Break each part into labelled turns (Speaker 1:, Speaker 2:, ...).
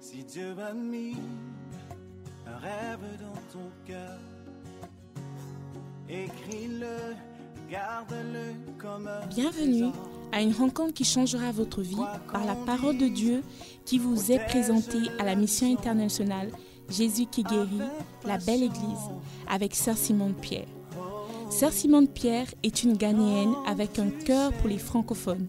Speaker 1: Si Dieu a mis un rêve dans ton cœur, écris-le, garde-le comme un
Speaker 2: Bienvenue
Speaker 1: trésor.
Speaker 2: à une rencontre qui changera votre vie par la parole de Dieu qui vous est présentée à la mission internationale Jésus qui guérit, la belle église, avec Sœur Simone Pierre. Sœur Simone Pierre est une Ghanéenne avec un cœur pour les francophones.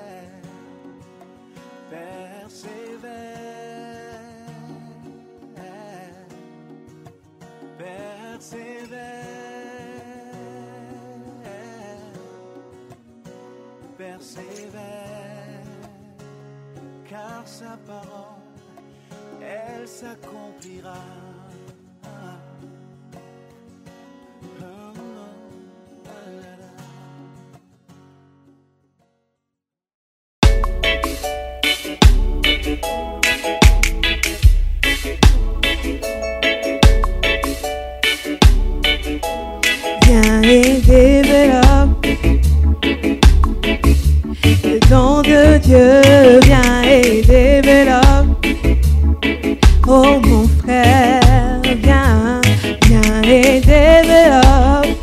Speaker 1: persévère, persévère, persévère, persévère, car sa parole, elle s'accomplira. Oh, oh, la, la, la.
Speaker 3: Viens et développe le don de Dieu. Viens et développe. Oh mon frère, viens, viens et développe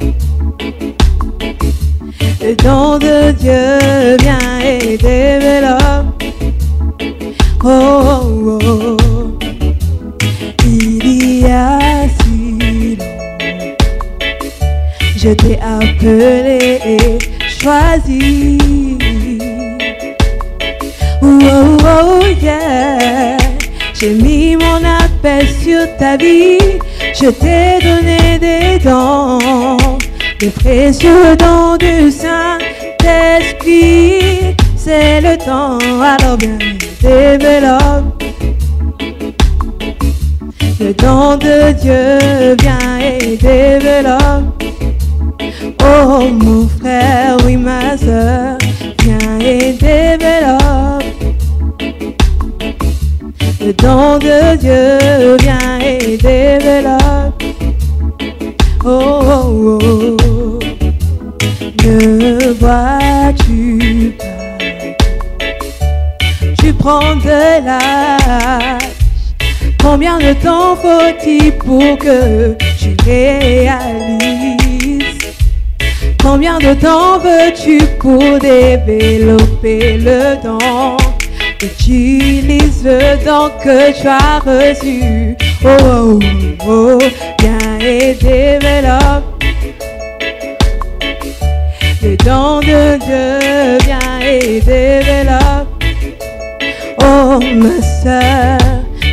Speaker 3: le don de Dieu. Viens et développe. Oh, oh, oh. il y a si longtemps. Je t'ai appelé et choisi. Ouh, oh, oh, yeah. J'ai mis mon appel sur ta vie. Je t'ai donné des dons, des précieux dons du Saint-Esprit. C'est le temps, alors bien développe. Le don de Dieu vient et développe. Oh mon frère, oui ma soeur, viens et développe. Le don de Dieu, viens et développe. Oh, oh, oh. ne vois-tu pas Tu prends de l'âge. Combien de temps faut-il pour que tu réalises Combien de temps veux-tu pour développer le don Utilise le don que tu as reçu. Oh, oh, oh, oh, viens et développe. Le don de Dieu, viens et développe. Oh, ma soeur,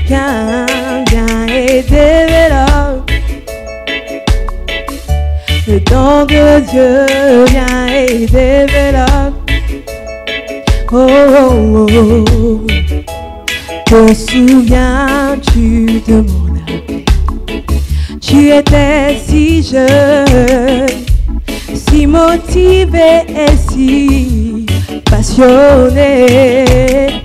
Speaker 3: viens, viens et développe. Le don de Dieu vient et développe. Oh, oh, oh. Te souviens-tu de mon appel Tu étais si jeune, si motivé et si passionné.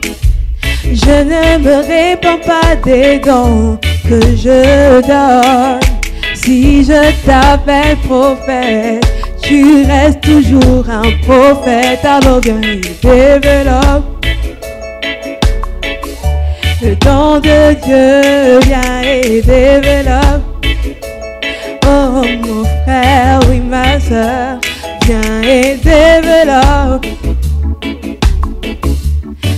Speaker 3: Je ne me réponds pas des dons que je donne. Si je t'appelle prophète, tu restes toujours un prophète. Alors viens et développe. Le don de Dieu vient et développe. Oh mon frère, oui ma soeur, viens et développe.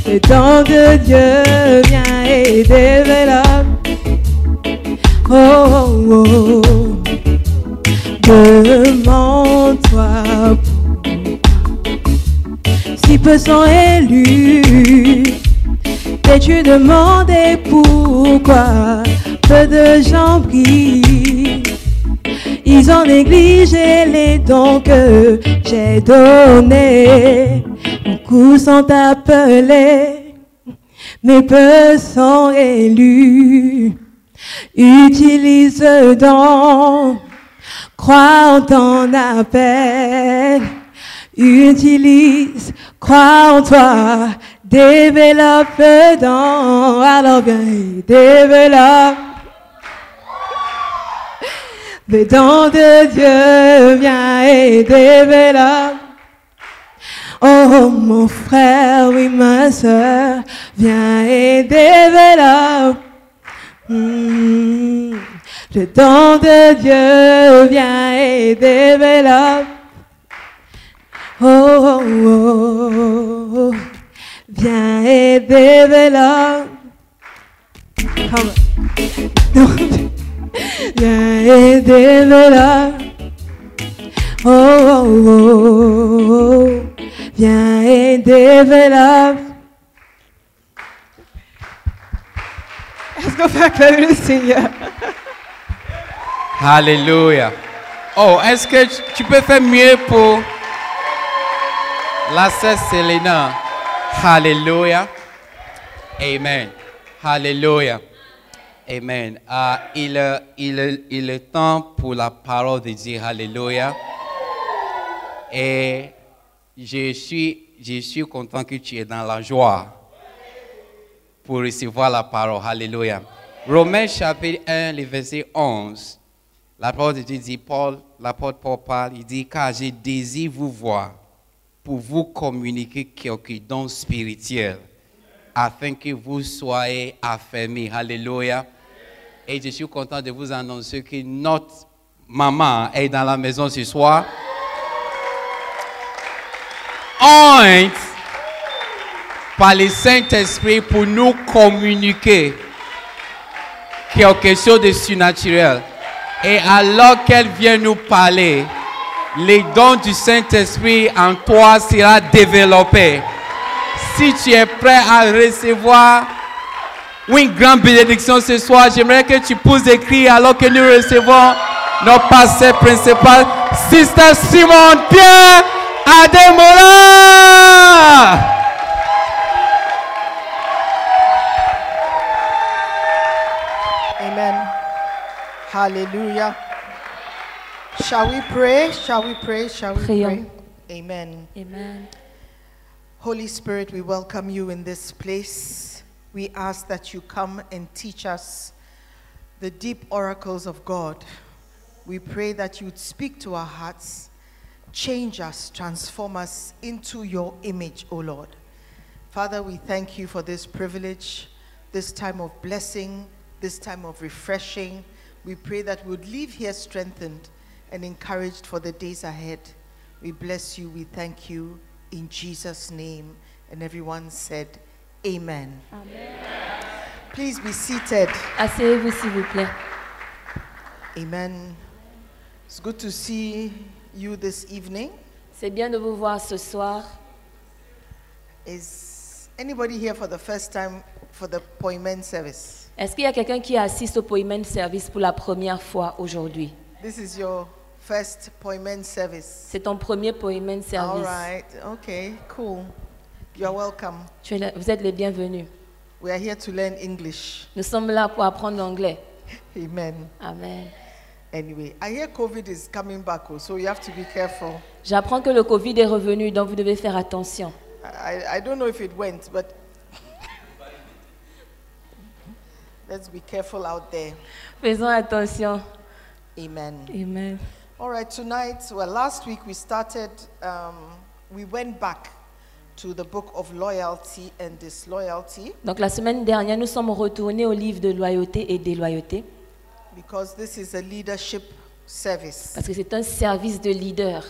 Speaker 3: Le don de Dieu vient et développe. Oh, oh, oh. demande-toi pourquoi si peu sont élus. Et tu demandais pourquoi peu de gens brillent. Ils ont négligé les dons que j'ai donnés. Beaucoup sont appelés, mais peu sont élus. Utilise le don crois en ton appel. Utilise, crois en toi, développe dans à l'orgueil, développe. Le don de Dieu vient et développe. Oh mon frère, oui ma soeur, viens et développe. Hmm. Le don de Dieu vient et développe. Oh, oh, oh, oh. viens et développe. Come on. Non. Viens et développe. Oh, oh, oh, oh. viens et développe. Est-ce qu'on fait acclamer le Seigneur?
Speaker 4: Alléluia. Oh, est-ce que tu- tu peux faire mieux pour la sœur Selena? Alléluia. Amen. Alléluia. Amen. Ah, il, est- il, est- il est temps pour la parole de Dieu. Alléluia. Et je suis, je suis content que tu es dans la joie pour recevoir la parole. Alléluia. Romains chapitre 1, le verset 11. La parole de Dieu dit, Paul, l'apôtre Paul parle, il dit, car je désire vous voir pour vous communiquer quelques dons spirituels, afin que vous soyez affermis. Alléluia. Et je suis content de vous annoncer que notre maman est dans la maison ce soir. Ointe par le Saint-Esprit pour nous communiquer quelque chose de surnaturel. Et alors qu'elle vient nous parler, les dons du Saint-Esprit en toi sera développé. Si tu es prêt à recevoir une grande bénédiction ce soir, j'aimerais que tu pousses des cris alors que nous recevons notre pasteur principal, Sister Simon Pierre Ademola.
Speaker 5: Amen. Hallelujah. Shall we pray? Shall we pray? Shall we pray?
Speaker 6: Prions.
Speaker 5: Amen.
Speaker 6: Amen.
Speaker 5: Holy Spirit, we welcome you in this place. We ask that you come and teach us the deep oracles of God. We pray that you'd speak to our hearts, change us, transform us into your image, O Lord. Father, we thank you for this privilege, this time of blessing, this time of refreshing. We pray that we'd leave here strengthened and encouraged for the days ahead. We bless you, we thank you in Jesus' name. And everyone said, Amen. Amen. Please be seated.
Speaker 6: Asseyez-vous, s'il vous plaît.
Speaker 5: Amen. It's good to see you this evening.
Speaker 6: C'est bien de vous voir ce soir.
Speaker 5: Is anybody here for the first time for the appointment service?
Speaker 6: Est-ce qu'il y a quelqu'un qui assiste au Poimen Service pour la première fois aujourd'hui?
Speaker 5: This is your first appointment service.
Speaker 6: C'est ton premier Poimen
Speaker 5: All
Speaker 6: Service.
Speaker 5: right. Okay. Cool. You're welcome.
Speaker 6: Tu es là- vous êtes les bienvenus.
Speaker 5: We are here to learn English.
Speaker 6: Nous sommes là pour apprendre l'anglais.
Speaker 5: Amen.
Speaker 6: Amen.
Speaker 5: Anyway, I hear COVID is coming back, oh, so you have to be careful.
Speaker 6: J'apprends que le Covid est revenu, donc vous devez faire attention.
Speaker 5: I, I don't know if it went, but let's be careful out there.
Speaker 6: Faisons attention.
Speaker 5: Amen.
Speaker 6: Amen.
Speaker 5: All right, tonight, well, last week we started, um, we went back to the book of loyalty and disloyalty
Speaker 6: Donc la semaine dernière, nous sommes retournés au livre de loyauté et déloyauté
Speaker 5: because this is a leadership service.
Speaker 6: parce que c'est un service de leader.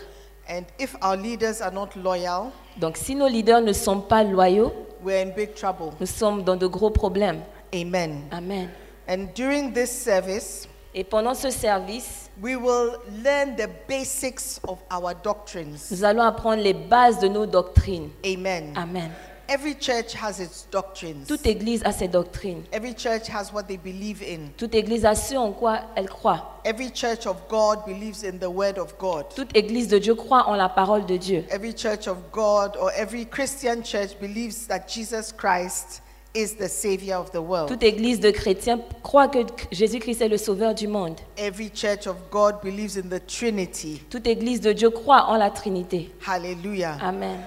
Speaker 5: And if our leaders are not loyal,
Speaker 6: Donc si nos leaders ne sont pas loyaux,
Speaker 5: we're in big trouble.
Speaker 6: nous sommes dans de gros problèmes.
Speaker 5: Amen.
Speaker 6: Amen.
Speaker 5: And during this service,
Speaker 6: Et pendant ce service,
Speaker 5: we will learn the basics of our doctrines.
Speaker 6: nous allons apprendre les bases de nos doctrines.
Speaker 5: Amen.
Speaker 6: Amen.
Speaker 5: Every church has its doctrines.
Speaker 6: Toute église a ses doctrines.
Speaker 5: Every church has what they believe in.
Speaker 6: Toute église a ce en quoi elle croit.
Speaker 5: Every church of God believes in the word of God.
Speaker 6: Toute église de Dieu croit en la parole de Dieu.
Speaker 5: Every church of God or every Christian church believes that Jesus Christ is the Savior of the world.
Speaker 6: Toute église de chrétiens croit que Jésus-Christ est le sauveur du monde.
Speaker 5: Every church of God believes in the Trinity.
Speaker 6: Toute église de Dieu croit en la Trinité.
Speaker 5: Hallelujah.
Speaker 6: Amen.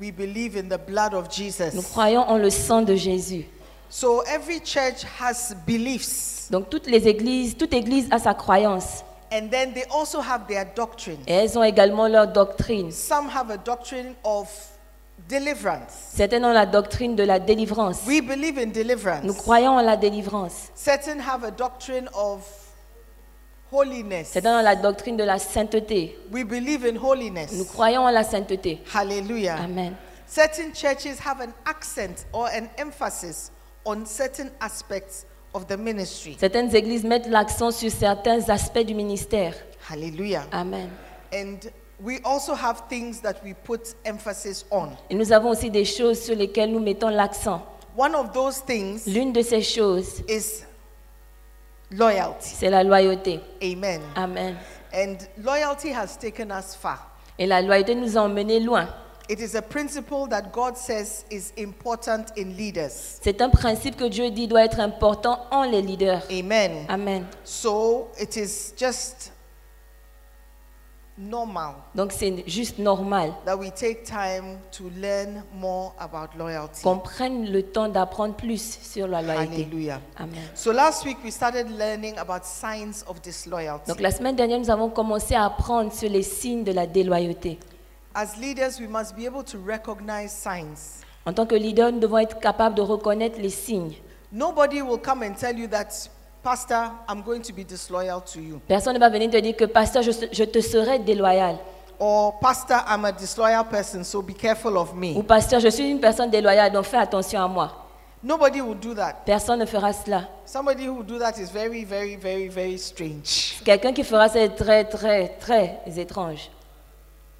Speaker 5: We believe in the blood of Jesus.
Speaker 6: Nous croyons en le sang de Jésus.
Speaker 5: So every church has beliefs,
Speaker 6: Donc toutes les églises, toute église a sa croyance.
Speaker 5: and then they also have their doctrine.
Speaker 6: Et elles ont également leur doctrine.
Speaker 5: Some have a doctrine of deliverance.
Speaker 6: Certaines ont la doctrine de la délivrance.
Speaker 5: We believe in
Speaker 6: Nous
Speaker 5: deliverance.
Speaker 6: croyons en la délivrance.
Speaker 5: Certain have a doctrine of holiness.
Speaker 6: Certaines ont la doctrine de la sainteté.
Speaker 5: We believe in
Speaker 6: Nous
Speaker 5: holiness.
Speaker 6: croyons en la sainteté.
Speaker 5: Hallelujah.
Speaker 6: Amen.
Speaker 5: Certain churches have an accent or an emphasis on certain aspects of the ministry.
Speaker 6: Certaines églises mettent l'accent sur certains aspects du ministère.
Speaker 5: Hallelujah.
Speaker 6: Amen.
Speaker 5: And we also have things that we put emphasis on.
Speaker 6: Et nous avons aussi des choses sur lesquelles nous mettons l'accent.
Speaker 5: One of those things
Speaker 6: L'une de ces choses,
Speaker 5: is loyalty.
Speaker 6: c'est la loyauté.
Speaker 5: Amen.
Speaker 6: Amen.
Speaker 5: And loyalty has taken us far.
Speaker 6: Et la loyauté nous a emmenés loin.
Speaker 5: It is a principle that God says is important in leaders.
Speaker 6: C'est un principe que Dieu dit doit être important en les leaders.
Speaker 5: Amen.
Speaker 6: Amen.
Speaker 5: So it is just normal
Speaker 6: Donc c'est juste normal
Speaker 5: that we take time to learn more about loyalty.
Speaker 6: qu'on prenne le temps d'apprendre plus sur la loyauté.
Speaker 5: Hallelujah.
Speaker 6: Amen.
Speaker 5: So last week we started learning about signs of disloyalty.
Speaker 6: Donc la semaine dernière, nous avons commencé à apprendre sur les signes de la déloyauté.
Speaker 5: As leaders, we must be able to recognize signs.
Speaker 6: En tant que leader, nous devons être capables de reconnaître les signes.
Speaker 5: Nobody will come and tell you that, Pastor, I'm going to be disloyal to you.
Speaker 6: Personne ne va venir te dire que, pasteur, je, je te serai déloyal.
Speaker 5: Or, Pastor, I'm a disloyal person, so be careful of
Speaker 6: Ou,
Speaker 5: me.
Speaker 6: pasteur, je suis une personne déloyale, donc fais attention à moi.
Speaker 5: Nobody will do that.
Speaker 6: Personne ne fera cela.
Speaker 5: Somebody who will do that is very, very, very, very strange.
Speaker 6: Quelqu'un qui fera ça est très, très, très étrange.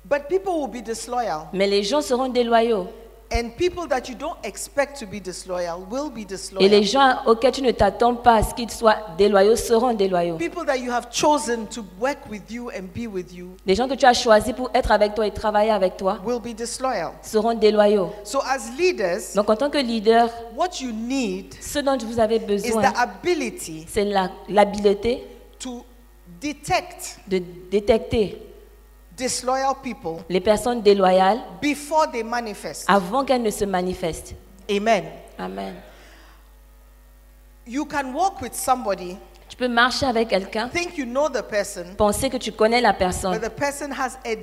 Speaker 5: But people will be disloyal.
Speaker 6: Mais les gens seront déloyaux.
Speaker 5: And people that you don't expect to be disloyal will be
Speaker 6: Et les
Speaker 5: disloyal.
Speaker 6: gens auxquels tu ne t'attends pas à ce qu'ils soient déloyaux seront déloyaux.
Speaker 5: People that you have chosen to work with you and be with you
Speaker 6: Les gens que tu as choisis pour être avec toi et travailler avec toi
Speaker 5: will be disloyal.
Speaker 6: seront déloyaux.
Speaker 5: So, as leaders,
Speaker 6: Donc en tant que leader,
Speaker 5: what you need
Speaker 6: ce dont vous avez
Speaker 5: is
Speaker 6: besoin,
Speaker 5: the ability
Speaker 6: c'est la- l'habileté
Speaker 5: to detect
Speaker 6: de détecter
Speaker 5: disloyal people
Speaker 6: les personnes déloyales
Speaker 5: before they manifest.
Speaker 6: avant qu'elles ne se manifestent.
Speaker 5: Amen.
Speaker 6: Amen.
Speaker 5: You can walk with somebody,
Speaker 6: Tu peux marcher avec quelqu'un,
Speaker 5: think you know the person,
Speaker 6: penser que tu connais la
Speaker 5: but
Speaker 6: personne,
Speaker 5: the person has a,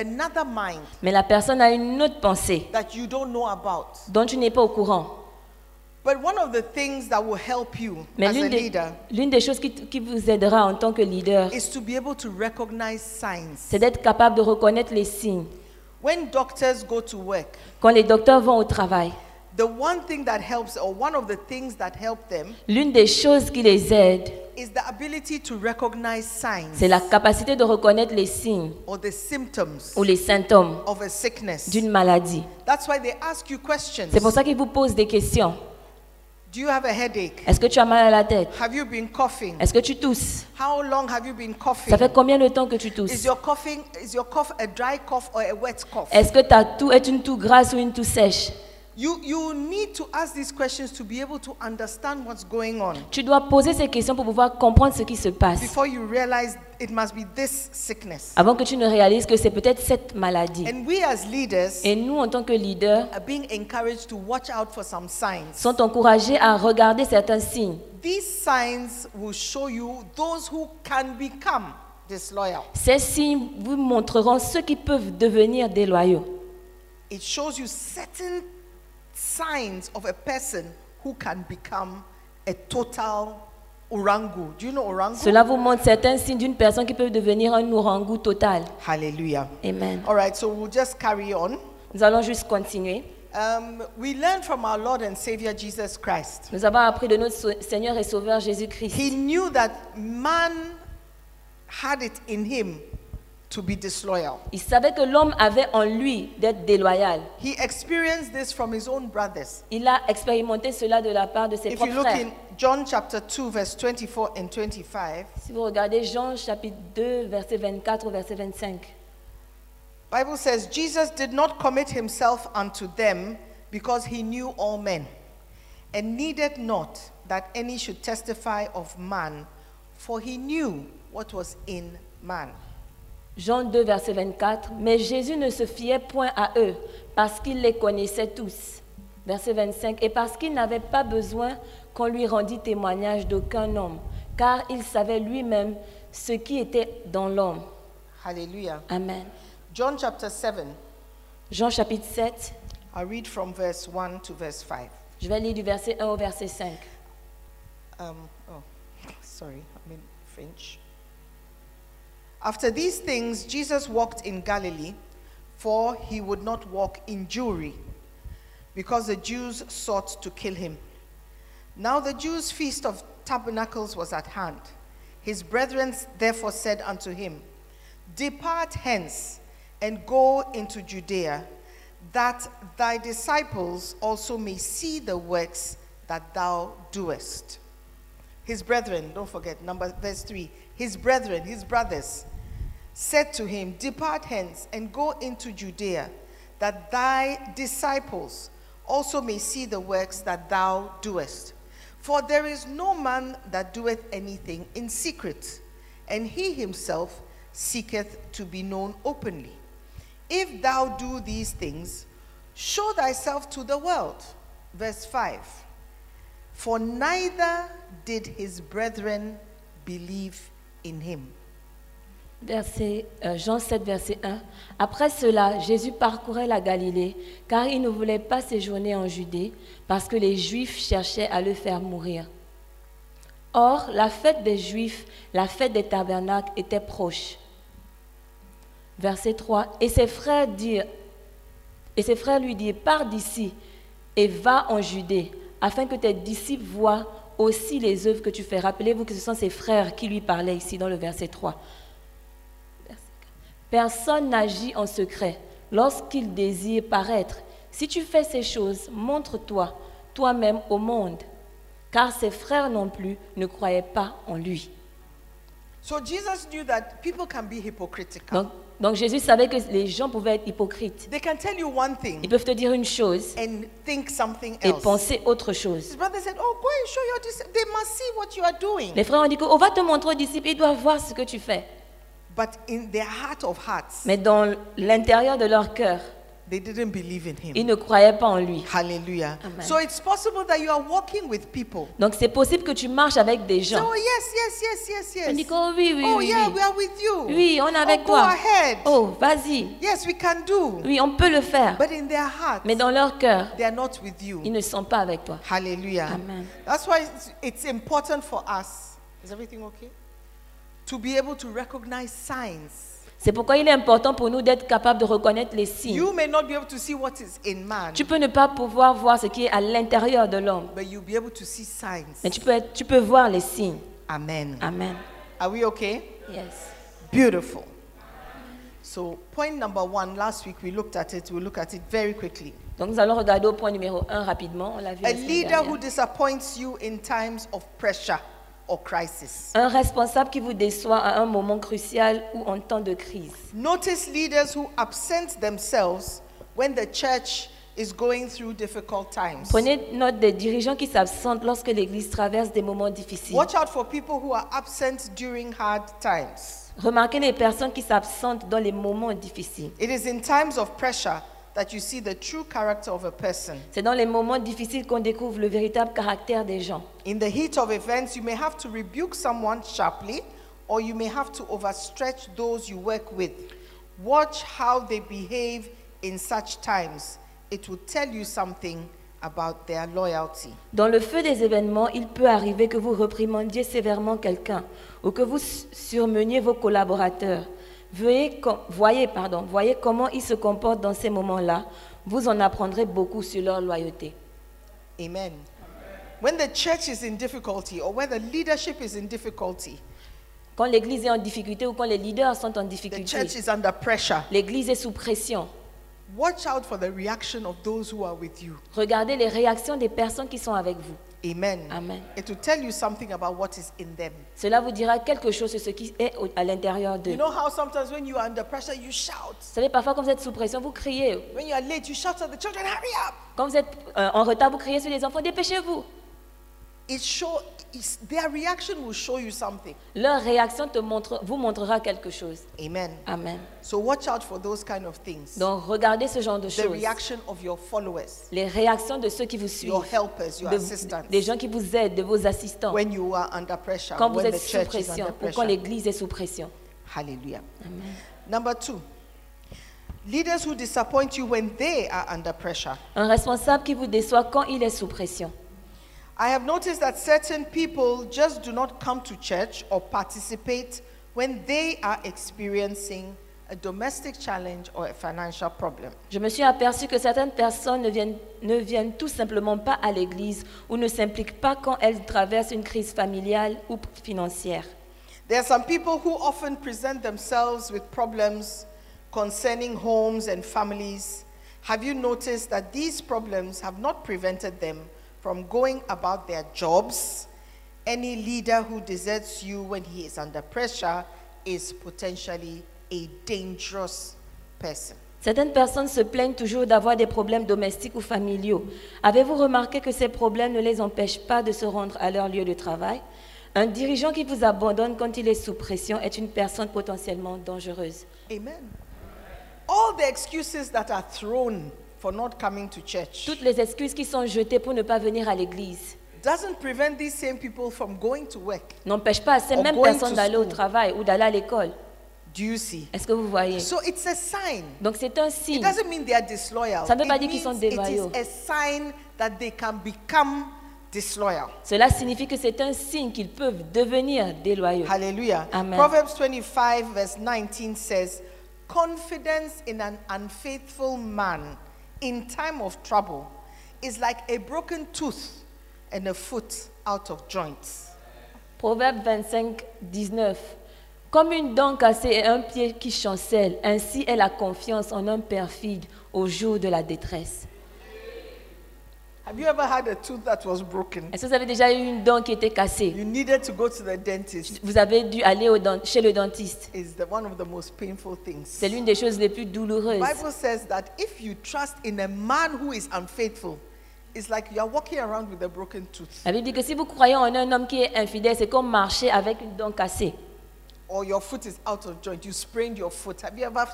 Speaker 5: another mind
Speaker 6: mais la personne a une autre pensée
Speaker 5: that you don't know about.
Speaker 6: dont tu n'es pas au courant.
Speaker 5: But one of the things that will help you
Speaker 6: Mais
Speaker 5: as a
Speaker 6: l'une des,
Speaker 5: leader
Speaker 6: l'une des choses qui, t- qui vous aidera en tant que leader,
Speaker 5: is to be able to recognize signs.
Speaker 6: c'est d'être capable de reconnaître les signes.
Speaker 5: When doctors go to work,
Speaker 6: Quand les docteurs vont au travail,
Speaker 5: the one thing that helps, or one of the things that help them,
Speaker 6: l'une des choses qui les aide,
Speaker 5: is the ability to recognize signs
Speaker 6: c'est la capacité de reconnaître les signes
Speaker 5: or the symptoms
Speaker 6: ou les symptômes
Speaker 5: of a sickness.
Speaker 6: d'une maladie.
Speaker 5: That's why they ask you questions.
Speaker 6: C'est pour ça qu'ils vous posent des questions.
Speaker 5: Do you have a headache?
Speaker 6: Est-ce que tu as mal à la tête
Speaker 5: Have you been coughing?
Speaker 6: Est-ce que tu tousses
Speaker 5: How long have you been coughing?
Speaker 6: Ça fait combien de temps que tu
Speaker 5: Is
Speaker 6: tousses
Speaker 5: your coughing is your cough a dry cough or a wet cough?
Speaker 6: Est-ce que ta toux est une toux grasse ou une toux sèche
Speaker 5: You you need to ask these questions to be able to understand what's going on
Speaker 6: Tu dois poser ces questions pour pouvoir comprendre ce qui se passe
Speaker 5: before you realize it must be this sickness.
Speaker 6: avant que tu ne réalises que c'est peut-être cette maladie.
Speaker 5: And we as leaders
Speaker 6: Et nous, en tant que leaders,
Speaker 5: are being encouraged to watch out for some signs.
Speaker 6: sont encouragés à regarder certains signes.
Speaker 5: These signs will show you those who can become disloyal.
Speaker 6: Ces signes vous montreront ceux qui peuvent devenir déloyaux.
Speaker 5: It shows you certain signs of a person who can become a total orangu. Do you know orangu?
Speaker 6: Cela vous montre certains signes d'une personne qui peut devenir un orangou total.
Speaker 5: Hallelujah.
Speaker 6: Amen.
Speaker 5: All right, so we'll just carry on.
Speaker 6: Nous allons juste continuer.
Speaker 5: Um, we learn from our Lord and Savior Jesus Christ.
Speaker 6: Nous avons appris de notre sau- Seigneur et Sauveur Jésus-Christ.
Speaker 5: He knew that man had it in him to be disloyal.
Speaker 6: Il savait que l'homme avait en lui d'être déloyal.
Speaker 5: He experienced this from his own brothers.
Speaker 6: Il a expérimenté cela de la part de ses
Speaker 5: If you
Speaker 6: propres
Speaker 5: look
Speaker 6: frères.
Speaker 5: in John chapter 2, verse 24 and 25,
Speaker 6: Si vous regardez Jean chapitre 2, verset 24 au verset 25.
Speaker 5: Bible says Jesus did not commit himself unto them because he knew all men and needed not that any should testify of man, for he knew what was in man.
Speaker 6: Jean 2, verset 24. Mais Jésus ne se fiait point à eux, parce qu'il les connaissait tous. Verset 25. Et parce qu'il n'avait pas besoin qu'on lui rendît témoignage d'aucun homme, car il savait lui-même ce qui était dans l'homme.
Speaker 5: Hallelujah.
Speaker 6: Amen.
Speaker 5: John chapter 7,
Speaker 6: Jean chapitre 7,
Speaker 5: I read from verse 1 to verse 5.
Speaker 6: je vais lire du verset 1 au verset 5.
Speaker 5: Um, oh, sorry, I'm in French. After these things, Jesus walked in Galilee, for he would not walk in Jewry, because the Jews sought to kill him. Now the Jews' feast of tabernacles was at hand. His brethren therefore said unto him, Depart hence and go into Judea, that thy disciples also may see the works that thou doest. His brethren, don't forget, number verse 3. His brethren, his brothers, said to him, Depart hence and go into Judea, that thy disciples also may see the works that thou doest. For there is no man that doeth anything in secret, and he himself seeketh to be known openly. If thou do these things, show thyself to the world. Verse 5. For neither did his brethren believe in him.
Speaker 6: Verset, euh, Jean 7, verset 1. Après cela, Jésus parcourait la Galilée, car il ne voulait pas séjourner en Judée, parce que les Juifs cherchaient à le faire mourir. Or, la fête des Juifs, la fête des tabernacles, était proche. Verset 3. Et ses frères dirent, et ses frères lui dirent, pars d'ici et va en Judée, afin que tes disciples voient aussi les œuvres que tu fais. Rappelez-vous que ce sont ses frères qui lui parlaient ici dans le verset 3. Personne n'agit en secret lorsqu'il désire paraître. Si tu fais ces choses, montre-toi toi-même au monde, car ses frères non plus ne croyaient pas en lui.
Speaker 5: So Jesus knew that people can be hypocritical.
Speaker 6: Donc, donc Jésus savait que les gens pouvaient être hypocrites.
Speaker 5: They can tell you one
Speaker 6: Ils
Speaker 5: thing
Speaker 6: peuvent te dire une chose
Speaker 5: and think something
Speaker 6: et
Speaker 5: else.
Speaker 6: penser autre chose.
Speaker 5: His brother said, Oh, go and show your disciples. They must see what you are doing.
Speaker 6: Les frères ont dit qu'on va te montrer aux disciples, ils doivent voir ce que tu fais.
Speaker 5: But in their heart of hearts,
Speaker 6: Mais dans l'intérieur de leur cœur,
Speaker 5: they didn't believe in
Speaker 6: ils
Speaker 5: him.
Speaker 6: ne croyaient pas en lui.
Speaker 5: Hallelujah.
Speaker 6: Amen.
Speaker 5: So it's possible that you are walking with people.
Speaker 6: Donc c'est possible que tu marches avec des
Speaker 5: So,
Speaker 6: gens.
Speaker 5: oh, yes, yes, yes, yes, yes.
Speaker 6: On dit que, oh, oui, oui,
Speaker 5: oh,
Speaker 6: oui,
Speaker 5: yeah,
Speaker 6: oui.
Speaker 5: we are with you.
Speaker 6: Oui, on est avec
Speaker 5: oh, Go
Speaker 6: toi.
Speaker 5: ahead.
Speaker 6: Oh, vas-y.
Speaker 5: Yes, we can do.
Speaker 6: Oui, on peut le faire.
Speaker 5: But in their heart,
Speaker 6: Mais dans leur cœur,
Speaker 5: they are not with you.
Speaker 6: ils ne sont pas avec toi.
Speaker 5: Hallelujah.
Speaker 6: Amen.
Speaker 5: That's why it's, it's important for us. Is everything okay? To be able to recognize signs.
Speaker 6: C'est pourquoi il est important pour nous d'être capable de reconnaître les signes.
Speaker 5: You may not be able to see what is in man,
Speaker 6: Tu peux ne pas pouvoir voir ce qui est à l'intérieur de l'homme,
Speaker 5: but you'll be able to see signs.
Speaker 6: mais tu peux, être- tu peux voir les signes.
Speaker 5: Amen.
Speaker 6: Amen.
Speaker 5: Are we okay?
Speaker 6: Yes.
Speaker 5: Beautiful. So, point number one, last week we looked at it, we look at it very quickly.
Speaker 6: Donc nous allons regarder au point numéro 1 rapidement. On l'a vu. la
Speaker 5: A
Speaker 6: semaine
Speaker 5: leader
Speaker 6: dernière.
Speaker 5: who disappoints you in times of pressure or crisis.
Speaker 6: Un responsable qui vous déçoit à un moment crucial ou en temps de crise.
Speaker 5: Notice leaders who absent themselves when the church is going through difficult times.
Speaker 6: Prenez note des dirigeants qui s'absentent lorsque l'Église traverse des moments difficiles.
Speaker 5: Watch out for people who are absent during hard times.
Speaker 6: Remarquez les personnes qui s'absentent dans les moments difficiles.
Speaker 5: It is in times of pressure that you see the true character of a person.
Speaker 6: C'est dans les moments difficiles qu'on découvre le véritable caractère des gens.
Speaker 5: In the heat of events, you may have to rebuke someone sharply, or you may have to overstretch those you work with. Watch how they behave in such times. It will tell you something about their loyalty.
Speaker 6: Dans le feu des événements, il peut arriver que vous réprimandiez sévèrement quelqu'un ou que vous su- surmeniez vos collaborateurs. Veuillez com- voyez, pardon, voyez comment ils se comportent dans ces moments-là. Vous en apprendrez beaucoup sur leur loyauté.
Speaker 5: Amen. When the church is in difficulty, or when the leadership is in difficulty,
Speaker 6: Quand l'Église est en difficulté ou quand les leaders sont en
Speaker 5: the church
Speaker 6: difficulté,
Speaker 5: is under pressure.
Speaker 6: l'Église est sous pression.
Speaker 5: Watch out for the reaction of those who are with you.
Speaker 6: Regardez les réactions des personnes qui sont avec vous.
Speaker 5: Amen.
Speaker 6: Amen.
Speaker 5: It will tell you something about what is in them.
Speaker 6: Cela vous dira quelque chose sur ce qui est au- à l'intérieur d'eux.
Speaker 5: You know how sometimes when you are under pressure, you shout.
Speaker 6: Vous savez, parfois, quand vous êtes sous pression, vous criez.
Speaker 5: When you are late, you shout at the children, hurry up.
Speaker 6: Quand vous êtes euh, en retard, vous criez sur les enfants, dépêchez-vous.
Speaker 5: It show, it's, their reaction will show you something.
Speaker 6: Leur réaction te montre, vous montrera quelque chose.
Speaker 5: Amen.
Speaker 6: Amen.
Speaker 5: So watch out for those kind of things.
Speaker 6: Donc, regardez ce genre de
Speaker 5: the
Speaker 6: choses.
Speaker 5: reaction of your followers,
Speaker 6: Les réactions de ceux qui vous suivent,
Speaker 5: your helpers, your
Speaker 6: de-
Speaker 5: assistants,
Speaker 6: des gens qui vous aident, de vos assistants,
Speaker 5: when you are under pressure,
Speaker 6: quand vous
Speaker 5: when
Speaker 6: êtes
Speaker 5: the
Speaker 6: sous
Speaker 5: church is
Speaker 6: pression
Speaker 5: under
Speaker 6: ou quand
Speaker 5: pressure.
Speaker 6: l'Église est sous pression.
Speaker 5: Hallelujah. Number two, leaders who disappoint you when they are under pressure.
Speaker 6: Un responsable qui vous déçoit quand il est sous pression.
Speaker 5: I have noticed that certain people just do not come to church or participate when they are experiencing a domestic challenge or a financial problem.
Speaker 6: Je me suis aperçue que certaines personnes ne viennent, ne viennent tout simplement pas à l'église ou ne s'impliquent pas quand elles traversent une crise familiale ou p- financière.
Speaker 5: There are some people who often present themselves with problems concerning homes and families. Have you noticed that these problems have not prevented them from going about their jobs? Any leader who deserts you when he is under pressure is potentially a dangerous person.
Speaker 6: Certaines personnes se plaignent toujours d'avoir des problèmes domestiques ou familiaux. Avez-vous remarqué que ces problèmes ne les empêchent pas de se rendre à leur lieu de travail Un dirigeant qui vous abandonne quand il est sous pression est une personne potentiellement dangereuse.
Speaker 5: Amen. All the excuses that are thrown for not coming to church
Speaker 6: Toutes les excuses qui sont jetées pour ne pas venir à l'église
Speaker 5: doesn't prevent these same people from going to work.
Speaker 6: n'empêchent pas ces
Speaker 5: Or
Speaker 6: mêmes
Speaker 5: going to
Speaker 6: personnes d'aller au
Speaker 5: school.
Speaker 6: travail ou d'aller à l'école.
Speaker 5: Do you see?
Speaker 6: Est-ce que vous voyez
Speaker 5: So it's a sign.
Speaker 6: Donc c'est un
Speaker 5: It
Speaker 6: signe.
Speaker 5: doesn't mean they are disloyal.
Speaker 6: Ça ne veut
Speaker 5: It
Speaker 6: pas dire qu'ils sont
Speaker 5: means it is
Speaker 6: déloyaux.
Speaker 5: a sign that they can become disloyal.
Speaker 6: Cela signifie que c'est un signe qu'ils peuvent devenir déloyaux.
Speaker 5: Hallelujah.
Speaker 6: Hmm. Amen.
Speaker 5: Proverbs 25, verse 19 says, Confidence in an unfaithful man in time of trouble is like a broken tooth and a foot out of joints.
Speaker 6: Proverbe 25, 19. Comme une dent cassée et un pied qui chancelle, ainsi est la confiance en un perfide au jour de la détresse.
Speaker 5: Have you ever had a tooth that was broken?
Speaker 6: Est-ce que vous avez déjà eu une dent qui était cassée
Speaker 5: You needed to go to the dentist.
Speaker 6: Vous avez dû aller au dent- chez le dentiste.
Speaker 5: It's the, one of the most painful things.
Speaker 6: C'est l'une des choses les plus douloureuses.
Speaker 5: Bible says that if you trust in a man who is unfaithful, it's like you are walking around with a broken tooth,
Speaker 6: La Bible dit que si vous croyez en un homme qui est infidèle, c'est comme marcher avec une dent cassée.
Speaker 5: or your foot is out of joint. You sprained your foot. Have you ever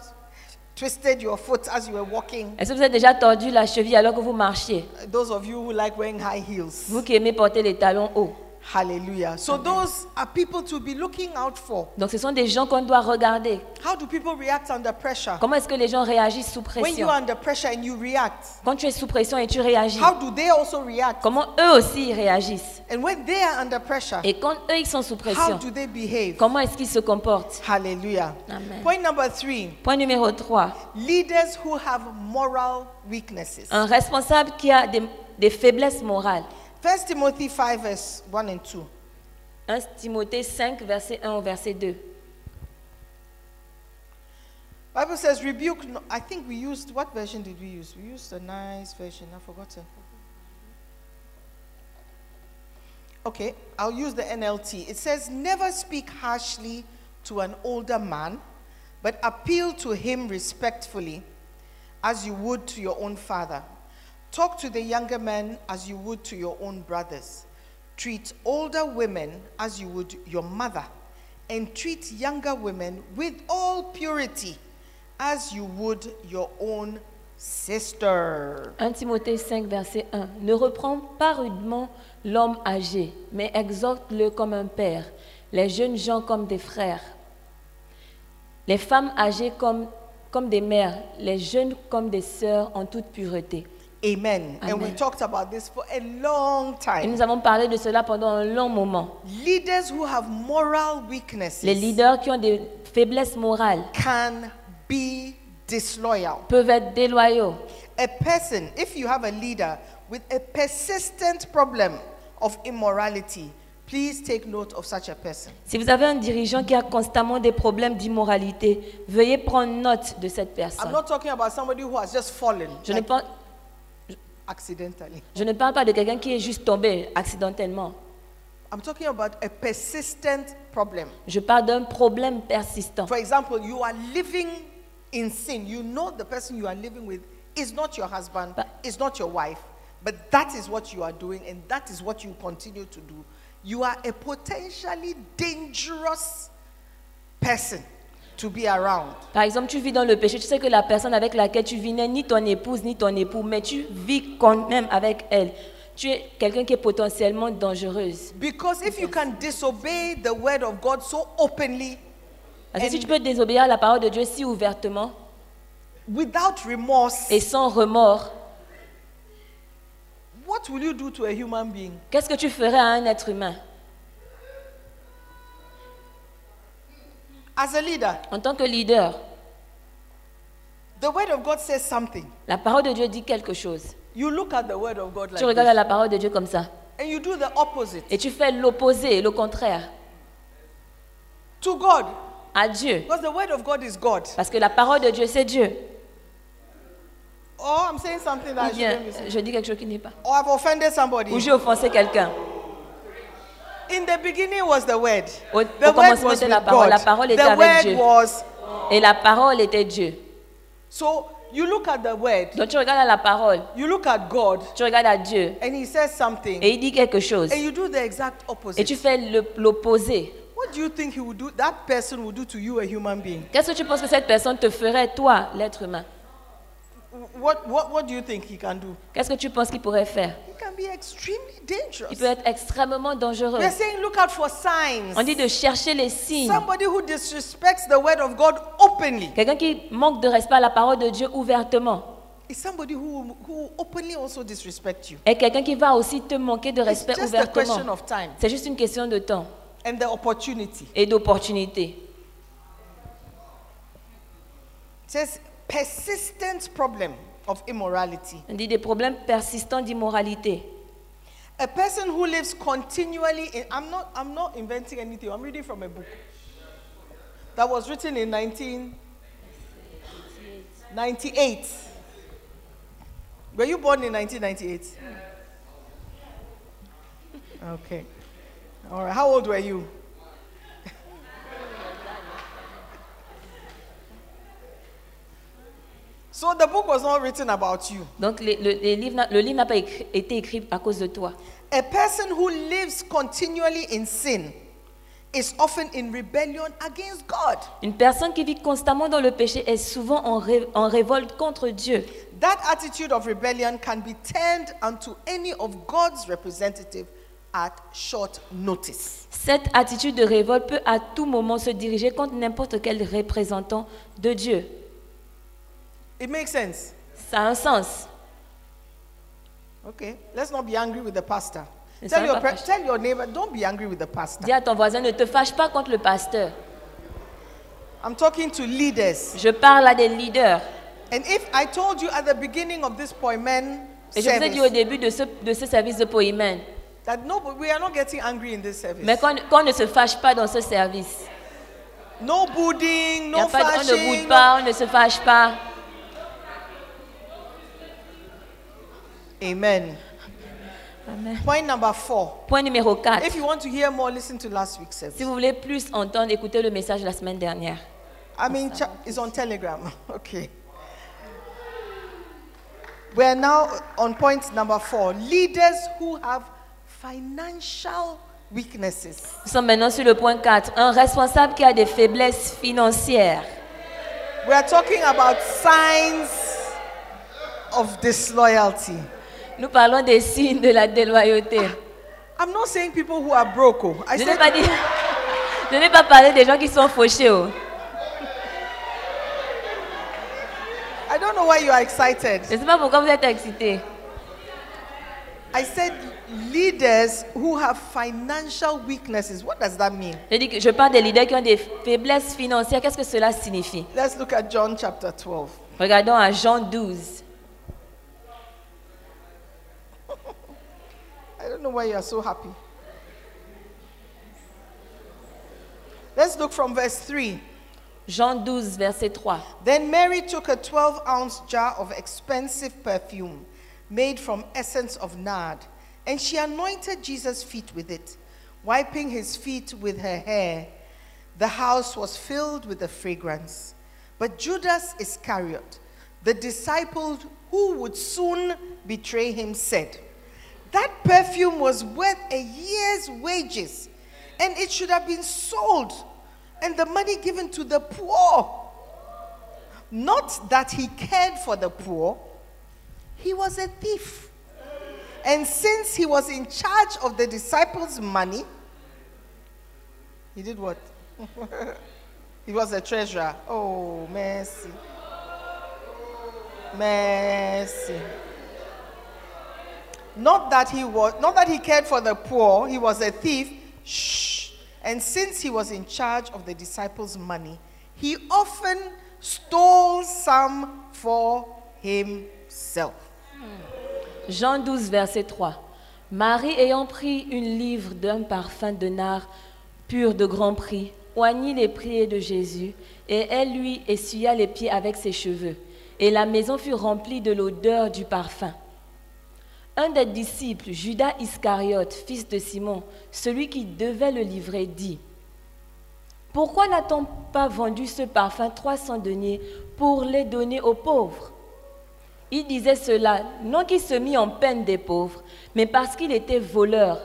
Speaker 5: twisted your foot as you were walking?
Speaker 6: Est-ce que vous avez déjà tordu la cheville alors que vous marchiez
Speaker 5: Those of you who like wearing high
Speaker 6: Vous
Speaker 5: heels.
Speaker 6: qui aimez porter les talons hauts.
Speaker 5: Hallelujah. So those are people to be looking out for.
Speaker 6: Donc ce sont des gens qu'on doit regarder.
Speaker 5: How do people react under pressure?
Speaker 6: Comment est-ce que les gens réagissent sous
Speaker 5: When you
Speaker 6: pression
Speaker 5: are under pressure and you react,
Speaker 6: Quand tu es sous pression et tu réagis,
Speaker 5: how do they also react?
Speaker 6: comment eux aussi ils réagissent
Speaker 5: And when they are under pressure,
Speaker 6: Et quand eux ils sont sous
Speaker 5: how
Speaker 6: pression,
Speaker 5: do they behave?
Speaker 6: comment est-ce qu'ils se comportent
Speaker 5: Hallelujah.
Speaker 6: Amen.
Speaker 5: Point number three.
Speaker 6: Point numéro 3.
Speaker 5: Leaders who have moral weaknesses.
Speaker 6: Un responsable qui a des, des faiblesses morales.
Speaker 5: First Timothy 5, verse 1 and 2.
Speaker 6: 1 Timothée 5, verset 1 au verset 2.
Speaker 5: Bible says, rebuke. No, I think we used, what version did we use? We used a nice version. I've forgotten. Okay, I'll use the NLT. It says, never speak harshly to an older man, but appeal to him respectfully as you would to your own father. Talk to the younger men as you would to your own brothers. Treat older women as you would your mother, and treat younger women with all purity as you would your own sister.
Speaker 6: 1 Timothée 5, verset 1. Ne reprends pas rudement l'homme âgé, mais exhorte-le comme un père, les jeunes gens comme des frères, les femmes âgées comme, comme des mères, les jeunes comme des sœurs en toute pureté.
Speaker 5: Amen. And we
Speaker 6: Amen.
Speaker 5: talked about this for a long
Speaker 6: Et
Speaker 5: time.
Speaker 6: nous avons parlé de cela pendant un long moment.
Speaker 5: Leaders who have moral weaknesses
Speaker 6: Les leaders qui ont des faiblesses morales
Speaker 5: can be disloyal.
Speaker 6: peuvent être déloyaux.
Speaker 5: A person, if you have a leader with a persistent problem of immorality, please take note of such a person.
Speaker 6: Si vous avez un dirigeant qui a constamment des problèmes d'immoralité, veuillez prendre note de cette
Speaker 5: I'm
Speaker 6: personne.
Speaker 5: not talking about somebody who has just fallen.
Speaker 6: Je ne
Speaker 5: like,
Speaker 6: pense,
Speaker 5: accidentally.
Speaker 6: Je ne parle pas de quelqu'un qui est juste tombé accidentellement.
Speaker 5: I'm talking about a persistent problem.
Speaker 6: Je parle d'un problème persistant.
Speaker 5: For example, you are living in sin. You know the person you are living with is not your husband,
Speaker 6: But-
Speaker 5: is not your wife, but that is what you are doing and that is what you continue to do. You are a potentially dangerous person to be around.
Speaker 6: Par exemple, tu vis dans le péché, tu sais que la personne avec laquelle tu vis n'est ni ton épouse ni ton époux, mais tu vis quand même avec elle. Tu es quelqu'un qui est potentiellement dangereuse.
Speaker 5: Because if you can disobey the word of God so openly,
Speaker 6: Parce que si tu peux désobéir à la parole de Dieu si ouvertement
Speaker 5: without remorse,
Speaker 6: et sans remords,
Speaker 5: what will you do to a human being?
Speaker 6: qu'est-ce que tu ferais à un être humain
Speaker 5: As a leader,
Speaker 6: En tant que leader,
Speaker 5: the word of God says something.
Speaker 6: la parole de Dieu dit quelque chose.
Speaker 5: You look at the word of God like
Speaker 6: Tu regardes à
Speaker 5: this,
Speaker 6: la parole de Dieu comme ça
Speaker 5: and you do the opposite.
Speaker 6: et tu fais l'opposé, le contraire
Speaker 5: To God,
Speaker 6: à Dieu.
Speaker 5: because the word of God is God.
Speaker 6: Parce que la parole de Dieu, c'est Dieu.
Speaker 5: Oh, I'm saying something that
Speaker 6: Ou
Speaker 5: I
Speaker 6: bien,
Speaker 5: shouldn't be saying.
Speaker 6: je dis quelque chose qui n'est pas.
Speaker 5: Or I've offended somebody.
Speaker 6: Ou j'ai offensé quelqu'un.
Speaker 5: In the beginning was the word.
Speaker 6: Au-
Speaker 5: The
Speaker 6: au
Speaker 5: word
Speaker 6: commencement
Speaker 5: was
Speaker 6: était
Speaker 5: with
Speaker 6: la parole.
Speaker 5: God.
Speaker 6: La parole était
Speaker 5: The
Speaker 6: avec
Speaker 5: word
Speaker 6: Dieu.
Speaker 5: was.
Speaker 6: Et la parole était Dieu.
Speaker 5: So you look at the word.
Speaker 6: Donc tu regardes à la parole,
Speaker 5: You look at God,
Speaker 6: tu regardes à Dieu
Speaker 5: and He says something,
Speaker 6: et il dit quelque chose.
Speaker 5: and you do the exact
Speaker 6: Et
Speaker 5: opposite.
Speaker 6: tu fais le- l'opposé.
Speaker 5: What do you think He would do? That person will do to you, a human being.
Speaker 6: Qu'est-ce que tu penses que cette personne te ferait, toi, l'être humain
Speaker 5: What What What do you think He can do?
Speaker 6: Qu'est-ce que tu penses qu'il pourrait faire
Speaker 5: He can be extremely
Speaker 6: Il
Speaker 5: dangerous.
Speaker 6: peut être extrêmement dangereux.
Speaker 5: We are saying, look out for signs.
Speaker 6: On dit de chercher les signes.
Speaker 5: Somebody who disrespects the word of God openly
Speaker 6: Quelqu'un qui manque de respect à la parole de Dieu ouvertement
Speaker 5: is somebody who who openly also disrespects you.
Speaker 6: est quelqu'un qui va aussi te manquer de respect
Speaker 5: It's just a question
Speaker 6: ouvertement.
Speaker 5: of time
Speaker 6: C'est juste une question de temps
Speaker 5: and the opportunity.
Speaker 6: et d'opportunité.
Speaker 5: It says persistent problem of immorality.
Speaker 6: On dit des problèmes persistants d'immoralité.
Speaker 5: A person who lives continually in I'm not I'm not inventing anything. I'm reading from a book that was written in 1998. Were you born in 1998? Okay. All right. How old were you? so the book was not written about you.
Speaker 6: Donc les- le, les livres n'a- le livre n'a pas écri- été écrit à cause de toi.
Speaker 5: A person who lives continually in sin is often in rebellion against God.
Speaker 6: Une personne qui vit constamment dans le péché est souvent en, ré- en révolte contre Dieu.
Speaker 5: That attitude of rebellion can be turned unto any of God's representative at short notice.
Speaker 6: Cette attitude de révolte peut à tout moment se diriger contre n'importe quel représentant de Dieu.
Speaker 5: It makes sense.
Speaker 6: Ça a un sens.
Speaker 5: Okay. Let's not be angry with the pastor.
Speaker 6: Yes,
Speaker 5: Tell
Speaker 6: I'm
Speaker 5: your,
Speaker 6: not
Speaker 5: pre-
Speaker 6: pastor.
Speaker 5: tell your neighbor, don't be angry with the pastor.
Speaker 6: Dis à ton voisin, ne te fâche pas contre le pasteur.
Speaker 5: I'm talking to leaders.
Speaker 6: Je parle à des leaders.
Speaker 5: And if I told you at the beginning of this poimen
Speaker 6: Et je vous ai dit au
Speaker 5: service
Speaker 6: début de ce, de ce service de Poïmen,
Speaker 5: that no, we are not getting angry in this service.
Speaker 6: mais qu'on qu'on ne se fâche pas dans ce service.
Speaker 5: No booting,
Speaker 6: Il y a
Speaker 5: no
Speaker 6: pas de- on ne
Speaker 5: fashion,
Speaker 6: boude pas, on ne se fâche pas.
Speaker 5: Amen. Point number four.
Speaker 6: Point numéro 4.
Speaker 5: If you want to hear more, listen to last week's service.
Speaker 6: Si vous voulez plus entendre, écoutez le message de la semaine dernière.
Speaker 5: I mean, cha- it's on Telegram. Okay. We're now on point number four. Leaders who have financial weaknesses.
Speaker 6: Nous sommes maintenant sur le point 4. Un responsable qui a des faiblesses financières.
Speaker 5: We're talking about signs of disloyalty.
Speaker 6: Nous parlons des signes de la déloyauté.
Speaker 5: I'm not saying people who are broke. oh. I
Speaker 6: Je
Speaker 5: said
Speaker 6: n'ai pas dit. Je n'ai pas parlé des gens qui sont fauchés. oh.
Speaker 5: I don't know why you are excited.
Speaker 6: Je ne sais pas pourquoi vous êtes excités.
Speaker 5: I said leaders who have financial weaknesses. What does that mean?
Speaker 6: Je, dis que je parle des leaders qui ont des faiblesses financières. Qu'est-ce que cela signifie
Speaker 5: Let's look at John chapter 12.
Speaker 6: Regardons à Jean 12.
Speaker 5: I don't know why you are so happy. Let's look from verse 3.
Speaker 6: Jean 12, verset 3.
Speaker 5: Then Mary took a 12 ounce jar of expensive perfume made from essence of nard, and she anointed Jesus' feet with it, wiping his feet with her hair. The house was filled with the fragrance. But Judas Iscariot, the disciple who would soon betray him, said, That perfume was worth a year's wages, and it should have been sold, and the money given to the poor. Not that he cared for the poor, he was a thief. And since he was in charge of the disciples' money, he did what? he was a treasurer. Oh, mercy. Mercy. Not that he was not that he cared for the poor, he was a thief. Shh. And since he was in charge of the disciples' money, he often stole some for himself.
Speaker 6: Jean 12, verset 3. Marie ayant pris une livre d'un parfum de nard pur de grand prix, oignit les pieds de Jésus, et elle lui essuya les pieds avec ses cheveux. Et la maison fut remplie de l'odeur du parfum. Un des disciples, Judas Iscariote, fils de Simon, celui qui devait le livrer, dit Pourquoi n'a-t-on pas vendu ce parfum 300 deniers pour les donner aux pauvres il disait cela non qu'il se mit en peine des pauvres, mais parce qu'il était voleur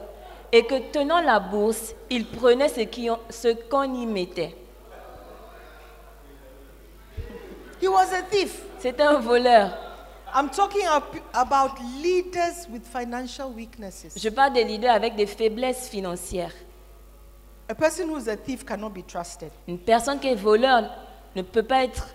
Speaker 6: et que tenant la bourse, il prenait ce qui- ce qu'on y mettait.
Speaker 5: He was a thief.
Speaker 6: C'était un voleur.
Speaker 5: I'm talking ab- about leaders with financial weaknesses.
Speaker 6: Je parle des leaders avec des faiblesses financières.
Speaker 5: A person who's a thief cannot be trusted.
Speaker 6: Une personne qui est voleur ne peut pas être,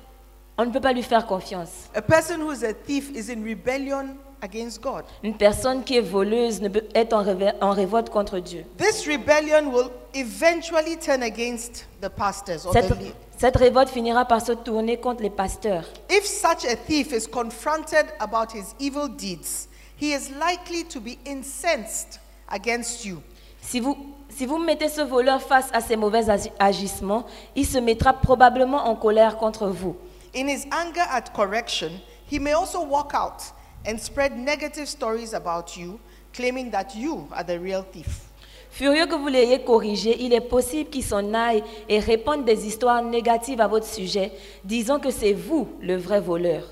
Speaker 6: on ne peut pas lui faire confiance.
Speaker 5: A person who's a thief is in rebellion against God.
Speaker 6: Une personne qui est voleuse ne peut être en, révé- en révolte contre Dieu.
Speaker 5: This rebellion will eventually turn against the pastors or
Speaker 6: Cette,
Speaker 5: the lead.
Speaker 6: cette révolte finira par se tourner contre les pasteurs.
Speaker 5: If such a thief is confronted about his evil deeds, he is likely to be incensed against you.
Speaker 6: Si vous, si vous mettez ce voleur face à ses mauvais agi- agissements, il se mettra probablement en colère contre vous.
Speaker 5: In his anger at correction, he may also walk out and spread negative stories about you, claiming that you are the real thief.
Speaker 6: Furieux que vous l'ayez corrigé, il est possible qu'il s'en aille et répande des histoires négatives à votre sujet, disant que c'est vous le vrai voleur.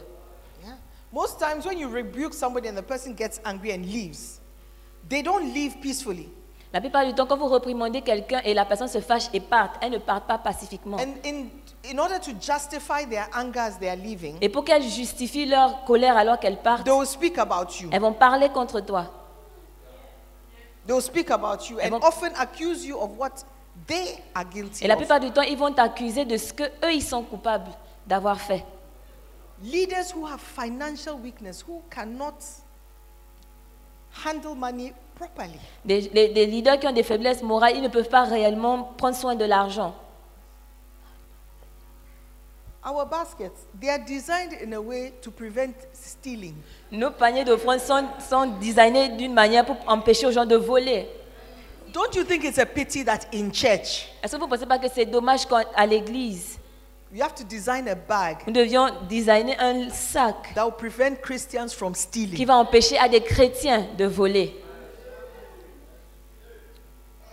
Speaker 5: Yeah. Most times, when you rebuke somebody and the person gets angry and leaves, they don't leave peacefully.
Speaker 6: La plupart du temps, quand vous reprimandez quelqu'un et la personne se fâche et part, elle ne part pas pacifiquement.
Speaker 5: And in, in order to justify their anger as they are leaving,
Speaker 6: Et pour qu'elle justifie leur colère alors qu'elle part,
Speaker 5: they will speak about you.
Speaker 6: elles vont parler contre toi.
Speaker 5: They will speak about you and
Speaker 6: Ebo-
Speaker 5: often accuse you of what they are
Speaker 6: Et
Speaker 5: guilty
Speaker 6: Eh, la
Speaker 5: of.
Speaker 6: plupart du temps, ils vont t'accuser de ce que eux ils sont coupables d'avoir fait.
Speaker 5: Leaders who have financial weakness, who cannot handle money properly.
Speaker 6: Des, les- des leaders qui ont des faiblesses morales, ils ne peuvent pas réellement prendre soin de l'argent.
Speaker 5: Our baskets, they are designed in a way to prevent stealing.
Speaker 6: Nos paniers d'offrandes sont, sont designés d'une manière pour empêcher aux gens de voler.
Speaker 5: Don't you think it's a pity that in church
Speaker 6: Est-ce que vous ne pensez pas que c'est dommage qu'à l'église,
Speaker 5: you have to design a bag
Speaker 6: nous devions designer un sac
Speaker 5: that will prevent Christians from
Speaker 6: qui
Speaker 5: stealing?
Speaker 6: va empêcher à des chrétiens de voler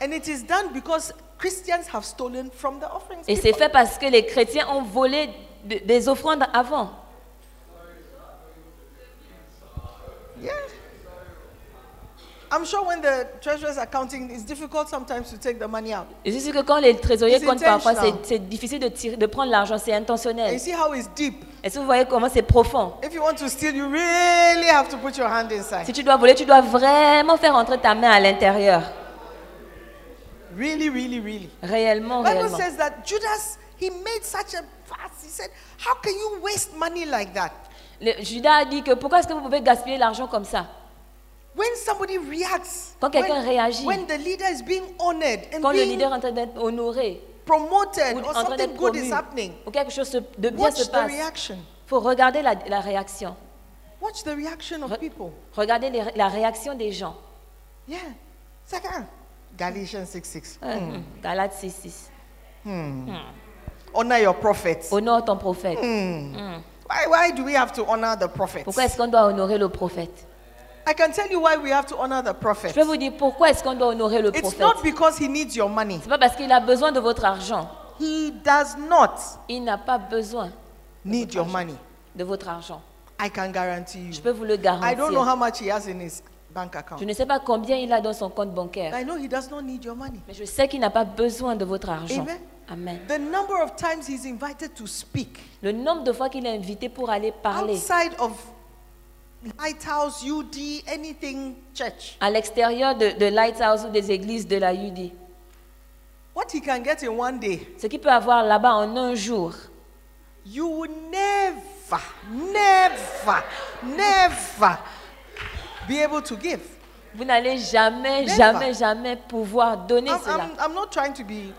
Speaker 5: And it is done because Christians have stolen from the offerings.
Speaker 6: Et
Speaker 5: people.
Speaker 6: c'est fait parce que les chrétiens ont volé de- des offrandes avant.
Speaker 5: Yeah. I'm sure when the treasurer's are counting, it's difficult sometimes to take the money out.
Speaker 6: Et c'est sûr que quand les trésoriers
Speaker 5: C'est
Speaker 6: comptent parfois, c'est
Speaker 5: intentional.
Speaker 6: c'est difficile de, tirer- de prendre l'argent, c'est
Speaker 5: And
Speaker 6: intentionnel.
Speaker 5: you see how it's deep.
Speaker 6: Est-ce que vous voyez comment c'est profond
Speaker 5: If you want to steal, you really have to put your hand inside.
Speaker 6: Si tu dois voler, tu dois vraiment faire entrer ta main à l'intérieur.
Speaker 5: Really, really, really.
Speaker 6: Réellement,
Speaker 5: Bible
Speaker 6: réellement.
Speaker 5: says that Judas, he made such a fuss. He said, How can you waste money like that?
Speaker 6: Le- Judas a dit que pourquoi est-ce que vous pouvez gaspiller l'argent comme ça
Speaker 5: When somebody reacts,
Speaker 6: Quand
Speaker 5: when,
Speaker 6: quelqu'un réagit.
Speaker 5: when the leader is being honored and
Speaker 6: Quand le
Speaker 5: being
Speaker 6: leader est en train d'être honoré
Speaker 5: promoted
Speaker 6: ou
Speaker 5: or
Speaker 6: en train
Speaker 5: something
Speaker 6: d'être
Speaker 5: good is
Speaker 6: promu,
Speaker 5: happening,
Speaker 6: ou quelque chose de bien
Speaker 5: watch
Speaker 6: se
Speaker 5: the
Speaker 6: passe,
Speaker 5: reaction.
Speaker 6: il faut regarder la, la réaction.
Speaker 5: Watch the reaction of
Speaker 6: Re-
Speaker 5: people.
Speaker 6: Regardez les- la réaction des gens.
Speaker 5: Yeah. It's like, ah, Galatians Hmm. 6 6.
Speaker 6: Euh, Galates 6, 6.
Speaker 5: Honor your prophets.
Speaker 6: Honore ton
Speaker 5: Hmm.
Speaker 6: prophète.
Speaker 5: Why, why do we have to honor the prophets?
Speaker 6: Pourquoi est-ce qu'on doit honorer le prophète
Speaker 5: I can tell you why we have to honor the
Speaker 6: Je
Speaker 5: prophet.
Speaker 6: vais vous dire pourquoi est-ce qu'on doit honorer le
Speaker 5: It's
Speaker 6: prophète.
Speaker 5: not because he needs your money.
Speaker 6: C'est pas parce qu'il a besoin de votre argent.
Speaker 5: He does not
Speaker 6: Il n'a pas besoin
Speaker 5: need your money.
Speaker 6: de votre argent.
Speaker 5: I can guarantee you.
Speaker 6: Je peux vous le
Speaker 5: I don't know
Speaker 6: garantir.
Speaker 5: how much he has in his bank
Speaker 6: Je
Speaker 5: account.
Speaker 6: ne sais pas combien il a dans son compte bancaire,
Speaker 5: I know he does not need your money.
Speaker 6: mais je sais qu'il n'a pas besoin de votre argent.
Speaker 5: Amen.
Speaker 6: Amen.
Speaker 5: The number of times he's invited to speak
Speaker 6: Le nombre de fois qu'il est invité pour aller parler
Speaker 5: outside of Lighthouse, UD, anything church,
Speaker 6: à l'extérieur de, de Lighthouse ou des églises de la UD,
Speaker 5: what he can get in one day,
Speaker 6: ce qu'il peut avoir là-bas en un jour,
Speaker 5: you will never, never, never be able to give.
Speaker 6: vous n'allez jamais,
Speaker 5: Never.
Speaker 6: jamais, jamais pouvoir donner
Speaker 5: I'm,
Speaker 6: cela.
Speaker 5: I'm, I'm not trying to be,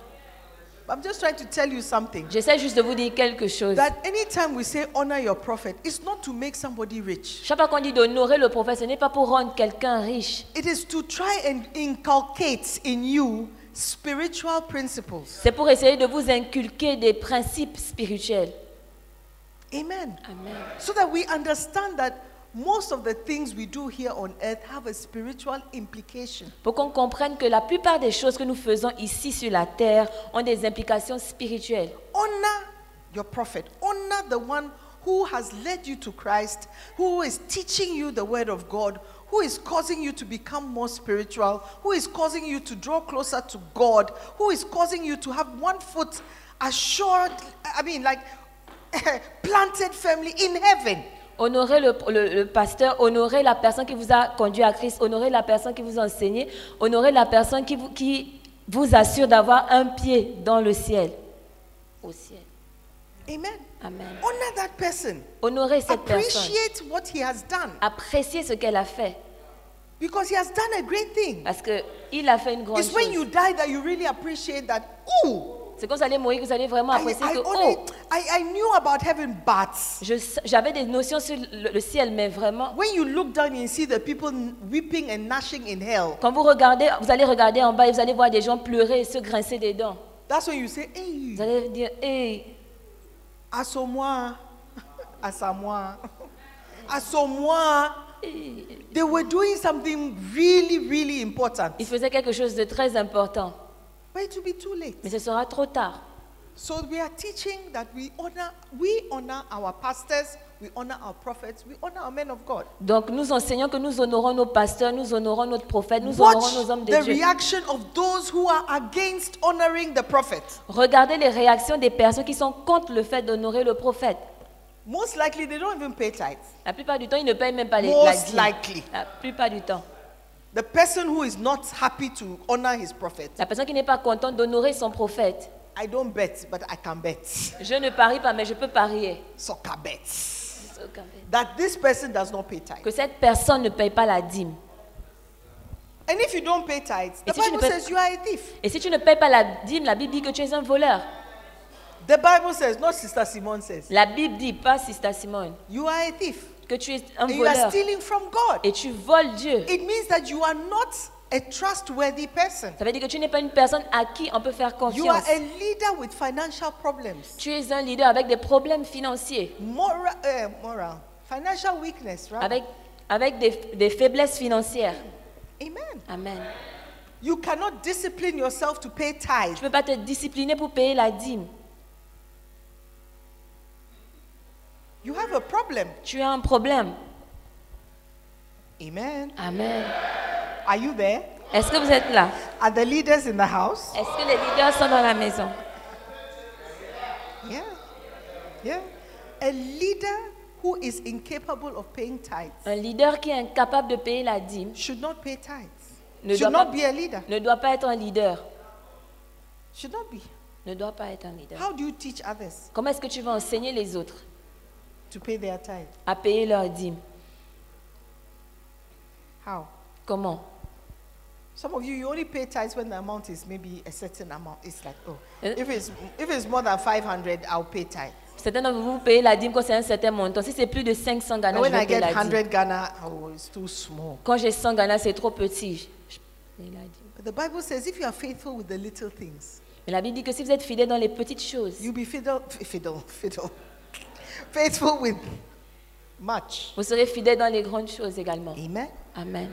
Speaker 5: I'm just trying to tell you something.
Speaker 6: J'essaie juste de vous dire quelque chose.
Speaker 5: That anytime we say honor your prophet, it's not to make somebody rich.
Speaker 6: Chaque fois qu'on dit d'honorer le prophète, ce n'est pas pour rendre quelqu'un riche.
Speaker 5: It is to try and inculcate in you spiritual principles.
Speaker 6: C'est pour essayer de vous inculquer des principes spirituels.
Speaker 5: Amen.
Speaker 6: Amen.
Speaker 5: So that we understand that most of the things we do here on earth have a spiritual implication.
Speaker 6: Pour qu'on comprenne que la plupart des choses que nous faisons ici sur la terre ont des implications spirituelles.
Speaker 5: Honor your prophet, honor the one who has led you to Christ, who is teaching you the word of God, who is causing you to become more spiritual, who is causing you to draw closer to God, who is causing you to have one foot assured, I mean, like planted firmly in heaven.
Speaker 6: Honorez le, le- le pasteur, honorez la personne qui vous a conduit à Christ, honorez la personne qui vous a enseigné, honorez la personne qui vous, qui vous assure d'avoir un pied dans le ciel. Au ciel.
Speaker 5: Amen.
Speaker 6: Amen.
Speaker 5: Honor that person.
Speaker 6: Honorez cette personne.
Speaker 5: Appreciate what he has done.
Speaker 6: Appréciez ce qu'elle a fait.
Speaker 5: Because he has done a great thing.
Speaker 6: Parce qu'il a fait une grande
Speaker 5: It's when you
Speaker 6: chose.
Speaker 5: die that you really appreciate that. Ooh,
Speaker 6: C'est quand vous allez mourir que vous allez vraiment
Speaker 5: I,
Speaker 6: apprécier
Speaker 5: I
Speaker 6: que,
Speaker 5: only-
Speaker 6: oh,
Speaker 5: I- I knew about heaven, but
Speaker 6: je sais- j'avais des notions sur le, le ciel, mais vraiment,
Speaker 5: when you look down and see the people weeping and gnashing in hell,
Speaker 6: quand vous regardez, vous allez regarder en bas et vous allez voir des gens pleurer et se grincer des dents.
Speaker 5: that's when you say,
Speaker 6: Vous
Speaker 5: hey,
Speaker 6: allez dire, hey,
Speaker 5: Asomoa, Asamoa, Asomoa. They were doing something really, really important.
Speaker 6: il faisait quelque chose de très important.
Speaker 5: But it will be too late.
Speaker 6: Mais ce sera trop tard.
Speaker 5: So we are teaching that we honor, we honor our pastors, we honor our prophets, we honor our men of God.
Speaker 6: Donc nous enseignons que nous honorons nos pasteurs, nous honorons notre prophète, nous
Speaker 5: Watch
Speaker 6: honorons nos hommes de
Speaker 5: the
Speaker 6: Dieu.
Speaker 5: reaction of those who are against honoring the prophet.
Speaker 6: Regardez les réactions des personnes qui sont contre le fait d'honorer le prophète.
Speaker 5: Most likely, they don't even pay tithes.
Speaker 6: La plupart du temps, ils ne payent même pas les la
Speaker 5: Most
Speaker 6: dîme.
Speaker 5: likely.
Speaker 6: La plupart du temps.
Speaker 5: The person who is not happy to honor his prophet.
Speaker 6: La personne qui n'est pas contente d'honorer son prophète.
Speaker 5: I don't bet, but I can bet.
Speaker 6: Je ne parie pas, mais je peux parier.
Speaker 5: Soccer bets. That this person does not pay tithes.
Speaker 6: Que cette personne ne paye pas la dîme.
Speaker 5: And if you don't pay tithes, the
Speaker 6: Et si tu ne
Speaker 5: Bible
Speaker 6: paies-
Speaker 5: says you are a thief.
Speaker 6: Et si tu ne payes pas la dîme, la Bible dit que tu es un voleur.
Speaker 5: The Bible says, not Sister Simone says,
Speaker 6: La Bible dit, pas Sister Simone,
Speaker 5: you are a thief.
Speaker 6: que tu es un
Speaker 5: And you are
Speaker 6: voleur.
Speaker 5: stealing from God.
Speaker 6: Et tu voles Dieu.
Speaker 5: It means that you are not a trustworthy person.
Speaker 6: Ça veut dire que tu n'es pas une personne à qui on peut faire
Speaker 5: You are
Speaker 6: confiance.
Speaker 5: a leader with financial problems.
Speaker 6: Tu es un leader avec des problèmes financiers,
Speaker 5: Moral, uh, moral. Financial weakness, right?
Speaker 6: avec, avec des, des faiblesses financières.
Speaker 5: Amen.
Speaker 6: Amen.
Speaker 5: You cannot discipline yourself to pay
Speaker 6: Tu
Speaker 5: tithe.
Speaker 6: ne peux pas te discipliner pour payer la dîme.
Speaker 5: You have a problem.
Speaker 6: Tu as un problème.
Speaker 5: Amen.
Speaker 6: Amen.
Speaker 5: Are you there?
Speaker 6: Est-ce que vous êtes là?
Speaker 5: Are the leaders in the house?
Speaker 6: Est-ce que les leaders sont dans la maison?
Speaker 5: Yeah. Yeah. A leader who is incapable of paying tithes
Speaker 6: Un leader qui est incapable de payer la dîme
Speaker 5: should not pay tithes.
Speaker 6: ne doit,
Speaker 5: Should
Speaker 6: pas,
Speaker 5: not be a leader.
Speaker 6: ne doit pas être un leader.
Speaker 5: Should not be.
Speaker 6: Ne doit pas être un leader.
Speaker 5: How do you teach others
Speaker 6: Comment est-ce que tu vas enseigner les autres
Speaker 5: to pay their tithe?
Speaker 6: à payer leur dîme?
Speaker 5: How?
Speaker 6: Comment?
Speaker 5: Some of you, you only pay tithes when the amount is maybe a certain amount. It's like, oh,
Speaker 6: Eh?
Speaker 5: if it's if it's more than 500, I'll pay tithe.
Speaker 6: Certains d'entre vous, vous payez la dîme quand c'est un certain montant. Si c'est plus de 500 Ghana,
Speaker 5: And
Speaker 6: je
Speaker 5: when
Speaker 6: vais
Speaker 5: I
Speaker 6: payer
Speaker 5: get
Speaker 6: la dîme.
Speaker 5: 100 Ghana, oh, it's too small.
Speaker 6: Quand j'ai 100 Ghana, c'est trop petit. Je paye la dîme.
Speaker 5: But the Bible says if you are faithful with the little things,
Speaker 6: Mais la Bible dit que si vous êtes fidèle dans les petites choses,
Speaker 5: you'll be fiddle, f- fiddle, fiddle, faithful with much.
Speaker 6: vous serez fidèle dans les grandes choses également.
Speaker 5: Amen.
Speaker 6: Amen.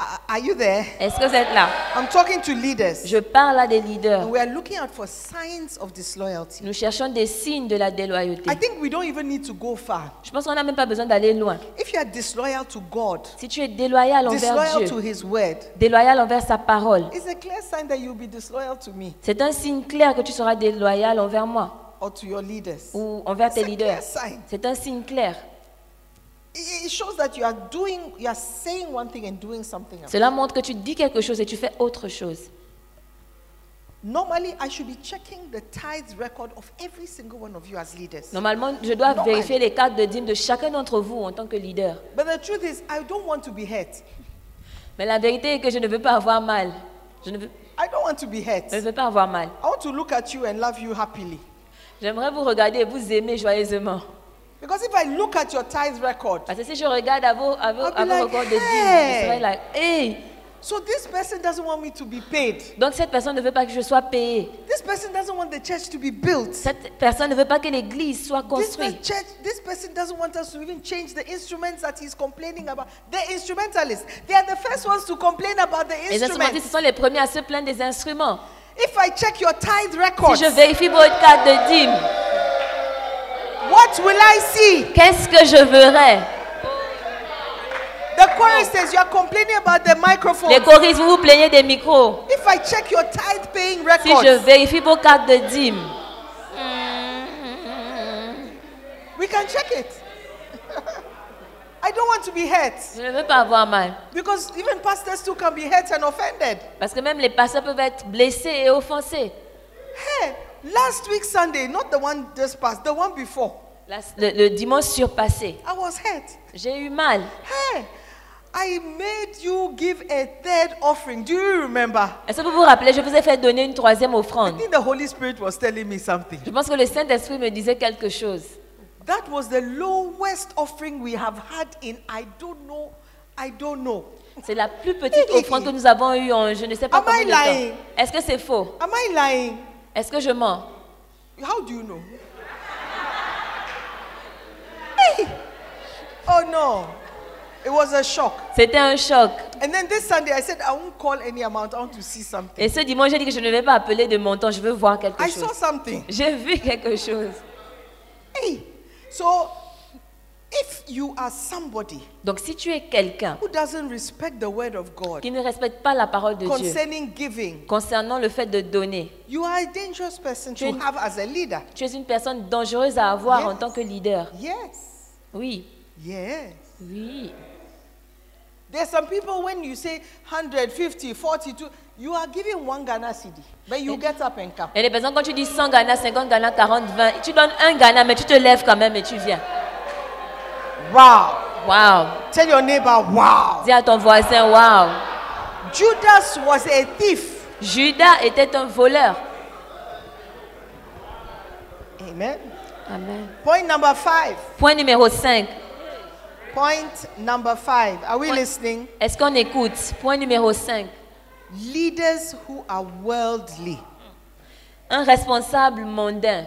Speaker 5: Are- Are you there?
Speaker 6: Est-ce que vous êtes là
Speaker 5: I'm talking to leaders.
Speaker 6: Je parle à des leaders.
Speaker 5: And we are looking out for signs of disloyalty.
Speaker 6: Nous cherchons des signes de la déloyauté.
Speaker 5: I think we don't even need to go far.
Speaker 6: Je pense qu'on n'a même pas besoin d'aller loin.
Speaker 5: If you are disloyal to God,
Speaker 6: Si tu es déloyal envers
Speaker 5: disloyal to
Speaker 6: Dieu,
Speaker 5: His word,
Speaker 6: déloyal envers sa parole,
Speaker 5: it's a clear sign that you'll be disloyal to me
Speaker 6: c'est un signe clair que tu seras déloyal envers moi
Speaker 5: or to your leaders. It,
Speaker 6: ou envers tes
Speaker 5: C'est un
Speaker 6: leaders.
Speaker 5: clair signe.
Speaker 6: C'est un signe clair.
Speaker 5: it shows that you are doing, you are saying one thing and doing something else.
Speaker 6: Cela montre que tu dis quelque chose et tu fais autre chose.
Speaker 5: Normally, I should be checking the tithes record of every single one of you as leaders.
Speaker 6: Normalement, je dois
Speaker 5: Normal.
Speaker 6: vérifier les cartes de dîmes de chacun d'entre vous en tant que leader.
Speaker 5: But the truth is, I don't want to be hurt.
Speaker 6: Mais la vérité est que je ne veux pas avoir mal. Je ne veux,
Speaker 5: I don't want to be hurt.
Speaker 6: je ne veux pas avoir mal.
Speaker 5: I want to look at you and love you happily.
Speaker 6: J'aimerais vous regarder et vous aimer joyeusement.
Speaker 5: Because if I look at your tithes record,
Speaker 6: Parce que si je regarde à vos, à vos,
Speaker 5: I'll be
Speaker 6: à vos
Speaker 5: like,
Speaker 6: records de dîmes, je
Speaker 5: hey.
Speaker 6: serai là. Hey!
Speaker 5: so this person doesn't want me to be paid.
Speaker 6: Donc cette personne ne veut pas que je sois payée.
Speaker 5: This person doesn't want the church to be built.
Speaker 6: Cette personne ne veut pas que l'église soit
Speaker 5: This,
Speaker 6: construite.
Speaker 5: per- church, this person doesn't want us to even change the instruments that he's complaining about. They're instrumentalists. They are the first ones to complain about the
Speaker 6: Les instrumentistes
Speaker 5: instruments.
Speaker 6: ce sont les premiers à se plaindre des instruments.
Speaker 5: If I check your tithe
Speaker 6: Si
Speaker 5: records,
Speaker 6: je vérifie votre carte de dîmes,
Speaker 5: what will I see?
Speaker 6: qu'est-ce que je verrai
Speaker 5: The choristers, you are complaining about the microphone.
Speaker 6: Les choristes, vous vous plaignez des micros.
Speaker 5: If I check your tithe paying
Speaker 6: Si je
Speaker 5: records,
Speaker 6: vérifie vos cartes de dîmes,
Speaker 5: we can check it. I don't want to be hurt
Speaker 6: je ne veux pas avoir mal.
Speaker 5: because even pastors too can be hurt and offended.
Speaker 6: Parce que même les pasteurs peuvent être blessés et offensés.
Speaker 5: Hey, last week Sunday, not the one just passed, the one before,
Speaker 6: La- le, le dimanche surpassé,
Speaker 5: I was hurt.
Speaker 6: j'ai eu mal.
Speaker 5: Hey, I made you give a third offering. Do you remember?
Speaker 6: Est-ce que vous vous rappelez, je vous ai fait donner une troisième
Speaker 5: I
Speaker 6: offrande.
Speaker 5: think the Holy Spirit was telling me something.
Speaker 6: Je pense que le Saint-Esprit me disait quelque chose.
Speaker 5: That was the lowest offering we have had in I don't know, I don't know.
Speaker 6: C'est la plus petite offrande que nous avons eue en je ne sais pas
Speaker 5: Am
Speaker 6: combien
Speaker 5: I
Speaker 6: de temps.
Speaker 5: lying?
Speaker 6: Est-ce que c'est faux
Speaker 5: Am I lying?
Speaker 6: Est-ce que je mens
Speaker 5: How do you know? Hey! Oh no. It was a shock.
Speaker 6: C'était un choc.
Speaker 5: And then this Sunday I said I won't call any amount. I want to see something.
Speaker 6: Et ce dimanche, j'ai dit que je ne vais pas appeler de mon temps, je veux voir quelque
Speaker 5: I saw
Speaker 6: chose.
Speaker 5: something.
Speaker 6: J'ai vu quelque chose.
Speaker 5: Hey. So if you are somebody
Speaker 6: Donc si tu es quelqu'un
Speaker 5: who doesn't respect the word of God
Speaker 6: qui ne respecte pas la parole de Dieu
Speaker 5: concerning giving,
Speaker 6: concernant le fait de donner,
Speaker 5: you are a dangerous person to
Speaker 6: Tu-
Speaker 5: have as a leader.
Speaker 6: tu es une personne dangereuse à avoir en
Speaker 5: Yes.
Speaker 6: tant que leader.
Speaker 5: Yes.
Speaker 6: Oui,
Speaker 5: Yes.
Speaker 6: oui.
Speaker 5: There's some people when you say 150, 42, you are giving one Ghana CD, but you get up and come.
Speaker 6: Et les personnes, quand tu dis 100 Ghana, 50 Ghana, 40, 20, tu donnes un Ghana, mais tu te lèves quand même et tu viens.
Speaker 5: Wow.
Speaker 6: Wow.
Speaker 5: Tell your neighbor, wow.
Speaker 6: Dis à ton voisin, wow.
Speaker 5: Judas was a thief.
Speaker 6: Judas était un voleur.
Speaker 5: Amen.
Speaker 6: Amen.
Speaker 5: Point number five.
Speaker 6: Point numéro 5.
Speaker 5: Point number five. Are we listening?
Speaker 6: Est-ce qu'on écoute Point numéro 5.
Speaker 5: Leaders who are worldly.
Speaker 6: Un responsable mondain.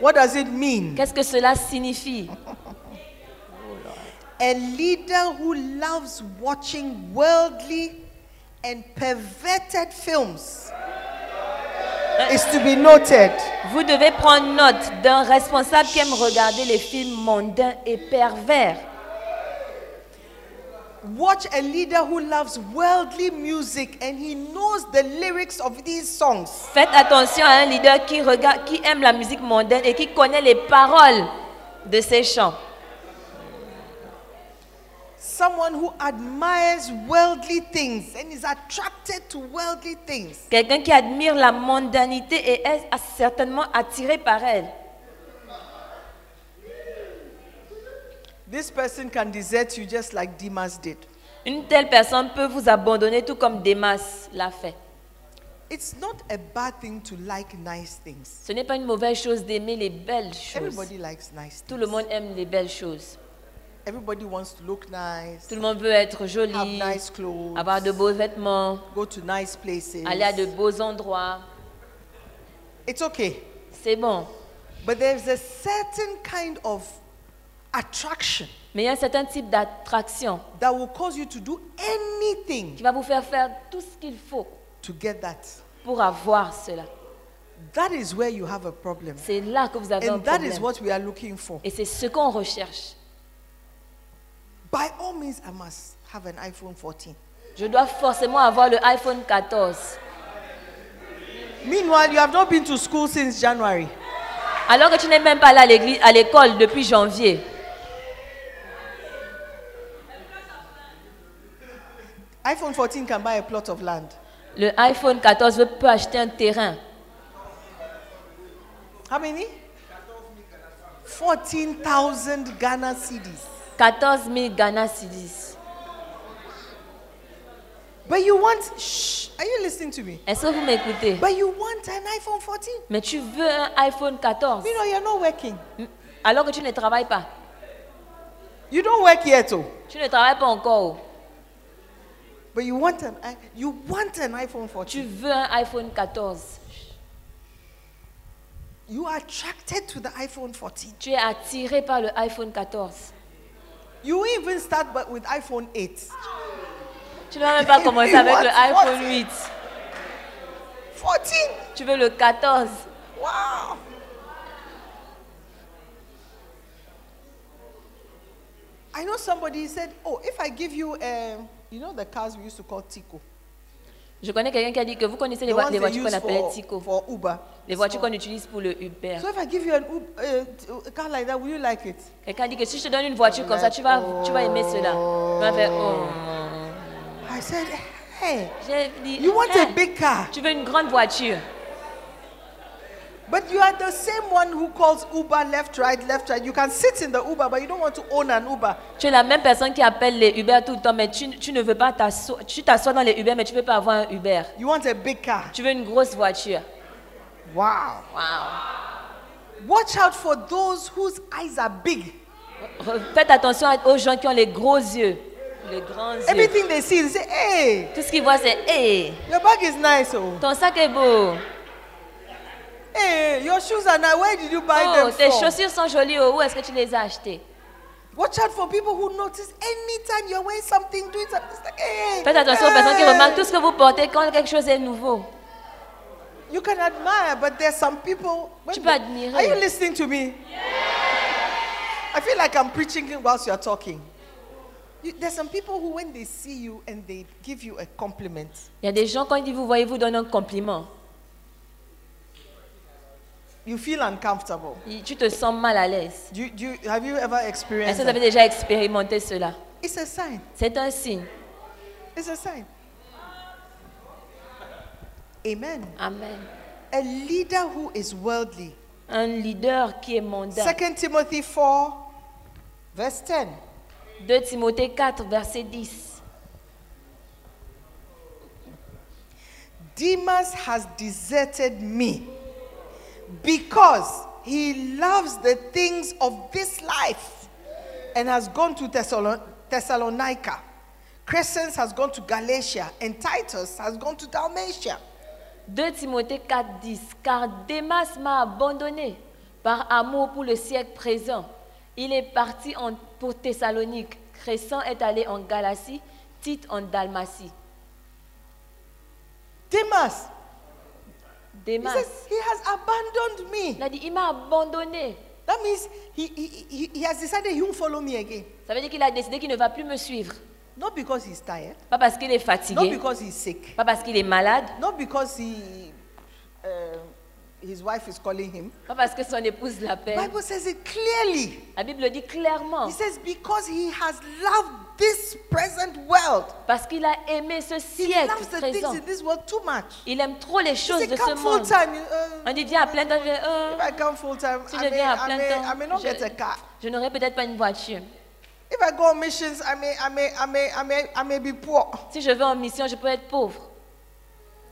Speaker 5: What does it mean?
Speaker 6: Qu'est-ce que cela signifie
Speaker 5: A leader who loves watching worldly and perverted films is to be noted.
Speaker 6: Vous devez prendre note d'un responsable qui aime regarder les films mondains et pervers.
Speaker 5: Watch a leader who loves worldly music and he knows the lyrics of these songs.
Speaker 6: Faites attention à un leader qui, regarde, qui aime la musique mondaine et qui connaît les paroles de ses chants.
Speaker 5: Someone who admires worldly things and is attracted to worldly things.
Speaker 6: Quelqu'un qui admire la mondanité et est certainement attiré par elle.
Speaker 5: This person can desert you just like Demas did.
Speaker 6: Une telle personne peut vous abandonner tout comme Démas l'a fait.
Speaker 5: It's not a bad thing to like nice things.
Speaker 6: Ce n'est pas une mauvaise chose d'aimer les belles choses.
Speaker 5: Everybody likes nice things.
Speaker 6: Tout le monde aime les belles choses.
Speaker 5: Everybody wants to look nice,
Speaker 6: Tout le monde veut être
Speaker 5: have
Speaker 6: joli,
Speaker 5: nice clothes,
Speaker 6: avoir de beaux vêtements,
Speaker 5: go to nice places.
Speaker 6: aller à de beaux endroits.
Speaker 5: It's okay.
Speaker 6: C'est bon.
Speaker 5: But there's a certain kind of attraction
Speaker 6: Mais il y a un certain type d'attraction
Speaker 5: that will cause you to do
Speaker 6: qui
Speaker 5: anything
Speaker 6: va vous faire faire tout ce qu'il faut
Speaker 5: to get that.
Speaker 6: pour avoir cela.
Speaker 5: That is where you have a problem.
Speaker 6: C'est là que vous avez un
Speaker 5: And that is
Speaker 6: problème.
Speaker 5: what we are looking for.
Speaker 6: Et c'est ce qu'on recherche.
Speaker 5: By all means, I must have an iPhone 14.
Speaker 6: Je dois forcément avoir le iPhone 14.
Speaker 5: Meanwhile, you have not been to school since January.
Speaker 6: Alors que tu n'es même pas là à l'église- à l'école depuis janvier.
Speaker 5: iPhone 14 can buy a plot of land.
Speaker 6: Le iPhone 14 veut- peut acheter un terrain.
Speaker 5: How many? 14,000 Ghana cedis.
Speaker 6: 14 000 Ghana Cedis.
Speaker 5: But you want, shh, are you listening to me?
Speaker 6: Est-ce que vous m'écoutez
Speaker 5: But you want an iPhone 14.
Speaker 6: Mais tu veux un iPhone 14
Speaker 5: You know, you're not working.
Speaker 6: alors que tu ne travailles pas.
Speaker 5: You don't work yet, oh.
Speaker 6: Tu ne travailles pas encore.
Speaker 5: But you want an, i- you want an iPhone
Speaker 6: Tu
Speaker 5: 14.
Speaker 6: veux un iPhone 14.
Speaker 5: You are attracted to the iPhone 14.
Speaker 6: Tu es attiré par le iPhone 14.
Speaker 5: You will even start but with iPhone 8.
Speaker 6: Tu ne vas même pas commencer avec le iPhone 8.
Speaker 5: 14.
Speaker 6: Tu veux le 14.
Speaker 5: Wow. I know somebody said, oh, if I give you, um, you know the cars we used to call Tico.
Speaker 6: Je connais quelqu'un qui a dit que vous connaissez les,
Speaker 5: the
Speaker 6: voi-
Speaker 5: ones
Speaker 6: les
Speaker 5: they
Speaker 6: voitures
Speaker 5: use
Speaker 6: qu'on appelait
Speaker 5: for-
Speaker 6: Tico.
Speaker 5: For Uber.
Speaker 6: Les voitures qu'on utilise pour le Uber.
Speaker 5: So if I give you an Uber, uh, t- a car like that, will you like it?
Speaker 6: Quelqu'un dit que si je te donne une voiture comme ça, tu vas, tu vas aimer cela. Tu vas faire, oh.
Speaker 5: I said, hey,
Speaker 6: J'ai dit,
Speaker 5: you want
Speaker 6: hein,
Speaker 5: a big car,
Speaker 6: tu veux une grande voiture.
Speaker 5: but you are the same one who calls Uber left, right, left, right. You can sit in the Uber, but you don't want to own an Uber.
Speaker 6: Tu es la même personne qui appelle les Uber tout le temps, mais tu, tu ne veux pas t'asseoir. Tu t'assois dans les Uber, mais tu ne veux pas avoir un Uber.
Speaker 5: You want a big car.
Speaker 6: Tu veux une grosse voiture.
Speaker 5: Wow.
Speaker 6: Wow.
Speaker 5: Watch out for those whose eyes are big.
Speaker 6: Re- Faites attention à- aux gens qui ont les gros yeux, les grands yeux.
Speaker 5: Everything they see, they say, hey,
Speaker 6: Tout ce qu'ils voient, c'est Hey,
Speaker 5: your bag is nice. Oh,
Speaker 6: ton sac est beau.
Speaker 5: hey, your shoes are nice. Where did you buy
Speaker 6: Oh,
Speaker 5: them
Speaker 6: tes
Speaker 5: from?
Speaker 6: chaussures sont jolies. Oh, Où est-ce que tu les as achetées
Speaker 5: Watch out for people who notice anytime you're wearing something, doing something. It's like, hey,
Speaker 6: Faites attention aux
Speaker 5: hey.
Speaker 6: personnes qui remarquent tout ce que vous portez quand quelque chose est nouveau.
Speaker 5: You can admire, but there's some people. when
Speaker 6: Tu peux
Speaker 5: they-
Speaker 6: admirer.
Speaker 5: Are you listening to me? I feel like I'm preaching whilst you're talking. You, there's some people who, when they see you and they give you a compliment,
Speaker 6: Il y a des gens, quand ils vous voyez, vous donnent un compliment.
Speaker 5: you feel uncomfortable.
Speaker 6: Il- Tu te sens mal à l'aise.
Speaker 5: Do you, do you, have you ever
Speaker 6: Est-ce
Speaker 5: experienced
Speaker 6: que vous avez
Speaker 5: that?
Speaker 6: déjà expérimenté cela
Speaker 5: It's a sign.
Speaker 6: C'est un signe.
Speaker 5: It's a sign. Amen.
Speaker 6: Amen.
Speaker 5: A leader who is worldly.
Speaker 6: Un leader qui est mondain.
Speaker 5: 2 Timothy 4, verse 10.
Speaker 6: 2 Timothée 4, verset 10.
Speaker 5: Demas has deserted me because he loves the things of this life and has gone to Thessalon- Thessalonica. Crescens has gone to Galatia and Titus has gone to Dalmatia.
Speaker 6: 2 Timothée 4, 10. Car Démas m'a abandonné par amour pour le siècle présent. Il est parti en- pour Thessalonique. Crescent est allé en Galatie, Tite en Dalmatie.
Speaker 5: Demas, he
Speaker 6: Démas,
Speaker 5: says, he has abandoned me.
Speaker 6: il a dit, il m'a abandonné.
Speaker 5: That means he, he, he, he has decided he won't follow me again.
Speaker 6: Ça veut dire qu'il a décidé qu'il ne va plus me suivre.
Speaker 5: Not because he's tired,
Speaker 6: Pas parce qu'il est
Speaker 5: not
Speaker 6: fatigué,
Speaker 5: because he's sick,
Speaker 6: pas parce qu'il est malade,
Speaker 5: not because he, uh, his wife is calling him.
Speaker 6: pas parce que son épouse l'appelle.
Speaker 5: Bible says it clearly.
Speaker 6: La Bible le dit clairement.
Speaker 5: He says because he has loved this present world.
Speaker 6: Parce qu'il a aimé ce
Speaker 5: He
Speaker 6: siècle
Speaker 5: loves the
Speaker 6: présent.
Speaker 5: things in this world too much.
Speaker 6: Il aime trop les
Speaker 5: He
Speaker 6: choses
Speaker 5: said,
Speaker 6: de ce
Speaker 5: come full
Speaker 6: monde.
Speaker 5: time. you- uh,
Speaker 6: On dit viens à plein temps. Je, euh,
Speaker 5: if I come full time,
Speaker 6: si
Speaker 5: I
Speaker 6: je
Speaker 5: may,
Speaker 6: viens à
Speaker 5: I,
Speaker 6: plein
Speaker 5: may, I may not
Speaker 6: temps,
Speaker 5: get a car.
Speaker 6: je, je n'aurai peut-être pas une voiture.
Speaker 5: If I go on missions, I may, I may, I may, I may, I may be poor.
Speaker 6: Si je vais en mission, je peux être pauvre.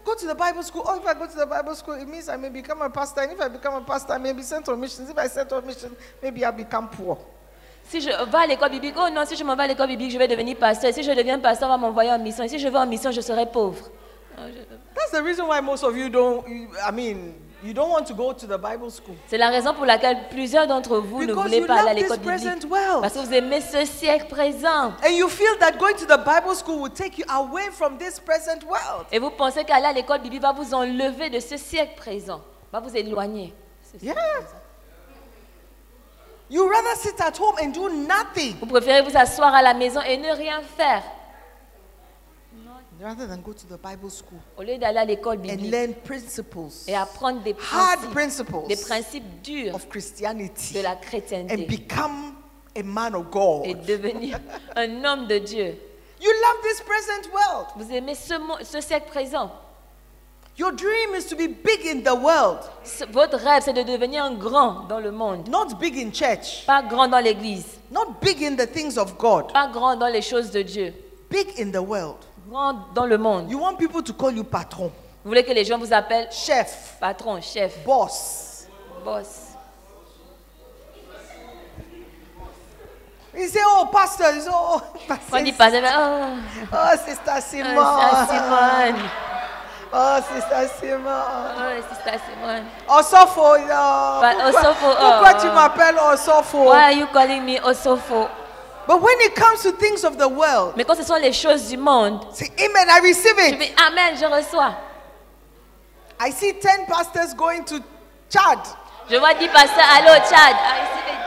Speaker 5: Go to the Bible school. Oh, if I go to the Bible school, it means I may become a pastor. And if I become a pastor, I may be sent on missions. If I sent on missions, maybe I'll become poor.
Speaker 6: Si je vais à l'école biblique, oh non, si je m'en vais à l'école biblique, je vais devenir pasteur. Et si je deviens pasteur, on va m'envoyer en mission. Et si je vais en mission, je serai pauvre.
Speaker 5: That's the reason why most of you don't, you- I mean, You don't want to go to the Bible school.
Speaker 6: C'est la raison pour laquelle plusieurs d'entre vous ne
Speaker 5: Because
Speaker 6: voulez
Speaker 5: you
Speaker 6: pas aller à
Speaker 5: love
Speaker 6: l'école
Speaker 5: this present
Speaker 6: biblique.
Speaker 5: world.
Speaker 6: Parce que vous aimez ce siècle présent.
Speaker 5: And you feel that going to the Bible school will take you away from this present world.
Speaker 6: Et vous pensez qu'aller à l'école biblique va vous enlever de ce siècle présent, va vous éloigner.
Speaker 5: Yeah. You rather sit at home and do nothing
Speaker 6: Vous préférez vous asseoir à la maison et ne rien faire
Speaker 5: rather than go to the Bible school
Speaker 6: au lieu d'aller à l'école
Speaker 5: and
Speaker 6: biblique
Speaker 5: learn principles,
Speaker 6: et apprendre des
Speaker 5: hard
Speaker 6: principes, des
Speaker 5: principles
Speaker 6: principes durs
Speaker 5: of Christianity,
Speaker 6: de la
Speaker 5: and
Speaker 6: chrétienté
Speaker 5: become a man of
Speaker 6: et
Speaker 5: God.
Speaker 6: devenir un homme de Dieu.
Speaker 5: You love this present world.
Speaker 6: Vous aimez ce, mo- ce siècle présent.
Speaker 5: Your dream is to be big in the world,
Speaker 6: Ce- Votre rêve, c'est de devenir un grand dans le monde,
Speaker 5: not big in church,
Speaker 6: pas grand dans l'église,
Speaker 5: not big in the things of God,
Speaker 6: pas grand dans les choses de Dieu,
Speaker 5: big in the world.
Speaker 6: grand dans le monde.
Speaker 5: You want people to call you patron,
Speaker 6: Vous voulez que les gens vous appellent
Speaker 5: chef,
Speaker 6: patron, chef,
Speaker 5: boss.
Speaker 6: boss.
Speaker 5: You say, oh, pastor, you say, oh,
Speaker 6: Quand on dit
Speaker 5: pastor,
Speaker 6: pas, oh,
Speaker 5: oh, sister
Speaker 6: euh,
Speaker 5: Simon,
Speaker 6: ça, Simone,
Speaker 5: oh, sister Simon.
Speaker 6: oh, c'est ça, Simone.
Speaker 5: Osofo, oh,
Speaker 6: But
Speaker 5: pourquoi,
Speaker 6: Osofo, oh.
Speaker 5: pourquoi tu m'appelles Osofo?
Speaker 6: Why are you calling me Osofo?
Speaker 5: But when it comes to things of the world,
Speaker 6: Mais quand ce sont les choses du monde,
Speaker 5: say, amen, I receive
Speaker 6: je
Speaker 5: it.
Speaker 6: dis Amen, je reçois.
Speaker 5: I see 10 pastors going to Chad.
Speaker 6: Je vois dit pasteur, allô Tchad. Ah, I receive it.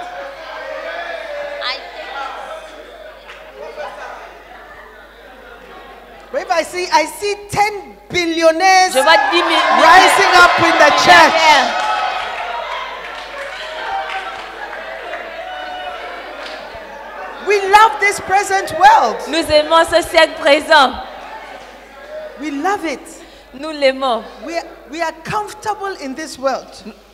Speaker 6: I take it.
Speaker 5: But if I see, I see 10 billionaires
Speaker 6: Je vois 10 000
Speaker 5: rising up in the church.
Speaker 6: Church.
Speaker 5: We love this present world.
Speaker 6: Nous aimons ce siècle présent.
Speaker 5: We love it.
Speaker 6: Nous l'aimons.
Speaker 5: We are, we are comfortable in this world.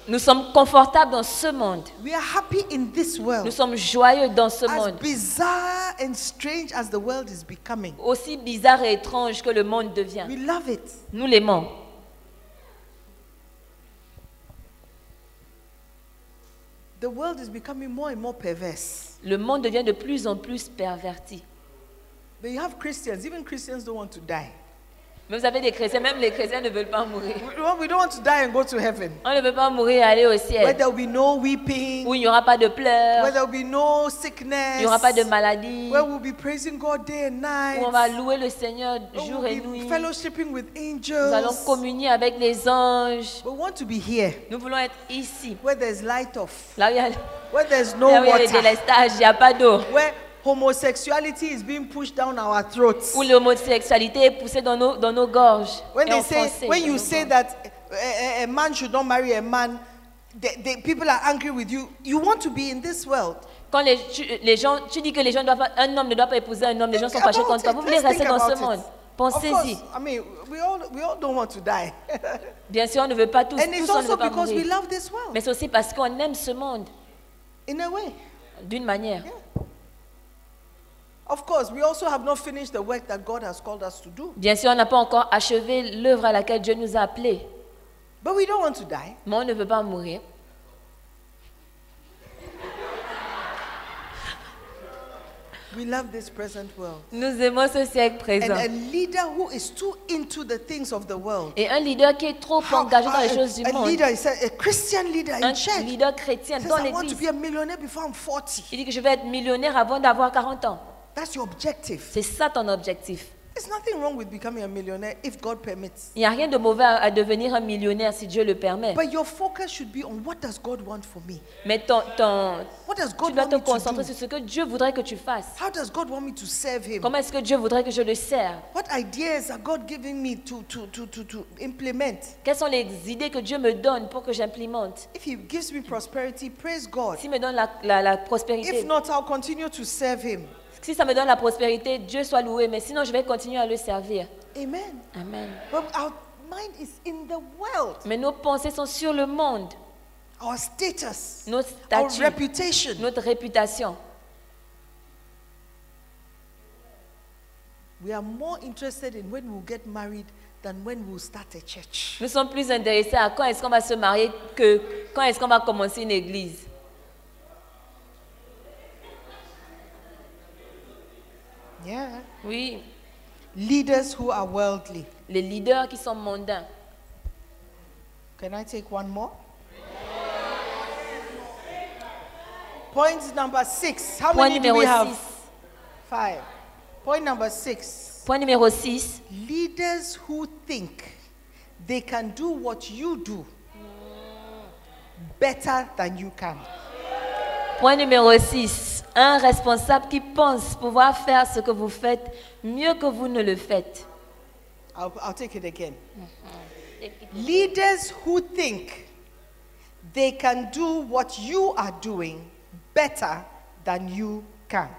Speaker 6: Nous sommes confortables dans ce monde.
Speaker 5: We are happy in this
Speaker 6: Nous
Speaker 5: world.
Speaker 6: sommes joyeux dans ce
Speaker 5: As
Speaker 6: monde.
Speaker 5: bizarre and strange as the world is becoming,
Speaker 6: Aussi bizarre et étrange que le monde devient.
Speaker 5: we love it.
Speaker 6: Nous l'aimons.
Speaker 5: The world is becoming more and more perverse.
Speaker 6: Le monde devient de plus en plus perverti.
Speaker 5: But you have Christians, even Christians don't want to die.
Speaker 6: Mais vous avez des chrétiens, même les chrétiens ne veulent pas mourir.
Speaker 5: We don't we don't want to die and go to heaven.
Speaker 6: On ne veut pas mourir et aller au
Speaker 5: Where
Speaker 6: ciel.
Speaker 5: there will be no weeping,
Speaker 6: où il n'y aura pas de pleurs,
Speaker 5: where there will be no
Speaker 6: il
Speaker 5: sickness,
Speaker 6: n'y aura pas de maladie,
Speaker 5: where we'll be praising God day and night.
Speaker 6: où on va louer le Seigneur
Speaker 5: Oh,
Speaker 6: jour et
Speaker 5: we'll be
Speaker 6: nuit. Nous
Speaker 5: fellowshipping with
Speaker 6: allons
Speaker 5: angels.
Speaker 6: communier avec les anges.
Speaker 5: We want to be here
Speaker 6: Nous voulons être ici,
Speaker 5: where there's light off,
Speaker 6: là où il y a,
Speaker 5: where there's no
Speaker 6: là où il y a les
Speaker 5: water,
Speaker 6: délestages, il n'y a pas d'eau,
Speaker 5: where homosexuality is being pushed down our throats.
Speaker 6: où l'homosexualité est poussée dans nos, dans nos gorges.
Speaker 5: When
Speaker 6: et
Speaker 5: they
Speaker 6: enfoncée
Speaker 5: say, when
Speaker 6: dans
Speaker 5: you
Speaker 6: nos
Speaker 5: say
Speaker 6: gorges.
Speaker 5: that a, a- a man should not marry a man, the, the people are angry with you. You want to be in this world.
Speaker 6: Quand les, tu, les gens, tu dis que les gens doivent, pas- un homme ne doit pas épouser un homme, les gens sont
Speaker 5: Think
Speaker 6: fâchés
Speaker 5: about
Speaker 6: contre toi.
Speaker 5: it.
Speaker 6: Vous voulez
Speaker 5: Let's
Speaker 6: rester
Speaker 5: think
Speaker 6: dans ce
Speaker 5: about it.
Speaker 6: monde.
Speaker 5: Of
Speaker 6: Pensez-y.
Speaker 5: course, I mean, we all we all don't want to die,
Speaker 6: Bien sûr, on ne veut pas tous,
Speaker 5: and it's
Speaker 6: tous on ne
Speaker 5: also
Speaker 6: veut pas
Speaker 5: because we
Speaker 6: mourir.
Speaker 5: love this world
Speaker 6: Mais c'est aussi parce qu'on aime ce monde,
Speaker 5: in a way.
Speaker 6: d'une manière.
Speaker 5: Of course, we also have not finished the work that God has called us to do,
Speaker 6: Bien sûr, on n'a pas encore achevé l'œuvre à laquelle Dieu nous a appelés,
Speaker 5: but we don't want to die.
Speaker 6: mais on ne veut pas mourir.
Speaker 5: We love this present world.
Speaker 6: Nous aimons ce siècle
Speaker 5: And
Speaker 6: présent.
Speaker 5: a leader who is too into the things of the world.
Speaker 6: Et un leader qui est trop engagé dans les
Speaker 5: a-
Speaker 6: choses du
Speaker 5: a,
Speaker 6: monde,
Speaker 5: leader, he said, a Christian leader in
Speaker 6: un
Speaker 5: church.
Speaker 6: leader chrétien
Speaker 5: says,
Speaker 6: dans
Speaker 5: I want to be
Speaker 6: l'église,
Speaker 5: a millionaire before I'm 40.
Speaker 6: il dit que je vais être millionnaire avant d'avoir 40 ans.
Speaker 5: That's your objective.
Speaker 6: C'est ça ton objectif.
Speaker 5: There's nothing wrong with becoming a millionaire if God permits.
Speaker 6: Il n'y a rien de mauvais à, à devenir un millionnaire si Dieu le permet.
Speaker 5: But your focus should be on what does God want for me?
Speaker 6: Mais ton, ton-
Speaker 5: What does
Speaker 6: tu
Speaker 5: God
Speaker 6: dois
Speaker 5: want
Speaker 6: te
Speaker 5: me to
Speaker 6: concentrer
Speaker 5: do?
Speaker 6: sur ce que Dieu voudrait que tu fasses.
Speaker 5: How does God want me to serve Him?
Speaker 6: Comment est-ce que Dieu voudrait que je le sers
Speaker 5: What ideas are God giving me to, to, to, to, to implement?
Speaker 6: Quelles sont les idées que Dieu me donne pour que j'implémente
Speaker 5: If He gives me prosperity, praise God.
Speaker 6: S'il me donne la, la- la prospérité,
Speaker 5: If not, I'll continue to serve Him.
Speaker 6: Si ça me donne la prospérité, Dieu soit loué, mais sinon je vais continuer à le servir.
Speaker 5: Amen.
Speaker 6: Amen.
Speaker 5: But our mind is in the world.
Speaker 6: Mais nos pensées sont sur le monde,
Speaker 5: Our status,
Speaker 6: Notre
Speaker 5: our
Speaker 6: statut.
Speaker 5: reputation.
Speaker 6: notre réputation.
Speaker 5: We are more interested in when we'll get married than when we'll start a church.
Speaker 6: Nous sommes plus intéressés à quand est-ce qu'on va se marier que quand est-ce qu'on va commencer une église.
Speaker 5: Yeah.
Speaker 6: Oui,
Speaker 5: Leaders who are worldly.
Speaker 6: les leaders qui sont mondains.
Speaker 5: Can I take one more? Point number six. How
Speaker 6: Point
Speaker 5: many do
Speaker 6: numéro
Speaker 5: we have?
Speaker 6: 6.
Speaker 5: Five. Point number six.
Speaker 6: Point numéro 6.
Speaker 5: Leaders who think they can do what you do better than you can.
Speaker 6: Point numéro 6. Un responsable qui pense pouvoir faire ce que vous faites mieux que vous ne le faites.
Speaker 5: I'll, I'll take it again. Leaders who think they can do what you are doing better than you can.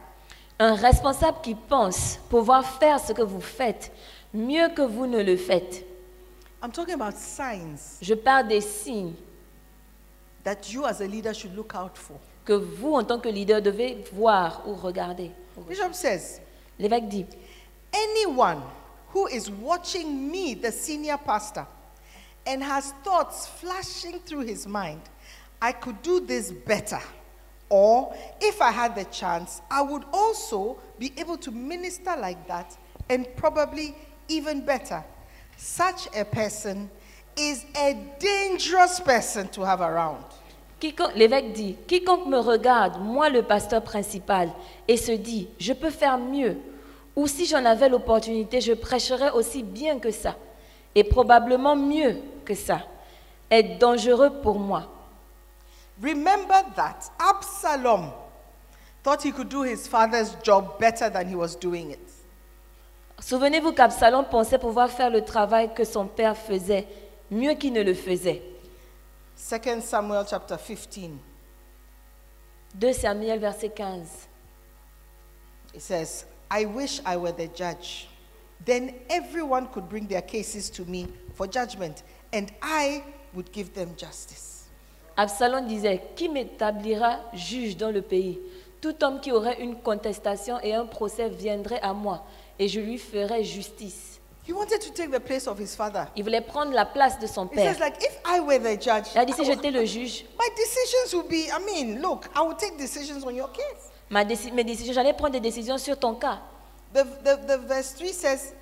Speaker 6: Un responsable qui pense pouvoir faire ce que vous faites mieux que vous ne le faites.
Speaker 5: I'm talking about signs
Speaker 6: Je parle des signes
Speaker 5: that you as a leader should look out for.
Speaker 6: que vous, en tant que leader, devez voir ou regarder.
Speaker 5: Bishop says,
Speaker 6: L'évêque dit,
Speaker 5: Anyone who is watching me, the senior pastor, and has thoughts flashing through his mind, I could do this better. Or if I had the chance, I would also be able to minister like that and probably even better. Such a person is a dangerous person to have around.
Speaker 6: Quiconque- L'évêque dit, quiconque me regarde, moi le pasteur principal, et se dit, je peux faire mieux, ou si j'en avais l'opportunité, je prêcherais aussi bien que ça, et probablement mieux que ça, est dangereux pour moi.
Speaker 5: Remember that Absalom thought he could do his father's job better than he was doing it.
Speaker 6: Souvenez-vous qu'Absalom pensait pouvoir faire le travail que son père faisait mieux qu'il ne le faisait.
Speaker 5: 2 Samuel chapter 15.
Speaker 6: 2 Samuel verset 15.
Speaker 5: It says, I wish I were the judge. Then everyone could bring their cases to me for judgment, and I would give them justice.
Speaker 6: Absalom disait, Qui m'établira juge dans le pays Tout homme qui aurait une contestation et un procès viendrait à moi, et je lui ferai justice.
Speaker 5: He wanted to take the place of his father.
Speaker 6: Il voulait prendre la place de son
Speaker 5: It
Speaker 6: père.
Speaker 5: says, like, if I were the judge,
Speaker 6: Il a dit, si
Speaker 5: I would-
Speaker 6: j'étais le juge,
Speaker 5: my decisions would be, I mean, look, I would take decisions on your case.
Speaker 6: ma déci- mes décisions, j'allais prendre des décisions sur ton cas.
Speaker 5: The, the, the verse 3 says,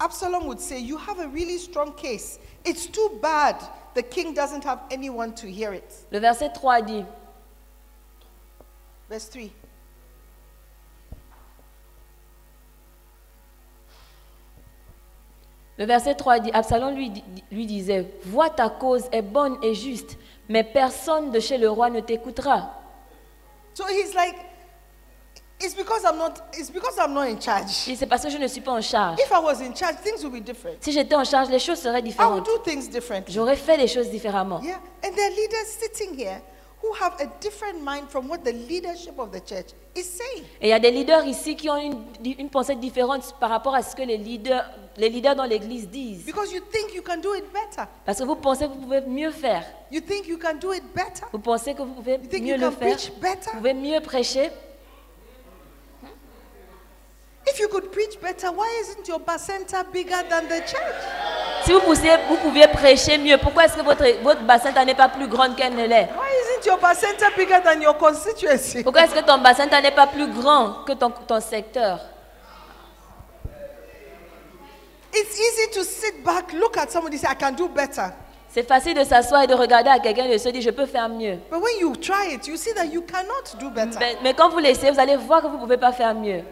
Speaker 5: Absalom would say, You have a really strong case. It's too bad the king doesn't have anyone to hear it.
Speaker 6: Le verset 3 dit,
Speaker 5: Verse 3.
Speaker 6: le verset 3 dit, Absalom lui, di- lui disait, Vois ta cause est bonne et juste, mais personne de chez le roi ne t'écoutera.
Speaker 5: So he's like, it's because I'm not, it's because I'm not in charge.
Speaker 6: Il dit, c'est parce que je ne suis pas en charge.
Speaker 5: If I was in charge, things would be different.
Speaker 6: Si j'étais en charge, les choses seraient
Speaker 5: I would
Speaker 6: différentes.
Speaker 5: do things differently.
Speaker 6: J'aurais fait les choses différemment.
Speaker 5: Ah, Yeah. And there are leaders sitting here who have a different mind from what the leadership of the church is saying.
Speaker 6: Et il y a des leaders ici qui ont une, une pensée différente par rapport à ce que les leaders, les leaders dans l'église disent.
Speaker 5: Because you think you can do it better.
Speaker 6: Parce que vous pensez que vous pouvez mieux faire.
Speaker 5: You think you can do it better.
Speaker 6: Vous pensez que vous pouvez
Speaker 5: You think
Speaker 6: mieux
Speaker 5: you
Speaker 6: le
Speaker 5: can
Speaker 6: faire.
Speaker 5: preach better?
Speaker 6: Vous pouvez mieux prêcher.
Speaker 5: If you could preach better, why isn't your bar center bigger than the church?
Speaker 6: Si vous pouviez, vous pouviez prêcher mieux, pourquoi est-ce que votre, votre bassin n'est pas plus grande qu'elle ne l'est
Speaker 5: Why isn't your bar center bigger than your constituency?
Speaker 6: Pourquoi est-ce que ton bassin n'est pas plus grand que ton, ton secteur
Speaker 5: It's easy to sit back, look at somebody, say, I can do better.
Speaker 6: C'est facile de s'asseoir et de regarder à quelqu'un et de se dire je peux faire mieux.
Speaker 5: But when you try it, you see that you cannot do better.
Speaker 6: Mais, mais quand vous l'essayez, vous allez voir que vous ne pouvez pas faire mieux.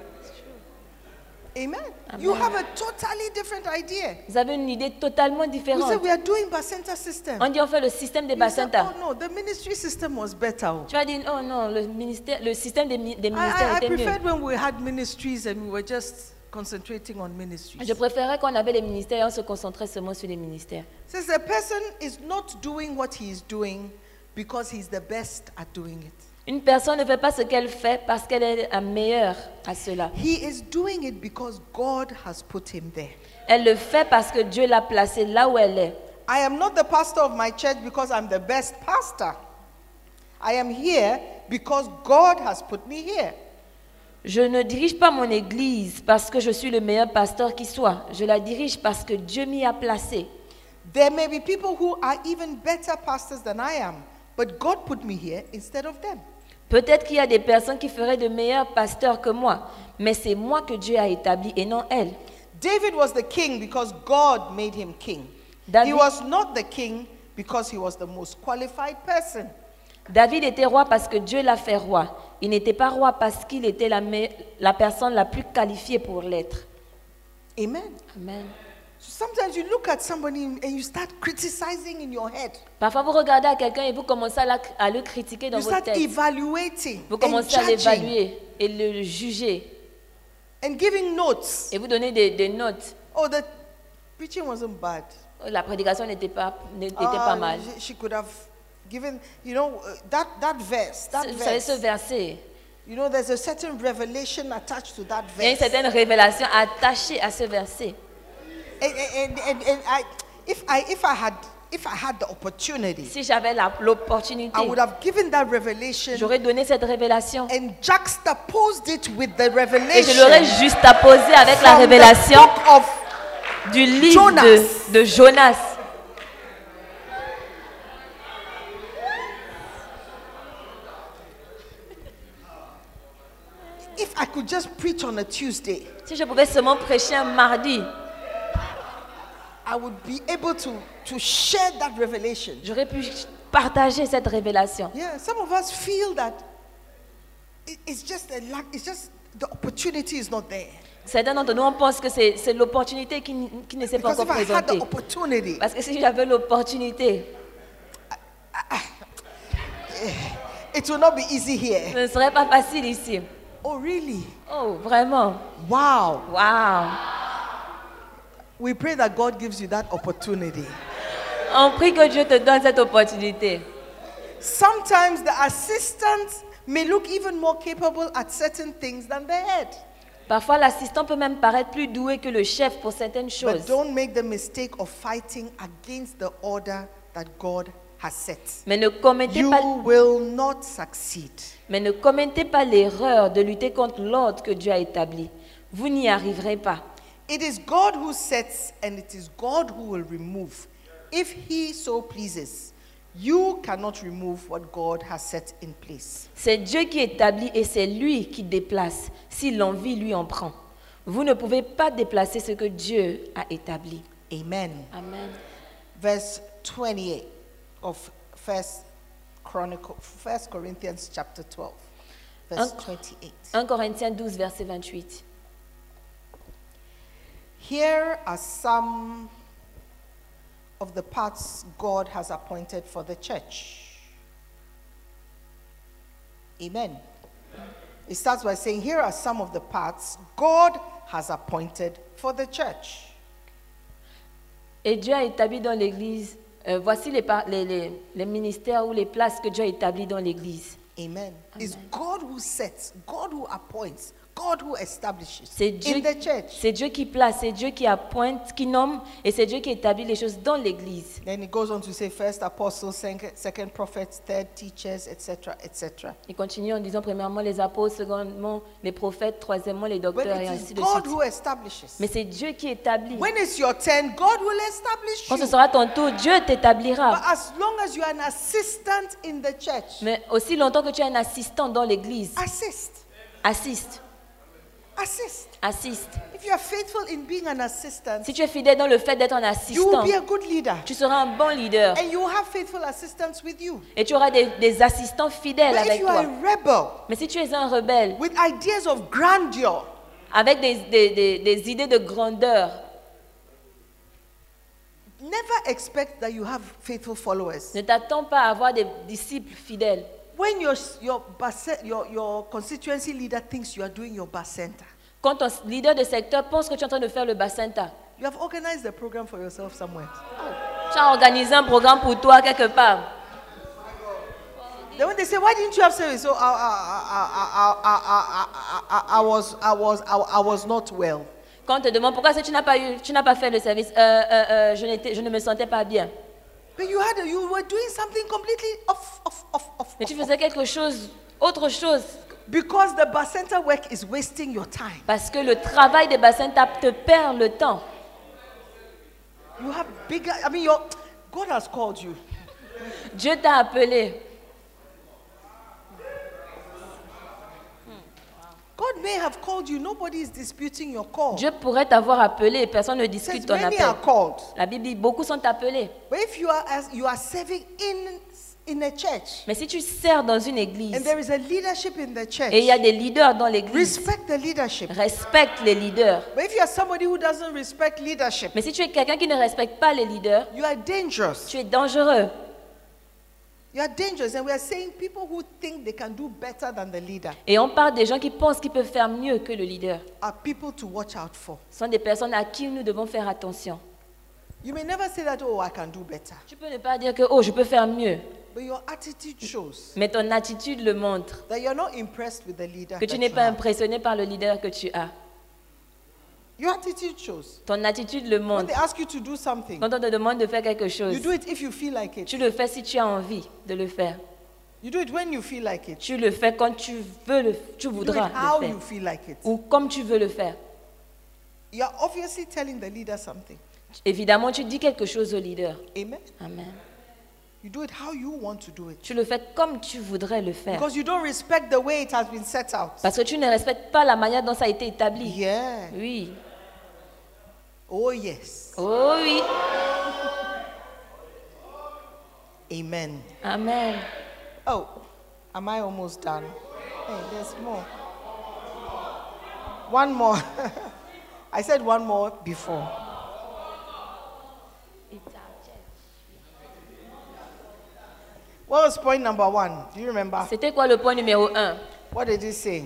Speaker 5: Amen. You have a totally different idea.
Speaker 6: Vous avez une idée totalement
Speaker 5: You say
Speaker 6: différente.
Speaker 5: we are doing Basenta system.
Speaker 6: On dit on fait le système des
Speaker 5: You say,
Speaker 6: bassins.
Speaker 5: oh no, the ministry system was better. oh.
Speaker 6: Tu vas dire, oh non, le, ministère, le système des, mi- des
Speaker 5: I,
Speaker 6: ministères
Speaker 5: I, I
Speaker 6: était mieux.
Speaker 5: preferred when we had ministries and we were just concentrating on ministries.
Speaker 6: Je préférais qu'on avait les ministères et on se concentrait seulement sur les ministères.
Speaker 5: Says the person is not doing what he is doing because he's the best at doing it.
Speaker 6: Une personne ne fait pas ce qu'elle fait parce qu'elle est la meilleure à cela.
Speaker 5: He is doing it because God has put him there.
Speaker 6: Elle le fait parce que Dieu l'a placée là où elle est.
Speaker 5: I am not the pastor of my church because I'm the best pastor. I am here because God has put me here.
Speaker 6: Je ne dirige pas mon église parce que je suis le meilleur pasteur qui soit. Je la dirige parce que Dieu m'y a placée.
Speaker 5: There may be people who are even better pastors than I am, but God put me here instead of them.
Speaker 6: Peut-être qu'il y a des personnes qui feraient de meilleurs pasteurs que moi, mais c'est moi que Dieu a établi et non elle.
Speaker 5: David was the king because God made him king. He
Speaker 6: David-
Speaker 5: was not the king because he was the most qualified person.
Speaker 6: David était roi parce que Dieu l'a fait roi. Il n'était pas roi parce qu'il était la, me- la personne la plus qualifiée pour l'être.
Speaker 5: Amen.
Speaker 6: Amen.
Speaker 5: So sometimes you look at somebody and you start criticizing in your head.
Speaker 6: Parfois, vous regardez à quelqu'un et vous commencez à, la- à le critiquer dans
Speaker 5: You
Speaker 6: votre
Speaker 5: start
Speaker 6: tête.
Speaker 5: evaluating
Speaker 6: Vous
Speaker 5: and
Speaker 6: commencez à
Speaker 5: judging
Speaker 6: l'évaluer et le, le juger.
Speaker 5: and giving notes.
Speaker 6: Et vous donnez des, des notes.
Speaker 5: Oh, the preaching wasn't bad.
Speaker 6: La prédication n'était pas, n'était
Speaker 5: Ah,
Speaker 6: pas mal.
Speaker 5: she- She could have given, you know, uh, that, that verse, that
Speaker 6: Ce- Vous savez, ce
Speaker 5: verse.
Speaker 6: verset,
Speaker 5: You know, there's a certain revelation attached to that
Speaker 6: il y a une
Speaker 5: verse.
Speaker 6: certaine révélation attachée à ce verset.
Speaker 5: And, and, and, and I, if I, if I had, if I had the opportunity,
Speaker 6: Si j'avais la- l'opportunité,
Speaker 5: I would have given that revelation
Speaker 6: j'aurais donné cette révélation.
Speaker 5: and juxtaposed it with the
Speaker 6: Et je
Speaker 5: revelation
Speaker 6: l'aurais juxtaposé avec la
Speaker 5: from the
Speaker 6: révélation
Speaker 5: book of
Speaker 6: du livre
Speaker 5: Jonas.
Speaker 6: de, de Jonas.
Speaker 5: if I could just preach on a Tuesday,
Speaker 6: Si je pouvais seulement prêcher un mardi,
Speaker 5: I would be able to to share that revelation.
Speaker 6: j'aurais pu partager cette révélation.
Speaker 5: Yeah, some of us feel that it- it's just a lack. It's just the opportunity is not there.
Speaker 6: Certains d'entre nous, on pense que c'est c'est l'opportunité qui, n- qui ne s'est pas
Speaker 5: Because
Speaker 6: encore
Speaker 5: if I had the
Speaker 6: présentée.
Speaker 5: opportunity,
Speaker 6: Parce que si j'avais l'opportunité,
Speaker 5: it will not be easy
Speaker 6: ce
Speaker 5: here.
Speaker 6: ne serait pas facile ici.
Speaker 5: Oh, really?
Speaker 6: Oh, vraiment.
Speaker 5: Wow.
Speaker 6: Waouh.
Speaker 5: We pray that God gives you that opportunity.
Speaker 6: On prie que Dieu te donne cette opportunité.
Speaker 5: Sometimes the assistants may look even more capable at certain things than the head.
Speaker 6: Parfois, l'assistant peut même paraître plus doué que le chef pour certaines
Speaker 5: But
Speaker 6: choses.
Speaker 5: don't make the mistake of fighting against the order that God has set.
Speaker 6: Mais ne commettez
Speaker 5: You
Speaker 6: pas,
Speaker 5: will not succeed.
Speaker 6: mais ne commettez pas l'erreur de lutter contre l'ordre que Dieu a établi. Vous n'y arriverez pas.
Speaker 5: It is God who sets, and it is God who will remove. If He so pleases, you cannot remove what God has set in place.
Speaker 6: C'est Dieu qui établit et c'est lui qui déplace si l'envie lui en prend. Vous ne pouvez pas déplacer ce que Dieu a établi.
Speaker 5: Amen.
Speaker 6: Amen.
Speaker 5: Verse 28 of First Chronicle, First Corinthians chapter 12, verse
Speaker 6: Un-
Speaker 5: 28.
Speaker 6: 1 Corinthiens 12, verset 28.
Speaker 5: Here are some of the paths God has appointed for the church. Amen. It starts by saying, Here are some of the paths God has appointed for the church.
Speaker 6: Et Dieu a établi dans l'Église, euh, voici les, par- les- les- les ministères ou les places que Dieu a établies dans l'Église.
Speaker 5: Amen. It's God who sets, God who appoints, God who establishes
Speaker 6: C'est Dieu,
Speaker 5: in the church.
Speaker 6: c'est Dieu qui place, c'est Dieu qui appointe, qui nomme, et c'est Dieu qui établit les choses dans l'Église.
Speaker 5: Then it goes on to say, first apostles, second, second prophets, third teachers, etc., etc.
Speaker 6: Il continue en disant premièrement les apôtres, secondement les prophètes, troisièmement les
Speaker 5: But
Speaker 6: docteurs, et
Speaker 5: it is
Speaker 6: ainsi de
Speaker 5: God
Speaker 6: suite.
Speaker 5: who establishes.
Speaker 6: Mais c'est Dieu qui établit.
Speaker 5: When it's your turn, God will establish
Speaker 6: Quand ce
Speaker 5: you.
Speaker 6: sera ton tour, Dieu
Speaker 5: But uh,
Speaker 6: t'établira.
Speaker 5: as long as you are an assistant in the church,
Speaker 6: Mais aussi longtemps que tu es un assistant dans l'église,
Speaker 5: assist,
Speaker 6: assiste,
Speaker 5: assist.
Speaker 6: assiste.
Speaker 5: If you are faithful in being an assistant,
Speaker 6: Si tu es fidèle dans le fait d'être un
Speaker 5: you will
Speaker 6: assistant,
Speaker 5: be a good leader,
Speaker 6: tu seras un bon leader
Speaker 5: and you will have faithful assistants with you.
Speaker 6: et tu auras des, des assistants fidèles
Speaker 5: But if
Speaker 6: avec
Speaker 5: you are
Speaker 6: toi.
Speaker 5: a rebel
Speaker 6: Mais si tu es un rebelle
Speaker 5: with ideas of grandeur,
Speaker 6: avec des, des- des- des idées de grandeur,
Speaker 5: never expect that you have faithful followers.
Speaker 6: ne t'attends pas à avoir des disciples fidèles.
Speaker 5: When your your base- your, your constituency leader thinks you are doing your bus center,
Speaker 6: Quand ton leader de secteur pense que tu es en train de faire le bassenta,
Speaker 5: you have organized the program for yourself somewhere.
Speaker 6: tu as organisé un programme pour toi quelque part.
Speaker 5: Then when they say, why didn't you have service? So I, I, I, I, I, I, I, I, I was, I was, I, I was not well.
Speaker 6: Quand on te demande pourquoi est-ce que tu n'as pas, eu, tu n'as pas fait le service, Euh, euh, euh, je, n'étais- je ne me sentais pas bien.
Speaker 5: But you had, you were doing something completely off, off, off, off.
Speaker 6: Mais tu
Speaker 5: off,
Speaker 6: faisais quelque chose, autre chose,
Speaker 5: off. Because the bar center work is wasting your time.
Speaker 6: parce que le travail des bassins tap- te perd le temps.
Speaker 5: You have bigger. I mean, your God has called you.
Speaker 6: Dieu t'a appelé.
Speaker 5: God may have called you. Nobody is disputing your call.
Speaker 6: Dieu pourrait t'avoir appelé et personne ne
Speaker 5: It says
Speaker 6: discute ton
Speaker 5: many
Speaker 6: appel.
Speaker 5: are called.
Speaker 6: La Bible dit beaucoup sont appelés.
Speaker 5: But if you are as you are serving in in a church
Speaker 6: Mais si tu sers dans une église
Speaker 5: and there is a leadership in the church,
Speaker 6: et il y a des leaders dans l'église,
Speaker 5: respect the leadership.
Speaker 6: respecte les leaders.
Speaker 5: But if you are somebody who doesn't respect leadership,
Speaker 6: Mais si tu es quelqu'un qui ne respecte pas les leaders,
Speaker 5: you are dangerous.
Speaker 6: tu es dangereux.
Speaker 5: You are dangerous, and we are saying people who think they can do better than the leader
Speaker 6: Et on parle des gens qui pensent qu'ils peuvent faire mieux que le leader.
Speaker 5: are people to watch out for.
Speaker 6: Ce sont des personnes à qui nous devons faire attention.
Speaker 5: You may never say that, oh, I can do better.
Speaker 6: Tu peux ne pas dire que oh je peux faire mieux,
Speaker 5: But your attitude shows
Speaker 6: mais ton attitude le montre
Speaker 5: that you're not impressed with the leader.
Speaker 6: que
Speaker 5: that
Speaker 6: tu n'es
Speaker 5: you
Speaker 6: pas
Speaker 5: have.
Speaker 6: impressionné par le leader que tu as.
Speaker 5: Your attitude shows.
Speaker 6: Ton attitude le
Speaker 5: When
Speaker 6: montre.
Speaker 5: they ask you to do something,
Speaker 6: Quand on te demande de faire quelque
Speaker 5: you
Speaker 6: chose,
Speaker 5: do it if you feel like it.
Speaker 6: tu le fais si tu as envie de le faire.
Speaker 5: You do it when you feel like it.
Speaker 6: Tu le fais quand tu veux le, tu
Speaker 5: You do it
Speaker 6: voudras
Speaker 5: how
Speaker 6: le faire
Speaker 5: you feel like it.
Speaker 6: ou comme tu veux le faire.
Speaker 5: You're obviously telling the leader something.
Speaker 6: Évidemment, tu dis quelque chose au leader.
Speaker 5: Amen.
Speaker 6: Amen.
Speaker 5: You do it how you want to do it.
Speaker 6: Tu le fais comme tu voudrais le faire
Speaker 5: Because you don't respect the way it has been set out.
Speaker 6: parce que tu ne respectes pas la manière dont ça a été établi.
Speaker 5: Yeah.
Speaker 6: Oui.
Speaker 5: Oh, yes.
Speaker 6: Oh oui.
Speaker 5: Amen.
Speaker 6: Amen.
Speaker 5: Oh, am I almost done? Hey, there's more. One more. I said one more before. What was point number one? Do you remember?
Speaker 6: C'était quoi le point numéro un
Speaker 5: What did it say?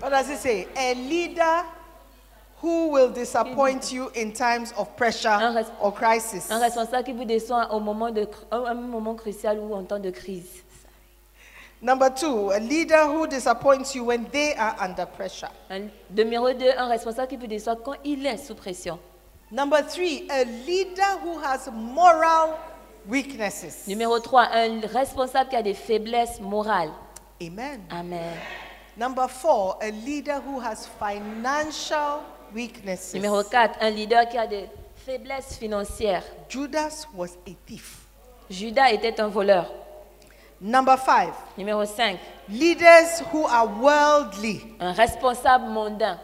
Speaker 5: What does it say? A leader who will disappoint you in times of
Speaker 6: Un
Speaker 5: pressure
Speaker 6: res-
Speaker 5: or crisis.
Speaker 6: Un responsable qui vous descend au moment de cr- au- un moment crucial ou en temps de crise.
Speaker 5: Number two, a leader who disappoints you when they are under pressure.
Speaker 6: Un- numéro 2, un responsable qui vous déçoit quand il est sous pression.
Speaker 5: Number three, a leader who has moral weaknesses.
Speaker 6: Numéro 3, un responsable qui a des faiblesses morales.
Speaker 5: Amen.
Speaker 6: Amen.
Speaker 5: Number four, a leader who has financial weaknesses.
Speaker 6: Numéro 4, un leader qui a des faiblesses financières.
Speaker 5: Judas was a thief.
Speaker 6: Judas était un voleur.
Speaker 5: Number five,
Speaker 6: Numéro 5,
Speaker 5: leaders who are worldly.
Speaker 6: un responsable mondain.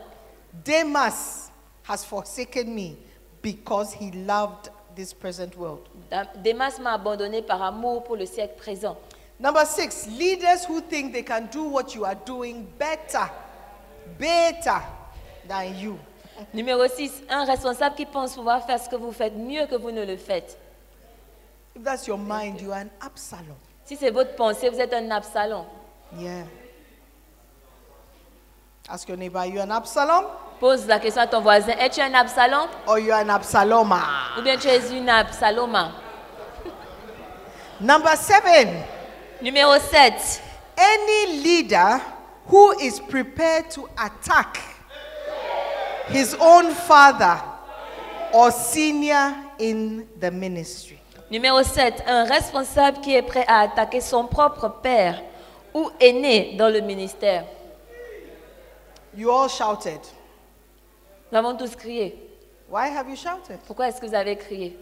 Speaker 5: Demas has forsaken me because he loved this present world.
Speaker 6: Da- Démas m'a abandonné par amour pour le siècle présent.
Speaker 5: Number six, leaders who think they can do what you are doing better, better than you.
Speaker 6: Numéro 6, un responsable qui pense pouvoir faire ce que vous faites mieux que vous ne le faites.
Speaker 5: If that's your mind, you are an Absalom.
Speaker 6: Si c'est votre pensée, vous êtes un Absalom.
Speaker 5: Yeah. Ask your neighbor, are you an Absalom
Speaker 6: Pose la question à ton voisin, es-tu un Absalom
Speaker 5: or you are an Absaloma?
Speaker 6: ou bien tu es une Absaloma
Speaker 5: Number seven,
Speaker 6: Numéro 7,
Speaker 5: any leader who is prepared to attack his own father or senior in the ministry.
Speaker 6: numéro 7, un responsable qui est prêt à attaquer son propre père ou aîné dans le ministère.
Speaker 5: You all shouted.
Speaker 6: Nous avons tous crié.
Speaker 5: Why have you shouted?
Speaker 6: Pourquoi est-ce que vous avez crié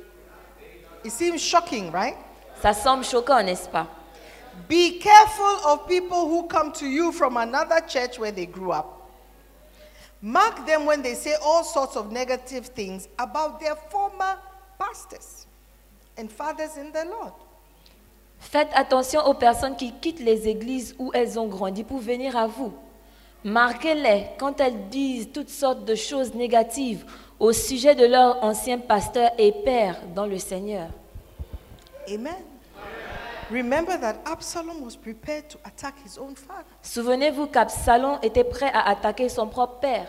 Speaker 5: It seems shocking, right?
Speaker 6: Ça semble choquant, n'est-ce pas
Speaker 5: Be careful of people who come to you from another church where they grew up. Mark them when they say all sorts of negative things about their former pastors and fathers in the Lord.
Speaker 6: Faites attention aux personnes qui quittent les églises où elles ont grandi pour venir à vous. Marquez-les quand elles disent toutes sortes de choses négatives au sujet de leur ancien pasteur et père dans le Seigneur.
Speaker 5: Amen. Remember that Absalom was prepared to attack his own father.
Speaker 6: Souvenez-vous qu'Absalom était prêt à attaquer son propre père.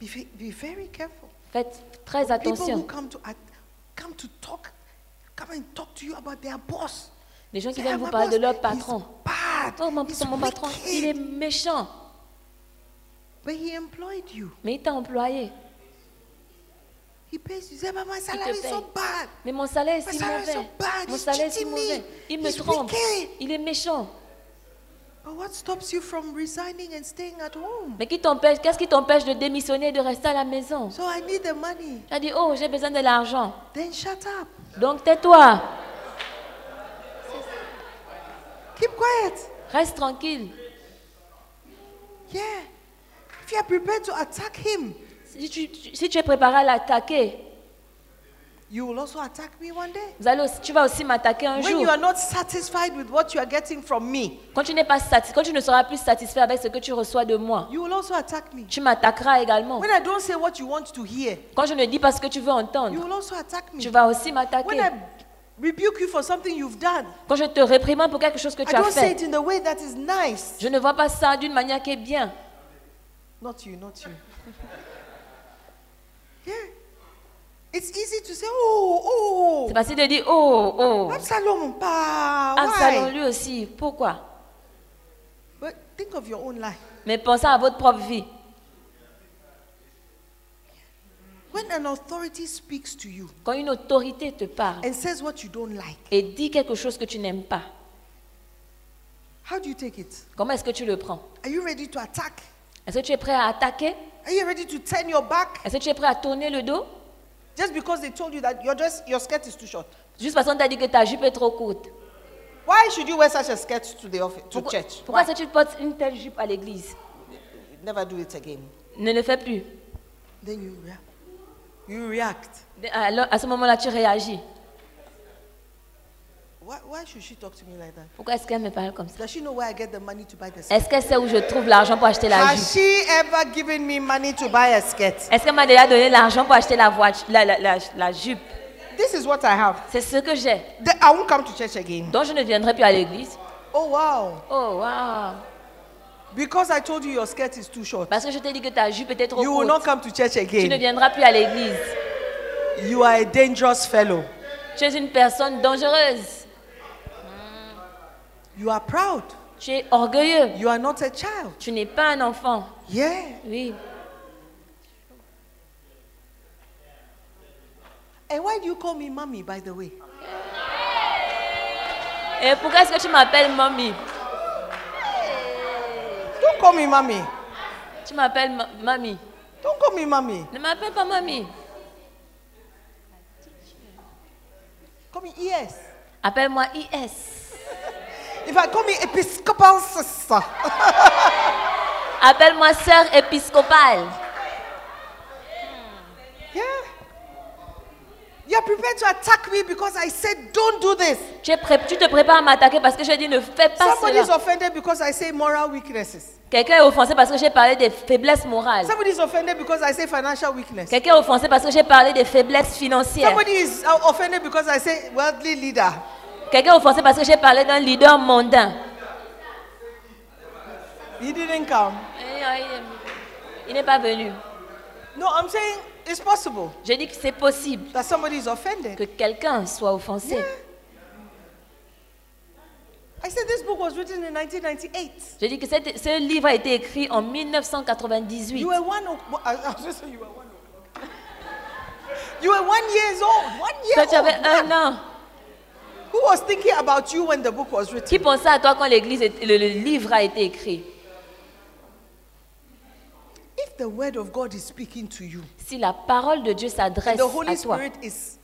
Speaker 5: Be, ve- be very careful.
Speaker 6: Faites très
Speaker 5: People who
Speaker 6: attention.
Speaker 5: come to at- come to talk, come and talk to you about their boss.
Speaker 6: Les gens qui
Speaker 5: Say,
Speaker 6: viennent
Speaker 5: "My
Speaker 6: vous parler de
Speaker 5: boss
Speaker 6: leur patron.
Speaker 5: is bad.
Speaker 6: Oh, mon,
Speaker 5: He's
Speaker 6: mon patron, il est
Speaker 5: wicked."
Speaker 6: méchant,
Speaker 5: But he employed you.
Speaker 6: mais il t'a employé.
Speaker 5: He pays you. Say, "But my salary
Speaker 6: te
Speaker 5: is so
Speaker 6: paye.
Speaker 5: bad.
Speaker 6: Mais mon salaire est
Speaker 5: My
Speaker 6: si
Speaker 5: salary is so
Speaker 6: mauvais.
Speaker 5: bad.
Speaker 6: Mon
Speaker 5: He's
Speaker 6: salaire est si
Speaker 5: cheating me.
Speaker 6: mauvais. Il me
Speaker 5: He's
Speaker 6: trompe.
Speaker 5: wicked.
Speaker 6: Il est méchant.
Speaker 5: But what stops you from resigning and staying at home?
Speaker 6: Mais qui t'empêche Qu'est-ce qui t'empêche de démissionner et de rester à la maison
Speaker 5: So I need the money.
Speaker 6: Tu as dit, oh, j'ai besoin de l'argent.
Speaker 5: Then shut up.
Speaker 6: Donc tais-toi.
Speaker 5: Keep quiet.
Speaker 6: Reste tranquille.
Speaker 5: Yeah. If you are prepared to attack him,
Speaker 6: Si tu, tu- si tu es préparé à l'attaquer,
Speaker 5: you will also attack me one day.
Speaker 6: vous allez aussi- tu vas aussi m'attaquer un
Speaker 5: When
Speaker 6: jour.
Speaker 5: you are not satisfied with what you are getting from me,
Speaker 6: Quand tu, n'es pas satis- quand tu ne seras plus satisfait avec ce que tu reçois de moi,
Speaker 5: you will also attack me.
Speaker 6: tu m'attaqueras également.
Speaker 5: When I don't say what you want to hear,
Speaker 6: Quand je ne dis pas ce que tu veux
Speaker 5: you
Speaker 6: entendre,
Speaker 5: will also attack me.
Speaker 6: tu vas aussi
Speaker 5: When
Speaker 6: m'attaquer.
Speaker 5: I rebuke you for something you've done,
Speaker 6: Quand je te réprimande pour quelque chose que
Speaker 5: I
Speaker 6: tu as
Speaker 5: don't say it
Speaker 6: fait,
Speaker 5: in the way that is nice.
Speaker 6: je ne vois pas ça d'une manière qui est bien.
Speaker 5: Not you, not you. yeah. It's easy to say, oh,
Speaker 6: C'est
Speaker 5: oh,
Speaker 6: facile de dire, oh, oh,
Speaker 5: Absalom, pa,
Speaker 6: Absalom
Speaker 5: why?
Speaker 6: lui aussi, pourquoi
Speaker 5: But think of your own life.
Speaker 6: Mais pensez à votre propre vie.
Speaker 5: When an authority speaks to you
Speaker 6: Quand une autorité te parle
Speaker 5: and says what you don't like,
Speaker 6: et dit quelque chose que tu n'aimes pas,
Speaker 5: how do you take it?
Speaker 6: comment est-ce que tu le prends
Speaker 5: Are you ready to attack?
Speaker 6: Est-ce que tu es prêt à attaquer
Speaker 5: Are you ready to turn your back
Speaker 6: Est-ce que tu es prêt à tourner le dos
Speaker 5: just because they told you that your dress, your skirt is too short?
Speaker 6: Juste parce qu'on t'a dit que ta jupe est trop courte.
Speaker 5: Why should you wear such a skirt to the office, to
Speaker 6: Pourquoi,
Speaker 5: church?
Speaker 6: pourquoi est-ce que tu portes une telle jupe à l'église
Speaker 5: Never do it again.
Speaker 6: Ne le fais plus.
Speaker 5: Then you react. You react.
Speaker 6: Alors, à ce moment-là, tu réagis.
Speaker 5: Why, why should she talk to me like that?
Speaker 6: Pourquoi est-ce qu'elle me parle comme ça
Speaker 5: Does she know where I get the money to buy the skirt?
Speaker 6: Est-ce qu'elle sait où je trouve l'argent pour acheter la jupe
Speaker 5: Has she ever given me money to buy a skirt?
Speaker 6: Est-ce qu'elle m'a déjà donné l'argent pour acheter la, voiture, la, la- la- la jupe
Speaker 5: This is what I have.
Speaker 6: C'est ce que j'ai.
Speaker 5: Then I won't come to church again.
Speaker 6: Donc je ne viendrai plus à l'église.
Speaker 5: Oh wow!
Speaker 6: Oh, waouh
Speaker 5: Because I told you your skirt is too short,
Speaker 6: Parce que je t'ai dit que ta jupe était trop
Speaker 5: you will not
Speaker 6: courte.
Speaker 5: come to church
Speaker 6: Tu ne
Speaker 5: again.
Speaker 6: viendras plus à l'église.
Speaker 5: You are a dangerous fellow.
Speaker 6: Tu es une personne dangereuse.
Speaker 5: You are proud.
Speaker 6: Tu es orgueilleux.
Speaker 5: You are not a child.
Speaker 6: Tu n'es pas un enfant.
Speaker 5: Yeah.
Speaker 6: Oui.
Speaker 5: And why do you call me mommy, by the way?
Speaker 6: Et pourquoi est-ce que tu m'appelles mamie
Speaker 5: Don't call me mommy.
Speaker 6: Tu m'appelles ma- mamie.
Speaker 5: Don't call me mommy.
Speaker 6: Ne m'appelle pas mamie.
Speaker 5: Call me E ES.
Speaker 6: Appelle-moi IS.
Speaker 5: If I call me Episcopal sister,
Speaker 6: Appelle-moi sœur épiscopale.
Speaker 5: yeah. You are prepared to attack me because I said don't do this.
Speaker 6: Tu, es pré- tu te prépares à m'attaquer parce que j'ai dit ne fais pas
Speaker 5: Somebody is
Speaker 6: cela.
Speaker 5: offended because I say moral weaknesses.
Speaker 6: Quelqu'un est offensé parce que j'ai parlé des faiblesses morales.
Speaker 5: Somebody is offended because I say financial weakness.
Speaker 6: Quelqu'un est offensé parce que j'ai parlé des faiblesses financières.
Speaker 5: Somebody is uh, offended because I say worldly leader.
Speaker 6: Quelqu'un est offensé parce que j'ai parlé d'un leader mondain.
Speaker 5: He didn't come.
Speaker 6: Eh, Il n'est pas venu.
Speaker 5: No, I'm saying it's possible
Speaker 6: J'ai dit que c'est possible
Speaker 5: that somebody is offended.
Speaker 6: que quelqu'un soit offensé.
Speaker 5: I said this book was written in 1998.
Speaker 6: J'ai dit que cette- ce livre a été écrit en 1998.
Speaker 5: You were one. o- I I was just saying you were one. o- You were one years old. One year
Speaker 6: Quand tu avais
Speaker 5: old.
Speaker 6: un an,
Speaker 5: Who was thinking about you when the book was written?
Speaker 6: qui pensait à toi quand l'église, est- le, le livre a été écrit
Speaker 5: If the word of God is speaking to you,
Speaker 6: Si la parole de Dieu s'adresse
Speaker 5: the Holy
Speaker 6: à toi,
Speaker 5: Spirit is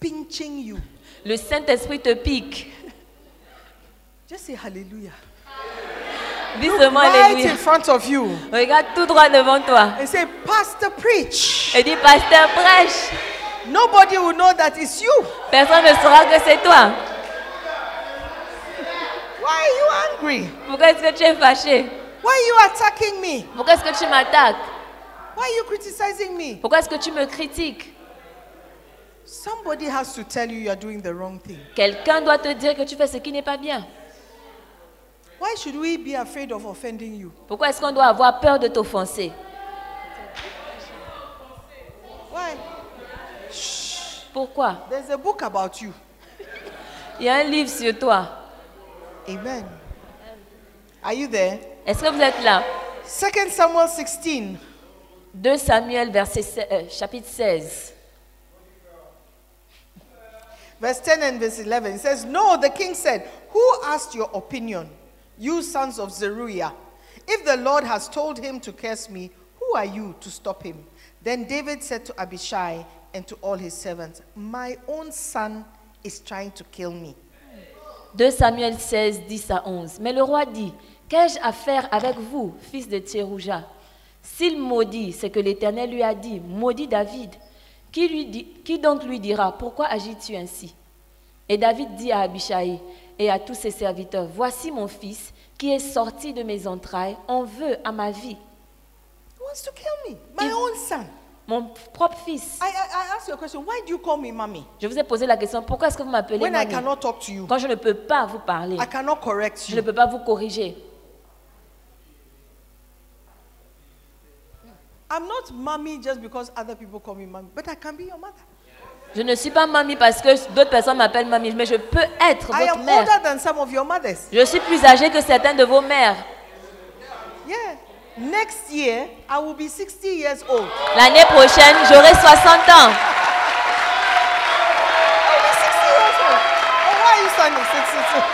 Speaker 5: pinching you.
Speaker 6: le Saint-Esprit te pique.
Speaker 5: Just say hallelujah.
Speaker 6: Dis seulement
Speaker 5: Right
Speaker 6: Alléluia.
Speaker 5: in front of you.
Speaker 6: Regarde tout droit devant toi.
Speaker 5: and say, Pastor, preach.
Speaker 6: Et dis, pasteur, prêche.
Speaker 5: Nobody will know that it's you.
Speaker 6: Personne ne saura que c'est toi.
Speaker 5: Why are you angry?
Speaker 6: Pourquoi est-ce que tu es fâché
Speaker 5: Why are you attacking me?
Speaker 6: Pourquoi est-ce que tu m'attaques
Speaker 5: Why are you criticizing me?
Speaker 6: Pourquoi est-ce que tu me critiques
Speaker 5: Somebody has to tell you you are doing the wrong thing.
Speaker 6: Quelqu'un doit te dire que tu fais ce qui n'est pas bien.
Speaker 5: Why should we be afraid of offending you?
Speaker 6: Pourquoi est-ce qu'on doit avoir peur de t'offenser
Speaker 5: Why?
Speaker 6: Pourquoi
Speaker 5: There's a book about you.
Speaker 6: Il y a un livre sur toi.
Speaker 5: Amen. Are you there?
Speaker 6: Est-ce que vous êtes là
Speaker 5: 2 Samuel 16.
Speaker 6: 2 Samuel verset, se- euh, chapitre 16.
Speaker 5: Verse 10 and verse 11 It says, No, the king said, Who asked your opinion? You sons of Zeruiah. If the Lord has told him to curse me, who are you to stop him? Then David said to Abishai and to all his servants, My own son is trying to kill me.
Speaker 6: 2 Samuel 16, 10 à 11. Mais le roi dit, Qu'ai-je à faire avec vous, fils de Tsérouja S'il maudit, c'est que l'Éternel lui a dit, maudit David. Qui, lui dit- qui donc lui dira, pourquoi agis-tu ainsi Et David dit à Abishai et à tous ses serviteurs, voici mon fils qui est sorti de mes entrailles, on veut à ma vie,
Speaker 5: He wants to kill me. My own son.
Speaker 6: mon propre fils.
Speaker 5: I, I, I asked you a question. Why do you call me mommy?
Speaker 6: Je vous ai posé la question, pourquoi est-ce que vous m'appelez
Speaker 5: When I
Speaker 6: mamie
Speaker 5: cannot talk to you,
Speaker 6: Quand je ne peux pas vous parler,
Speaker 5: I cannot correct
Speaker 6: je ne
Speaker 5: you.
Speaker 6: peux pas vous corriger.
Speaker 5: I'm not mommy just because other people call me mommy, but I can be your mother.
Speaker 6: Je ne suis pas mamie parce que d'autres personnes m'appellent mamie, mais je peux être
Speaker 5: I
Speaker 6: votre
Speaker 5: am
Speaker 6: mère.
Speaker 5: older than some of your mothers.
Speaker 6: Je suis plus âgée que certaines de vos mères.
Speaker 5: Yeah. Next year, I will be 60 years old.
Speaker 6: L'année prochaine, j'aurai 60 ans.
Speaker 5: I'll be 60 years old. Oh, why are you standing? Sit, sit, sit.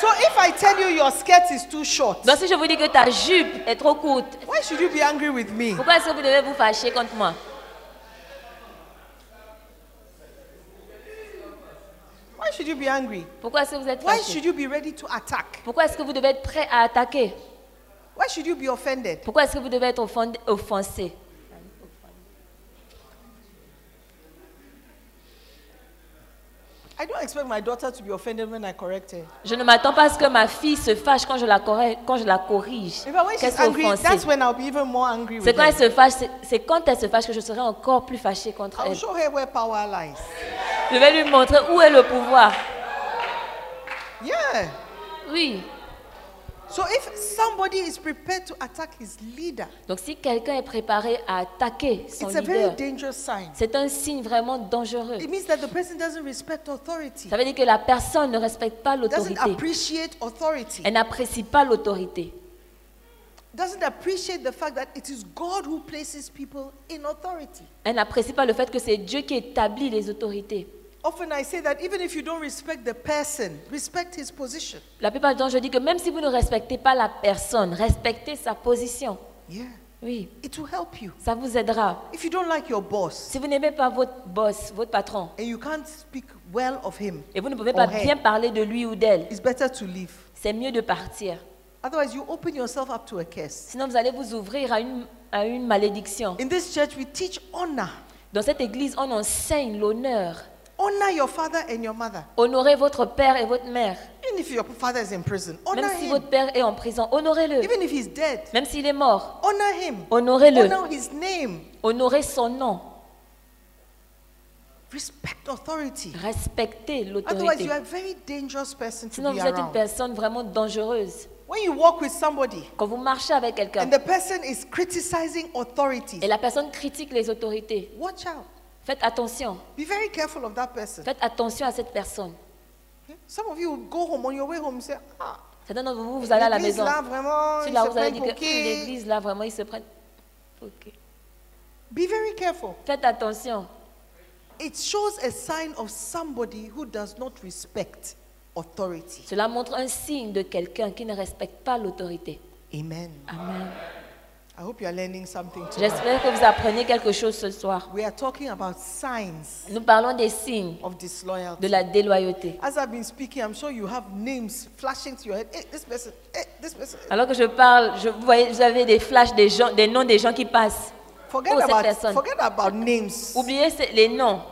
Speaker 5: So if I tell you your skirt is too short,
Speaker 6: Donc si je vous dis que ta jupe est trop courte,
Speaker 5: why should you be angry with me?
Speaker 6: pourquoi est-ce que vous devez vous fâcher contre moi
Speaker 5: Why should you be angry?
Speaker 6: Pourquoi est-ce que vous êtes
Speaker 5: Why
Speaker 6: fâché
Speaker 5: should you be ready to attack?
Speaker 6: Pourquoi est-ce que vous devez être prêt à attaquer
Speaker 5: Why should you be offended?
Speaker 6: Pourquoi est-ce que vous devez être offend- offensé
Speaker 5: I don't expect my daughter to be offended when I correct her.
Speaker 6: Je ne m'attends pas à ce que ma fille se fâche quand je la, corre- quand je la corrige.
Speaker 5: If I when
Speaker 6: Qu'elle
Speaker 5: she's
Speaker 6: soit
Speaker 5: angry, that's
Speaker 6: offensée.
Speaker 5: when I'll be even more angry with
Speaker 6: C'est quand elle
Speaker 5: her.
Speaker 6: se fâche, c'est- c'est quand elle se fâche que je serai encore plus fâchée contre
Speaker 5: I'll
Speaker 6: elle.
Speaker 5: show her where power lies.
Speaker 6: Je vais lui montrer où est le pouvoir.
Speaker 5: Yeah.
Speaker 6: Oui.
Speaker 5: So if somebody is prepared to attack his leader,
Speaker 6: Donc si quelqu'un est préparé à attaquer son
Speaker 5: it's a very
Speaker 6: leader,
Speaker 5: dangerous sign.
Speaker 6: c'est un signe vraiment dangereux.
Speaker 5: It means that the person doesn't respect authority,
Speaker 6: Ça veut dire que la personne ne respecte pas
Speaker 5: doesn't
Speaker 6: l'autorité.
Speaker 5: appreciate authority,
Speaker 6: Elle n'apprécie pas l'autorité.
Speaker 5: doesn't appreciate the fact that it is God who places people in authority.
Speaker 6: Elle n'apprécie pas le fait que c'est Dieu qui établit les autorités.
Speaker 5: Often I say that even if you don't respect the person, respect his position.
Speaker 6: La plupart du temps, je dis que même si vous ne respectez pas la personne, respectez sa position.
Speaker 5: Yeah.
Speaker 6: Oui,
Speaker 5: It will help you.
Speaker 6: ça vous aidera.
Speaker 5: If you don't like your boss
Speaker 6: Si vous n'aimez pas votre boss, votre patron,
Speaker 5: and you can't speak well of him,
Speaker 6: et vous ne pouvez pas
Speaker 5: Or her.
Speaker 6: bien parler de lui ou d'elle,
Speaker 5: it's better to leave.
Speaker 6: c'est mieux de partir.
Speaker 5: Otherwise, you open yourself up to a curse.
Speaker 6: Sinon, vous allez vous ouvrir à une, à une malédiction.
Speaker 5: In this church, we teach honor.
Speaker 6: Dans cette église, on enseigne l'honneur.
Speaker 5: Honor your father and your mother.
Speaker 6: Honorez votre père et votre mère.
Speaker 5: Even if your father is in prison, honor
Speaker 6: Même si
Speaker 5: him.
Speaker 6: votre père est en prison, honorez-le.
Speaker 5: Even if he's dead,
Speaker 6: Même s'il est mort,
Speaker 5: honor him.
Speaker 6: honorez-le.
Speaker 5: Honor his name.
Speaker 6: Honorez son nom.
Speaker 5: Respect authority.
Speaker 6: Respectez
Speaker 5: Otherwise,
Speaker 6: l'autorité.
Speaker 5: you are a very dangerous person to
Speaker 6: Sinon,
Speaker 5: be
Speaker 6: vous êtes une
Speaker 5: around.
Speaker 6: personne vraiment dangereuse.
Speaker 5: When you walk with somebody
Speaker 6: Quand vous marchez avec quelqu'un
Speaker 5: and the person is criticizing authorities,
Speaker 6: et la personne critique les autorités,
Speaker 5: watch out.
Speaker 6: faites attention.
Speaker 5: Be very careful of that person.
Speaker 6: Faites attention à cette personne.
Speaker 5: Some of you will go home on your way home and say, ah,
Speaker 6: Certains d'entre vous, vous allez à la
Speaker 5: l'église
Speaker 6: maison.
Speaker 5: là, vraiment,
Speaker 6: Celui
Speaker 5: ils
Speaker 6: là,
Speaker 5: se
Speaker 6: vous allez
Speaker 5: prennent pour
Speaker 6: dire que
Speaker 5: qui?
Speaker 6: Hum, l'église, là, vraiment, ils se prennent. Ok.
Speaker 5: Be very careful.
Speaker 6: Faites attention.
Speaker 5: It shows a sign of somebody who does not respect authority.
Speaker 6: Cela montre un signe de quelqu'un qui ne respecte pas l'autorité.
Speaker 5: Amen.
Speaker 6: Amen.
Speaker 5: I hope you are learning something today.
Speaker 6: J'espère que vous apprenez quelque chose ce soir.
Speaker 5: We are talking about signs
Speaker 6: Nous parlons des signes
Speaker 5: of disloyalty.
Speaker 6: de la déloyauté.
Speaker 5: As I've been speaking, I'm sure you have names flashing to your head. Hey, this person, hey, this person.
Speaker 6: Alors que je parle, je, vous voyez, vous avez des flashs des, gens, des noms des gens qui passent.
Speaker 5: Forget
Speaker 6: Oh, cette
Speaker 5: about
Speaker 6: personne.
Speaker 5: forget about names.
Speaker 6: Oubliez ces- les noms.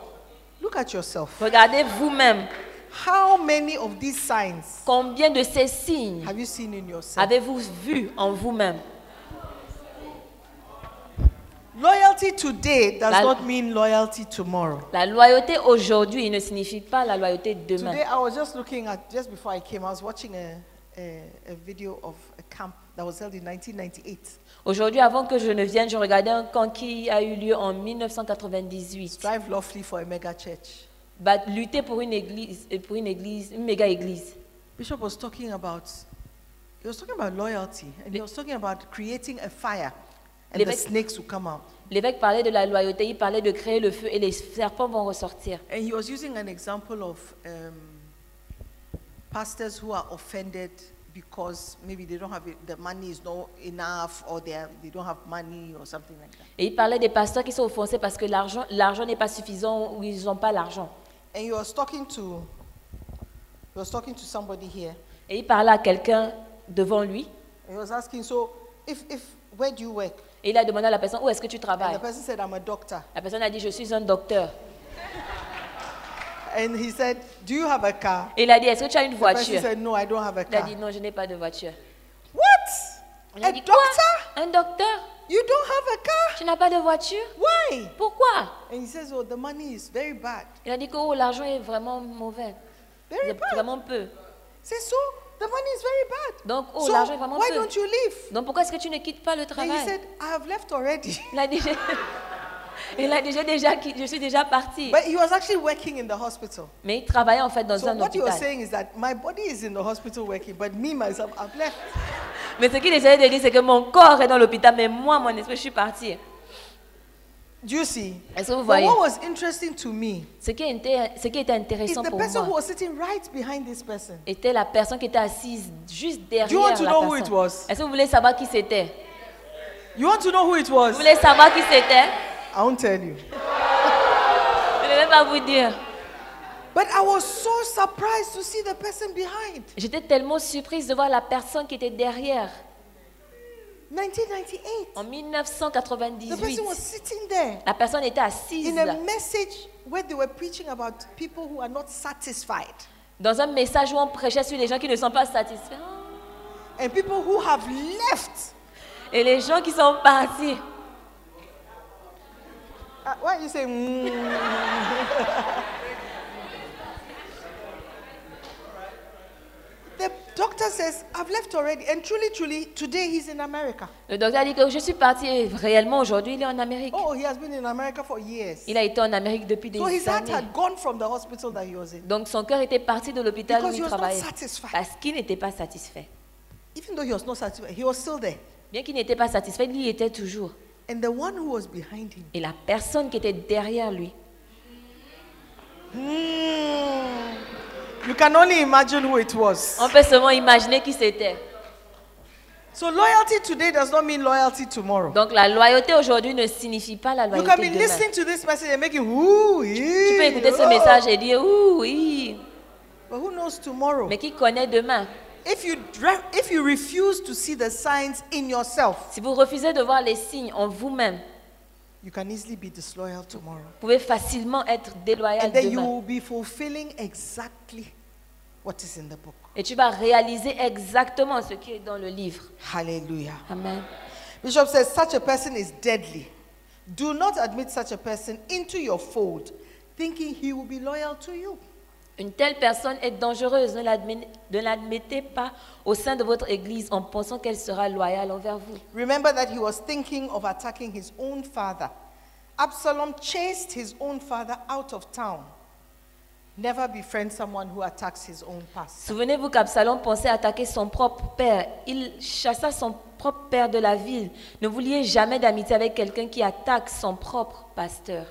Speaker 5: Look at yourself.
Speaker 6: Regardez vous-même
Speaker 5: How many of these signs
Speaker 6: combien de ces signes
Speaker 5: have you seen in yourself?
Speaker 6: avez-vous vu en vous-même.
Speaker 5: Loyalty today does
Speaker 6: La-
Speaker 5: not mean loyalty tomorrow.
Speaker 6: La loyauté aujourd'hui ne signifie pas la loyauté demain.
Speaker 5: Today I was just looking at just before I came, I was watching a, a, a video of a camp that was held in 1998.
Speaker 6: Aujourd'hui, avant que je ne vienne, je regardais un camp qui a eu lieu en 1998.
Speaker 5: Strive lawfully for a mega church.
Speaker 6: Bat- Bah, lutter pour une église, et pour une église, une méga église.
Speaker 5: Bishop was talking about he was talking about loyalty and he was talking about creating a fire and the
Speaker 6: L'évêque-
Speaker 5: snakes will come out.
Speaker 6: L'évêque parlait de la loyauté, il parlait de créer le feu et les serpents vont ressortir.
Speaker 5: And he was using an example of um, pastors who are offended because maybe they don't have it, the money is not enough or they, are, they don't have money or something like that.
Speaker 6: Et il parlait des pasteurs qui sont offensés parce que l'argent l'argent n'est pas suffisant ou ils n'ont pas l'argent.
Speaker 5: And you was talking to you was talking to somebody here.
Speaker 6: Et il parlait à quelqu'un devant lui
Speaker 5: And he was asking, so if if where do you work?
Speaker 6: et il a demandé à la personne où est-ce que tu
Speaker 5: And
Speaker 6: travailles.
Speaker 5: the person said, I'm a doctor.
Speaker 6: La personne a dit je suis un docteur.
Speaker 5: And he said, Do you have a car?
Speaker 6: Et il a dit est-ce que tu as une
Speaker 5: The person
Speaker 6: voiture
Speaker 5: said, No, I don't have a
Speaker 6: Il a
Speaker 5: car.
Speaker 6: dit non je n'ai pas de voiture. Il
Speaker 5: What?
Speaker 6: a
Speaker 5: A
Speaker 6: dit, Quoi
Speaker 5: doctor?
Speaker 6: Un docteur
Speaker 5: You don't have a car?
Speaker 6: Tu n'as pas de voiture
Speaker 5: Why?
Speaker 6: Pourquoi
Speaker 5: And he says, Oh, the money is very bad.
Speaker 6: Il a dit que oh, l'argent est vraiment mauvais.
Speaker 5: Very
Speaker 6: C'est
Speaker 5: bad.
Speaker 6: vraiment peu.
Speaker 5: He says, So the money is very bad.
Speaker 6: Donc, oh,
Speaker 5: so
Speaker 6: l'argent est vraiment
Speaker 5: why
Speaker 6: peu.
Speaker 5: don't you leave?
Speaker 6: Donc pourquoi est-ce que tu ne quittes pas le
Speaker 5: And he
Speaker 6: travail
Speaker 5: said, I have left already.
Speaker 6: Il a dit j'ai- il a dit, j'ai déjà quitté- je suis déjà parti.
Speaker 5: But he was actually working in the hospital.
Speaker 6: Mais il travaillait en fait dans
Speaker 5: So
Speaker 6: un
Speaker 5: what you are
Speaker 6: hôpital.
Speaker 5: saying is that my body is in the hospital working, but me myself, I've left.
Speaker 6: Mais ce qu'il essayait de dire, c'est que mon corps est dans l'hôpital, mais moi, mon esprit, je suis parti.
Speaker 5: Do you see?
Speaker 6: Est-ce que vous
Speaker 5: But
Speaker 6: voyez
Speaker 5: what was interesting to me
Speaker 6: ce qui, était, ce qui était
Speaker 5: is
Speaker 6: intéressant
Speaker 5: the
Speaker 6: pour
Speaker 5: person who
Speaker 6: moi
Speaker 5: was sitting right behind this person.
Speaker 6: était la personne qui était assise juste
Speaker 5: Do you want
Speaker 6: derrière
Speaker 5: to
Speaker 6: la
Speaker 5: know who it
Speaker 6: personne.
Speaker 5: was?
Speaker 6: Est-ce que vous voulez savoir qui c'était
Speaker 5: You want to know who it was?
Speaker 6: Vous voulez savoir qui c'était
Speaker 5: I won't tell you.
Speaker 6: Je ne vais pas vous dire.
Speaker 5: But I was so surprised to see the person behind.
Speaker 6: J'étais tellement surprise de voir la personne qui était derrière.
Speaker 5: 1998.
Speaker 6: En
Speaker 5: The person was
Speaker 6: 1998,
Speaker 5: sitting there
Speaker 6: la personne était assise
Speaker 5: in a message where they were preaching about people who are not satisfied
Speaker 6: dans un message où on prêchait sur les gens qui ne sont pas satisfaits.
Speaker 5: and people who have left.
Speaker 6: Et les gens qui sont partis.
Speaker 5: Uh, why are you saying? mm? the doctor says, I've left already. And truly, truly, today he's in America.
Speaker 6: Le docteur a dit que je suis parti et réellement aujourd'hui il est en Amérique.
Speaker 5: Oh, he has been in America for years.
Speaker 6: Il a été en Amérique depuis des
Speaker 5: So his heart
Speaker 6: années.
Speaker 5: had gone from the hospital that he was in,
Speaker 6: Donc son cœur était parti de l'hôpital où
Speaker 5: Because he
Speaker 6: il
Speaker 5: was not
Speaker 6: travaillait.
Speaker 5: satisfied.
Speaker 6: Parce qu'il n'était pas satisfait.
Speaker 5: even though he was not satisfied. He was still there.
Speaker 6: Bien qu'il n'était pas satisfait, il y était toujours.
Speaker 5: And the one who was behind him,
Speaker 6: Et la personne qui était derrière lui,
Speaker 5: Hmm. you can only imagine who it was.
Speaker 6: on peut seulement imaginer qui c'était.
Speaker 5: So loyalty today does not mean loyalty tomorrow.
Speaker 6: Donc la loyauté aujourd'hui ne signifie pas la
Speaker 5: You
Speaker 6: loyauté
Speaker 5: can be
Speaker 6: demain.
Speaker 5: listening to this message and making whoo,
Speaker 6: Tu peux écouter ce message et dire ouh oui,
Speaker 5: But who knows tomorrow?
Speaker 6: mais qui connaît demain
Speaker 5: If you dre- if you refuse to see the signs in yourself,
Speaker 6: Si vous refusez de voir les signes en vous-même,
Speaker 5: you can easily be disloyal tomorrow.
Speaker 6: vous pouvez facilement être déloyal
Speaker 5: And then you
Speaker 6: demain.
Speaker 5: will be fulfilling exactly what is in the book.
Speaker 6: Et tu vas réaliser exactement ce qui est dans le livre.
Speaker 5: Hallelujah.
Speaker 6: Amen.
Speaker 5: Bishop says such a person is deadly. Do not admit such a person into your fold, thinking he will be loyal to you.
Speaker 6: Une telle personne est dangereuse. Ne l'admi- ne l'admettez pas au sein de votre église en pensant qu'elle sera loyale envers vous.
Speaker 5: Remember that he was thinking of attacking his own father. Absalom chased his own father out of town. Never befriend someone who attacks his own past.
Speaker 6: Souvenez-vous qu'Absalom pensait attaquer son propre père. Il chassa son propre père de la ville. Ne vous liez jamais d'amitié avec quelqu'un qui attaque son propre pasteur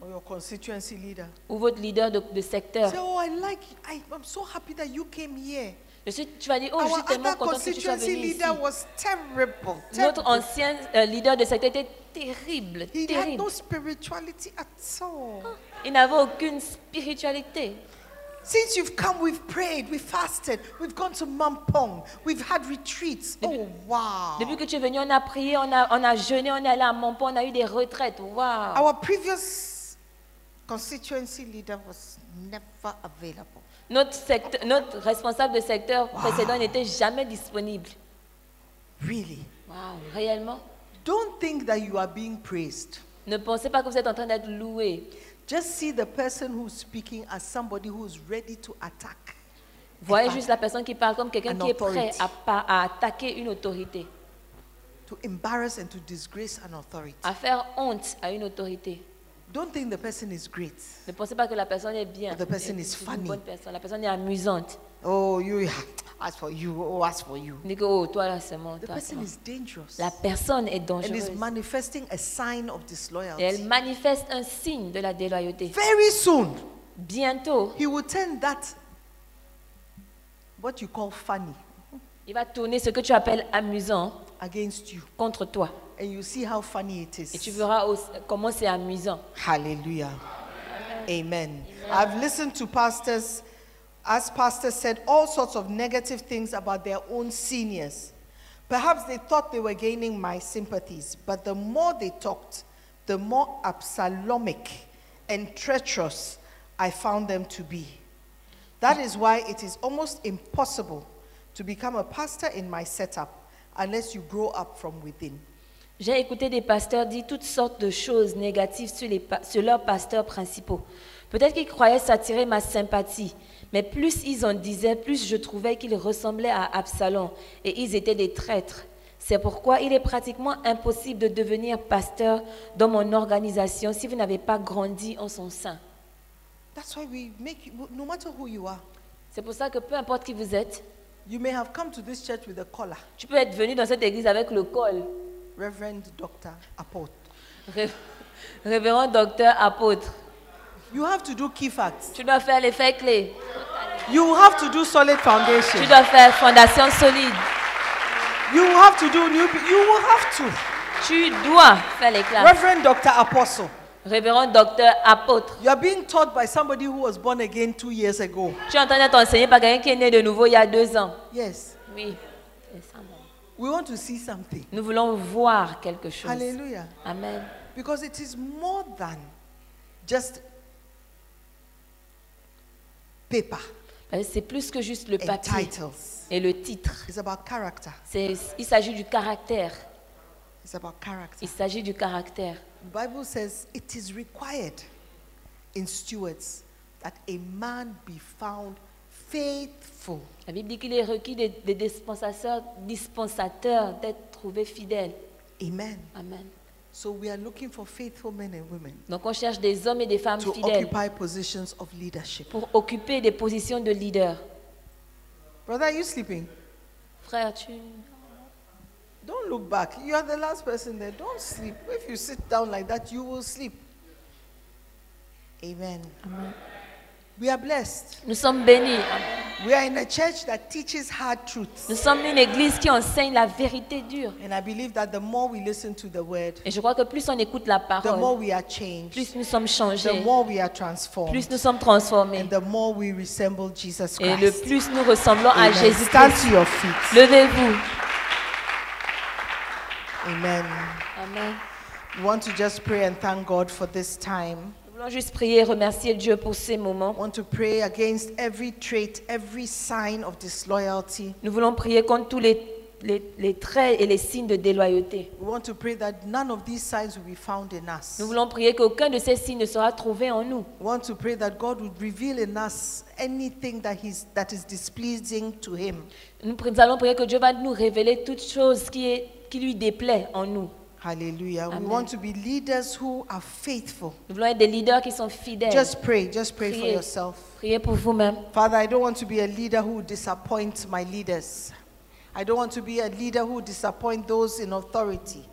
Speaker 5: Or your constituency leader.
Speaker 6: ou votre leader de, de secteur.
Speaker 5: Say, oh, I like, I, I'm so happy that you came here.
Speaker 6: Je suis- tu vas dire, oh, je
Speaker 5: Our
Speaker 6: suis tellement
Speaker 5: other
Speaker 6: contente que tu sois
Speaker 5: constituency
Speaker 6: venu ici.
Speaker 5: leader was terrible. terrible.
Speaker 6: Notre ancien euh, leader de secteur était terrible,
Speaker 5: He had
Speaker 6: terrible.
Speaker 5: no spirituality at all.
Speaker 6: Il n'avait aucune spiritualité.
Speaker 5: Since you've come, we've prayed, we've fasted, we've gone to Mampong, we've had retreats. Oh, wow.
Speaker 6: Depuis que tu es venu, on a prié, on a, on a jeûné, on est allé à Montpellier, on a eu des retraites. Waouh!
Speaker 5: Our previous constituency leader was never available.
Speaker 6: Notre, secteur- notre responsable de secteur précédent n'était jamais disponible.
Speaker 5: Really.
Speaker 6: Waouh, réellement?
Speaker 5: Don't think that you are being praised.
Speaker 6: Ne pensez pas que vous êtes en train d'être loué.
Speaker 5: Just see the person who's speaking as somebody who's ready to attack.
Speaker 6: Voyez
Speaker 5: An
Speaker 6: juste la personne qui parle comme quelqu'un
Speaker 5: An
Speaker 6: qui est prêt
Speaker 5: authority.
Speaker 6: à, pa- à attaquer une autorité,
Speaker 5: To embarrass and to disgrace an authority.
Speaker 6: à faire honte à une autorité.
Speaker 5: Don't think the person is great.
Speaker 6: Ne pensez pas que la personne est bien.
Speaker 5: The person
Speaker 6: Elle-
Speaker 5: is
Speaker 6: c'est
Speaker 5: funny.
Speaker 6: Une bonne personne. La personne est amusante.
Speaker 5: Oh, you, as for you, oh, as for you.
Speaker 6: On dit que, oh, toi là seulement.
Speaker 5: The
Speaker 6: Toi,
Speaker 5: person
Speaker 6: seulement.
Speaker 5: is dangerous.
Speaker 6: La personne est
Speaker 5: and
Speaker 6: dangereuse.
Speaker 5: is manifesting a sign of
Speaker 6: Et elle
Speaker 5: disloyalty.
Speaker 6: manifeste un signe de la déloyauté.
Speaker 5: Very soon,
Speaker 6: Bientôt,
Speaker 5: he will turn that what you call funny
Speaker 6: Il va tourner ce que tu appelles amusant
Speaker 5: against you.
Speaker 6: contre toi.
Speaker 5: And you see how funny it
Speaker 6: Et tu
Speaker 5: is.
Speaker 6: verras aussi- comment c'est amusant.
Speaker 5: Hallelujah. Amen. I've listened to pastors, as pastors said, all sorts of negative things about their own seniors. Perhaps they thought they were gaining my sympathies, but the more they talked, the more absalomic and treacherous I found them to be. That is why it is almost impossible to become a pastor in my setup unless you grow up from within.
Speaker 6: J'ai écouté des pasteurs dire toutes sortes de choses négatives sur, les pa- sur leurs pasteurs principaux. Peut-être qu'ils croyaient s'attirer ma sympathie, mais plus ils en disaient, plus je trouvais qu'ils ressemblaient à Absalom et ils étaient des traîtres. C'est pourquoi il est pratiquement impossible de devenir pasteur dans mon organisation si vous n'avez pas grandi en son sein.
Speaker 5: That's why we make you, no matter who you are,
Speaker 6: C'est pour ça que peu importe qui vous êtes,
Speaker 5: You may have come to this church with a collar,
Speaker 6: tu peux être venu dans cette église avec le col.
Speaker 5: Reverend Dr. Apot.
Speaker 6: Ré- Révérend docteur apôtre,
Speaker 5: You have to do key facts.
Speaker 6: tu dois faire l'effet clé.
Speaker 5: You have to do solid
Speaker 6: Tu
Speaker 5: foundation.
Speaker 6: dois faire fondation solide.
Speaker 5: You have to do new. You will have to.
Speaker 6: Tu dois faire les classes.
Speaker 5: Reverend Dr. Apostle.
Speaker 6: Révérend docteur apôtre.
Speaker 5: You are being taught by somebody who was born again two years ago.
Speaker 6: Tu es en train d'être enseigné par quelqu'un qui est né de nouveau il y a deux ans.
Speaker 5: Yes.
Speaker 6: Oui. C'est ça, maman.
Speaker 5: We want to see something.
Speaker 6: Nous voulons voir quelque chose.
Speaker 5: Hallelujah.
Speaker 6: Amen.
Speaker 5: Because it is more than just paper
Speaker 6: Parce que C'est plus que juste le
Speaker 5: and
Speaker 6: papier
Speaker 5: titles.
Speaker 6: et le titre.
Speaker 5: It's about character.
Speaker 6: C'est- Il s'agit du caractère.
Speaker 5: It's about character.
Speaker 6: Il s'agit du caractère.
Speaker 5: The Bible says it is required in stewards that a man be found faithful.
Speaker 6: La Bible dit qu'il est requis des, des dispensateurs, dispensateurs d'être trouvés fidèles.
Speaker 5: Amen.
Speaker 6: Amen.
Speaker 5: So we are looking for faithful men and women
Speaker 6: Donc on cherche des hommes et des femmes
Speaker 5: to
Speaker 6: fidèles
Speaker 5: occupy positions of leadership.
Speaker 6: pour occuper des positions de leader.
Speaker 5: Brother, are you sleeping?
Speaker 6: Frère, tu...
Speaker 5: Don't look back. You are the last person there. Don't sleep. If you sit down like that, you will sleep. Amen. We are blessed.
Speaker 6: Nous sommes bénis. hein.
Speaker 5: We are in a church that teaches hard truths.
Speaker 6: Nous sommes une église qui enseigne la vérité dure.
Speaker 5: And I believe that the more we listen to the word,
Speaker 6: Et je crois que plus on écoute la
Speaker 5: the more
Speaker 6: parole,
Speaker 5: we are changed.
Speaker 6: plus nous sommes
Speaker 5: the
Speaker 6: changés,
Speaker 5: more we are transformed
Speaker 6: plus nous sommes transformés.
Speaker 5: and the more we resemble Jesus
Speaker 6: Et le
Speaker 5: Christ.
Speaker 6: plus nous ressemblons à
Speaker 5: Amen. Stand to
Speaker 6: Jésus-Christ.
Speaker 5: your feet.
Speaker 6: Levez-vous.
Speaker 5: Amen.
Speaker 6: Amen.
Speaker 5: We want to just pray and thank God for this time.
Speaker 6: Nous voulons juste prier, remercier Dieu pour ces moments.
Speaker 5: I want to pray against every trait, every sign of disloyalty.
Speaker 6: Nous voulons prier contre tous les, les- les traits et les signes de déloyauté.
Speaker 5: We want to pray that none of these signs will be found in us.
Speaker 6: Nous voulons prier qu'aucun de ces signes ne sera trouvé en nous.
Speaker 5: We want to pray that God would reveal in us anything that, he's, that is displeasing to Him.
Speaker 6: Nous, pr- nous allons prier que Dieu va nous révéler toute chose qui, est, qui lui déplaît en nous.
Speaker 5: Hallelujah. We
Speaker 6: Amen.
Speaker 5: want to be leaders who are faithful.
Speaker 6: Nous voulons être des leaders qui sont fidèles.
Speaker 5: Just pray, just pray for
Speaker 6: Priez.
Speaker 5: yourself.
Speaker 6: Priez pour vous-même.
Speaker 5: Father, I don't want to be a leader who disappoints my leaders. I don't want to be a leader who disappoints those in authority.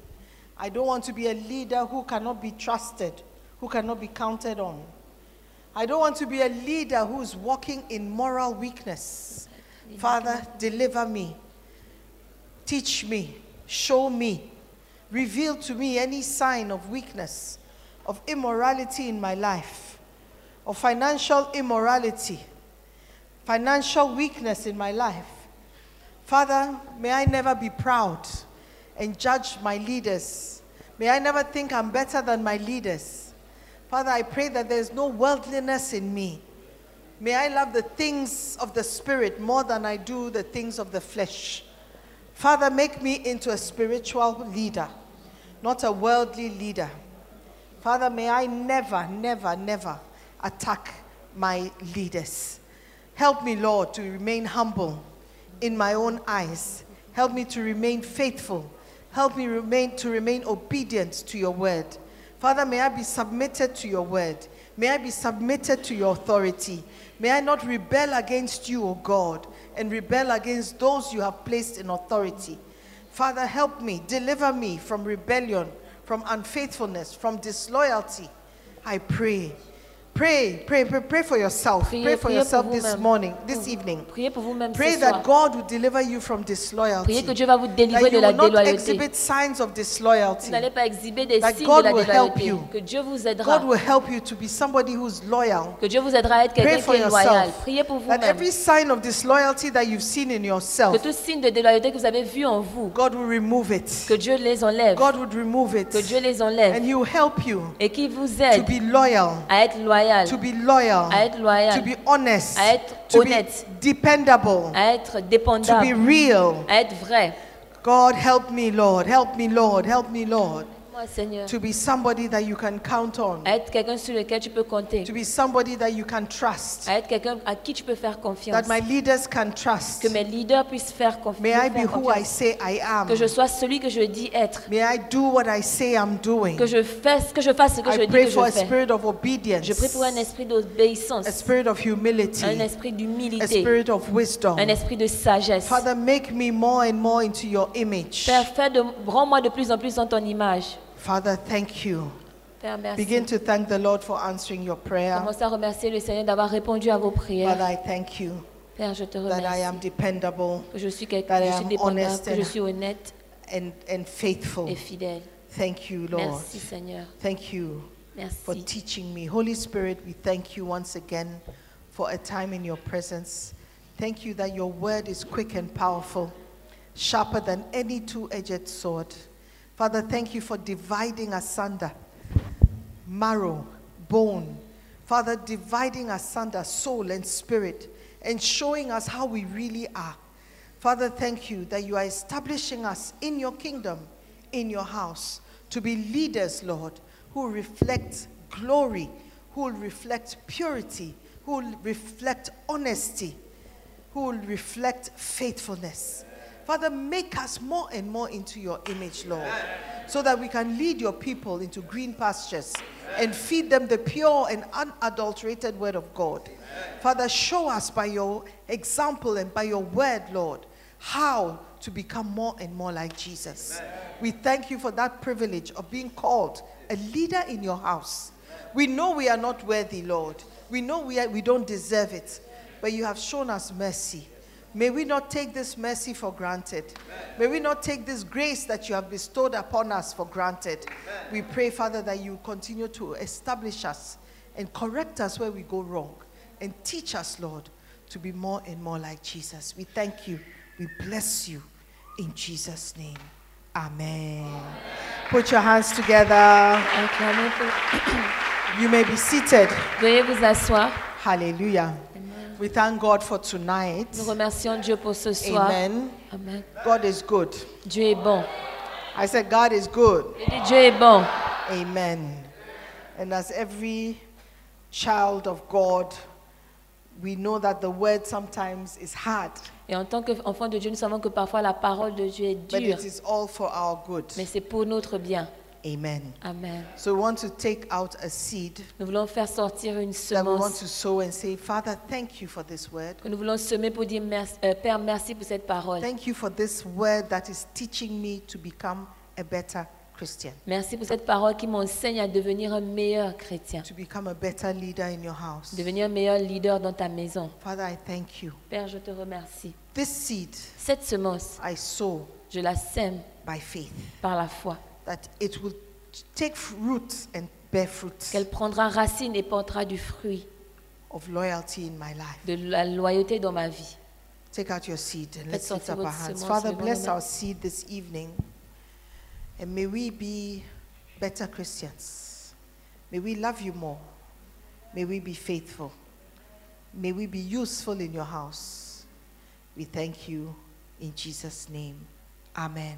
Speaker 5: I don't want to be a leader who cannot be trusted, who cannot be counted on. I don't want to be a leader who's walking in moral weakness. Father, deliver me. Teach me, show me, reveal to me any sign of weakness, of immorality in my life, of financial immorality, financial weakness in my life. Father, may I never be proud and judge my leaders. May I never think I'm better than my leaders. Father, I pray that there's no worldliness in me. May I love the things of the Spirit more than I do the things of the flesh. Father, make me into a spiritual leader, not a worldly leader. Father, may I never, never, never attack my leaders. Help me, Lord, to remain humble in my own eyes. Help me to remain faithful. Help me remain, to remain obedient to your word. Father, may I be submitted to your word. May I be submitted to your authority. May I not rebel against you, O God, and rebel against those you have placed in authority. Father, help me, deliver me from rebellion, from unfaithfulness, from disloyalty. I pray. Pray, pray, pray, pray for yourself.
Speaker 6: Priez,
Speaker 5: pray for Mm.
Speaker 6: priez
Speaker 5: yourself
Speaker 6: pour
Speaker 5: this
Speaker 6: vous-même.
Speaker 5: morning, this evening.
Speaker 6: Priez pour vous-même
Speaker 5: Pray
Speaker 6: ce
Speaker 5: that
Speaker 6: soir.
Speaker 5: God will deliver you from
Speaker 6: Priez
Speaker 5: disloyalty.
Speaker 6: que Dieu va vous délivrer
Speaker 5: That
Speaker 6: de
Speaker 5: you
Speaker 6: la
Speaker 5: will not
Speaker 6: déloyauté.
Speaker 5: exhibit signs of
Speaker 6: Vous
Speaker 5: disloyalty.
Speaker 6: n'allez pas exhiber des
Speaker 5: That
Speaker 6: signes
Speaker 5: God
Speaker 6: de la
Speaker 5: will help
Speaker 6: déloyauté.
Speaker 5: you.
Speaker 6: Que Dieu vous
Speaker 5: God
Speaker 6: aidera.
Speaker 5: will help you to be somebody who's loyal.
Speaker 6: Que Dieu vous aidera à être
Speaker 5: Pray
Speaker 6: quelqu'un
Speaker 5: for
Speaker 6: qui est loyal.
Speaker 5: yourself.
Speaker 6: Priez pour vous-même.
Speaker 5: That every
Speaker 6: Que
Speaker 5: sign of disloyalty that you've seen in yourself,
Speaker 6: tout signe de déloyauté que vous avez vu en vous,
Speaker 5: God will remove it.
Speaker 6: que Dieu les enlève.
Speaker 5: God would remove it.
Speaker 6: Que Dieu les
Speaker 5: And
Speaker 6: enlève.
Speaker 5: He will help you
Speaker 6: Et qu'il vous
Speaker 5: to
Speaker 6: aide
Speaker 5: be loyal,
Speaker 6: à être loyal,
Speaker 5: to be loyal,
Speaker 6: à être loyal,
Speaker 5: to be honest,
Speaker 6: à être
Speaker 5: to be
Speaker 6: honnête,
Speaker 5: dependable,
Speaker 6: à être
Speaker 5: to be
Speaker 6: dépendable,
Speaker 5: real.
Speaker 6: à être vrai.
Speaker 5: God, help me, Lord. Help me, Lord. Help me, Lord.
Speaker 6: Moi, Seigneur,
Speaker 5: To be somebody that you can count on,
Speaker 6: à être quelqu'un sur lequel tu peux compter,
Speaker 5: to be somebody that you can trust,
Speaker 6: à être quelqu'un à qui tu peux faire confiance,
Speaker 5: that my leaders can trust.
Speaker 6: que mes leaders puissent faire conf- me
Speaker 5: May I
Speaker 6: faire
Speaker 5: be
Speaker 6: confiance,
Speaker 5: who I say I am.
Speaker 6: que je sois celui que je dis être,
Speaker 5: May I do what I say I'm doing.
Speaker 6: que je fasse, que je fasse ce que je
Speaker 5: I
Speaker 6: dis
Speaker 5: pray
Speaker 6: que
Speaker 5: for
Speaker 6: je
Speaker 5: a
Speaker 6: fais.
Speaker 5: spirit of obedience,
Speaker 6: Je prie pour un esprit
Speaker 5: a
Speaker 6: d'obéissance,
Speaker 5: spirit of humility,
Speaker 6: un esprit
Speaker 5: a
Speaker 6: d'humilité,
Speaker 5: spirit of wisdom.
Speaker 6: un esprit de sagesse.
Speaker 5: Father, make me more and more into your image.
Speaker 6: Père, fais de, rends-moi de plus en plus dans ton image.
Speaker 5: Father, thank you.
Speaker 6: Père,
Speaker 5: Begin to
Speaker 6: merci.
Speaker 5: thank the Lord for answering your prayer.
Speaker 6: Commencez à remercier le Seigneur d'avoir répondu à Oh, vos prières.
Speaker 5: Father, I thank you
Speaker 6: Père, je te
Speaker 5: that I am
Speaker 6: remercie.
Speaker 5: dependable
Speaker 6: Que je suis quelqu'un,
Speaker 5: that I
Speaker 6: je suis
Speaker 5: am
Speaker 6: dépendable,
Speaker 5: honest
Speaker 6: que je
Speaker 5: and-
Speaker 6: suis honnête
Speaker 5: and, and faithful.
Speaker 6: et fidèle.
Speaker 5: Thank you, Lord.
Speaker 6: Merci Seigneur.
Speaker 5: Thank you. for
Speaker 6: Merci.
Speaker 5: teaching me. Holy Spirit, we thank you once again for a time in your presence. Thank you that your word is quick and powerful, sharper than any two edged sword. Father, thank you for dividing asunder marrow, bone. Father, dividing asunder soul and spirit and showing us how we really are. Father, thank you that you are establishing us in your kingdom, in your house, to be leaders, Lord, who reflect glory, who will reflect purity, who will reflect honesty, who will reflect faithfulness. Father, make us more and more into your image, Lord, so that we can lead your people into green pastures and feed them the pure and unadulterated word of God. Father, show us by your example and by your word, Lord, how to become more and more like Jesus. We thank you for that privilege of being called a leader in your house. We know we are not worthy, Lord. We know we, are, we don't deserve it, but you have shown us mercy. May we not take this mercy for granted. May we not take this grace that you have bestowed upon us for granted. We pray, Father, that you continue to establish us and correct us where we go wrong and teach us, Lord, to be more and more like Jesus. We thank you. We bless you. In Jesus' name. Amen. Put your hands together.
Speaker 6: Acclamez pour-
Speaker 5: You may be seated.
Speaker 6: Veuillez vous asseoir.
Speaker 5: Hallelujah. We thank God for tonight.
Speaker 6: Nous remercions Dieu pour ce soir.
Speaker 5: Amen.
Speaker 6: Amen.
Speaker 5: God is good.
Speaker 6: Dieu est bon.
Speaker 5: I said, God is good.
Speaker 6: Je dis Dieu est bon.
Speaker 5: Amen. And as every child of God, we know that the word sometimes is hard,
Speaker 6: Et en tant qu'enfant de Dieu, nous savons que parfois la parole de Dieu est
Speaker 5: but
Speaker 6: dure,
Speaker 5: it is all for our good.
Speaker 6: mais c'est pour notre bien.
Speaker 5: Amen.
Speaker 6: Amen.
Speaker 5: So we want to take out a seed
Speaker 6: Nous voulons faire sortir une
Speaker 5: that we want
Speaker 6: semence
Speaker 5: to sow and say, Father, thank you for this word.
Speaker 6: que nous voulons semer pour dire merci- euh, Père, merci pour cette parole.
Speaker 5: Thank you for this word that is teaching me to become a better Christian,
Speaker 6: Merci pour cette parole qui m'enseigne à devenir un meilleur chrétien,
Speaker 5: to become a better leader in your house.
Speaker 6: devenir un meilleur leader dans ta maison.
Speaker 5: Father, I thank you.
Speaker 6: Père, je te remercie.
Speaker 5: This seed
Speaker 6: Cette semence,
Speaker 5: I sow
Speaker 6: je la sème
Speaker 5: by faith.
Speaker 6: par la foi,
Speaker 5: that it will take root and bear fruit
Speaker 6: qu'elle prendra racine et portera du fruit
Speaker 5: of loyalty in my life.
Speaker 6: de la loyauté dans ma vie.
Speaker 5: Take out your seed and let's
Speaker 6: Faites
Speaker 5: lift up
Speaker 6: sortir
Speaker 5: our
Speaker 6: votre
Speaker 5: hands.
Speaker 6: semence,
Speaker 5: Father,
Speaker 6: levons nos
Speaker 5: bless
Speaker 6: mains.
Speaker 5: our seed this evening. And may we be better Christians. May we love you more. May we be faithful. May we be useful in your house. We thank you in Jesus' name. Amen.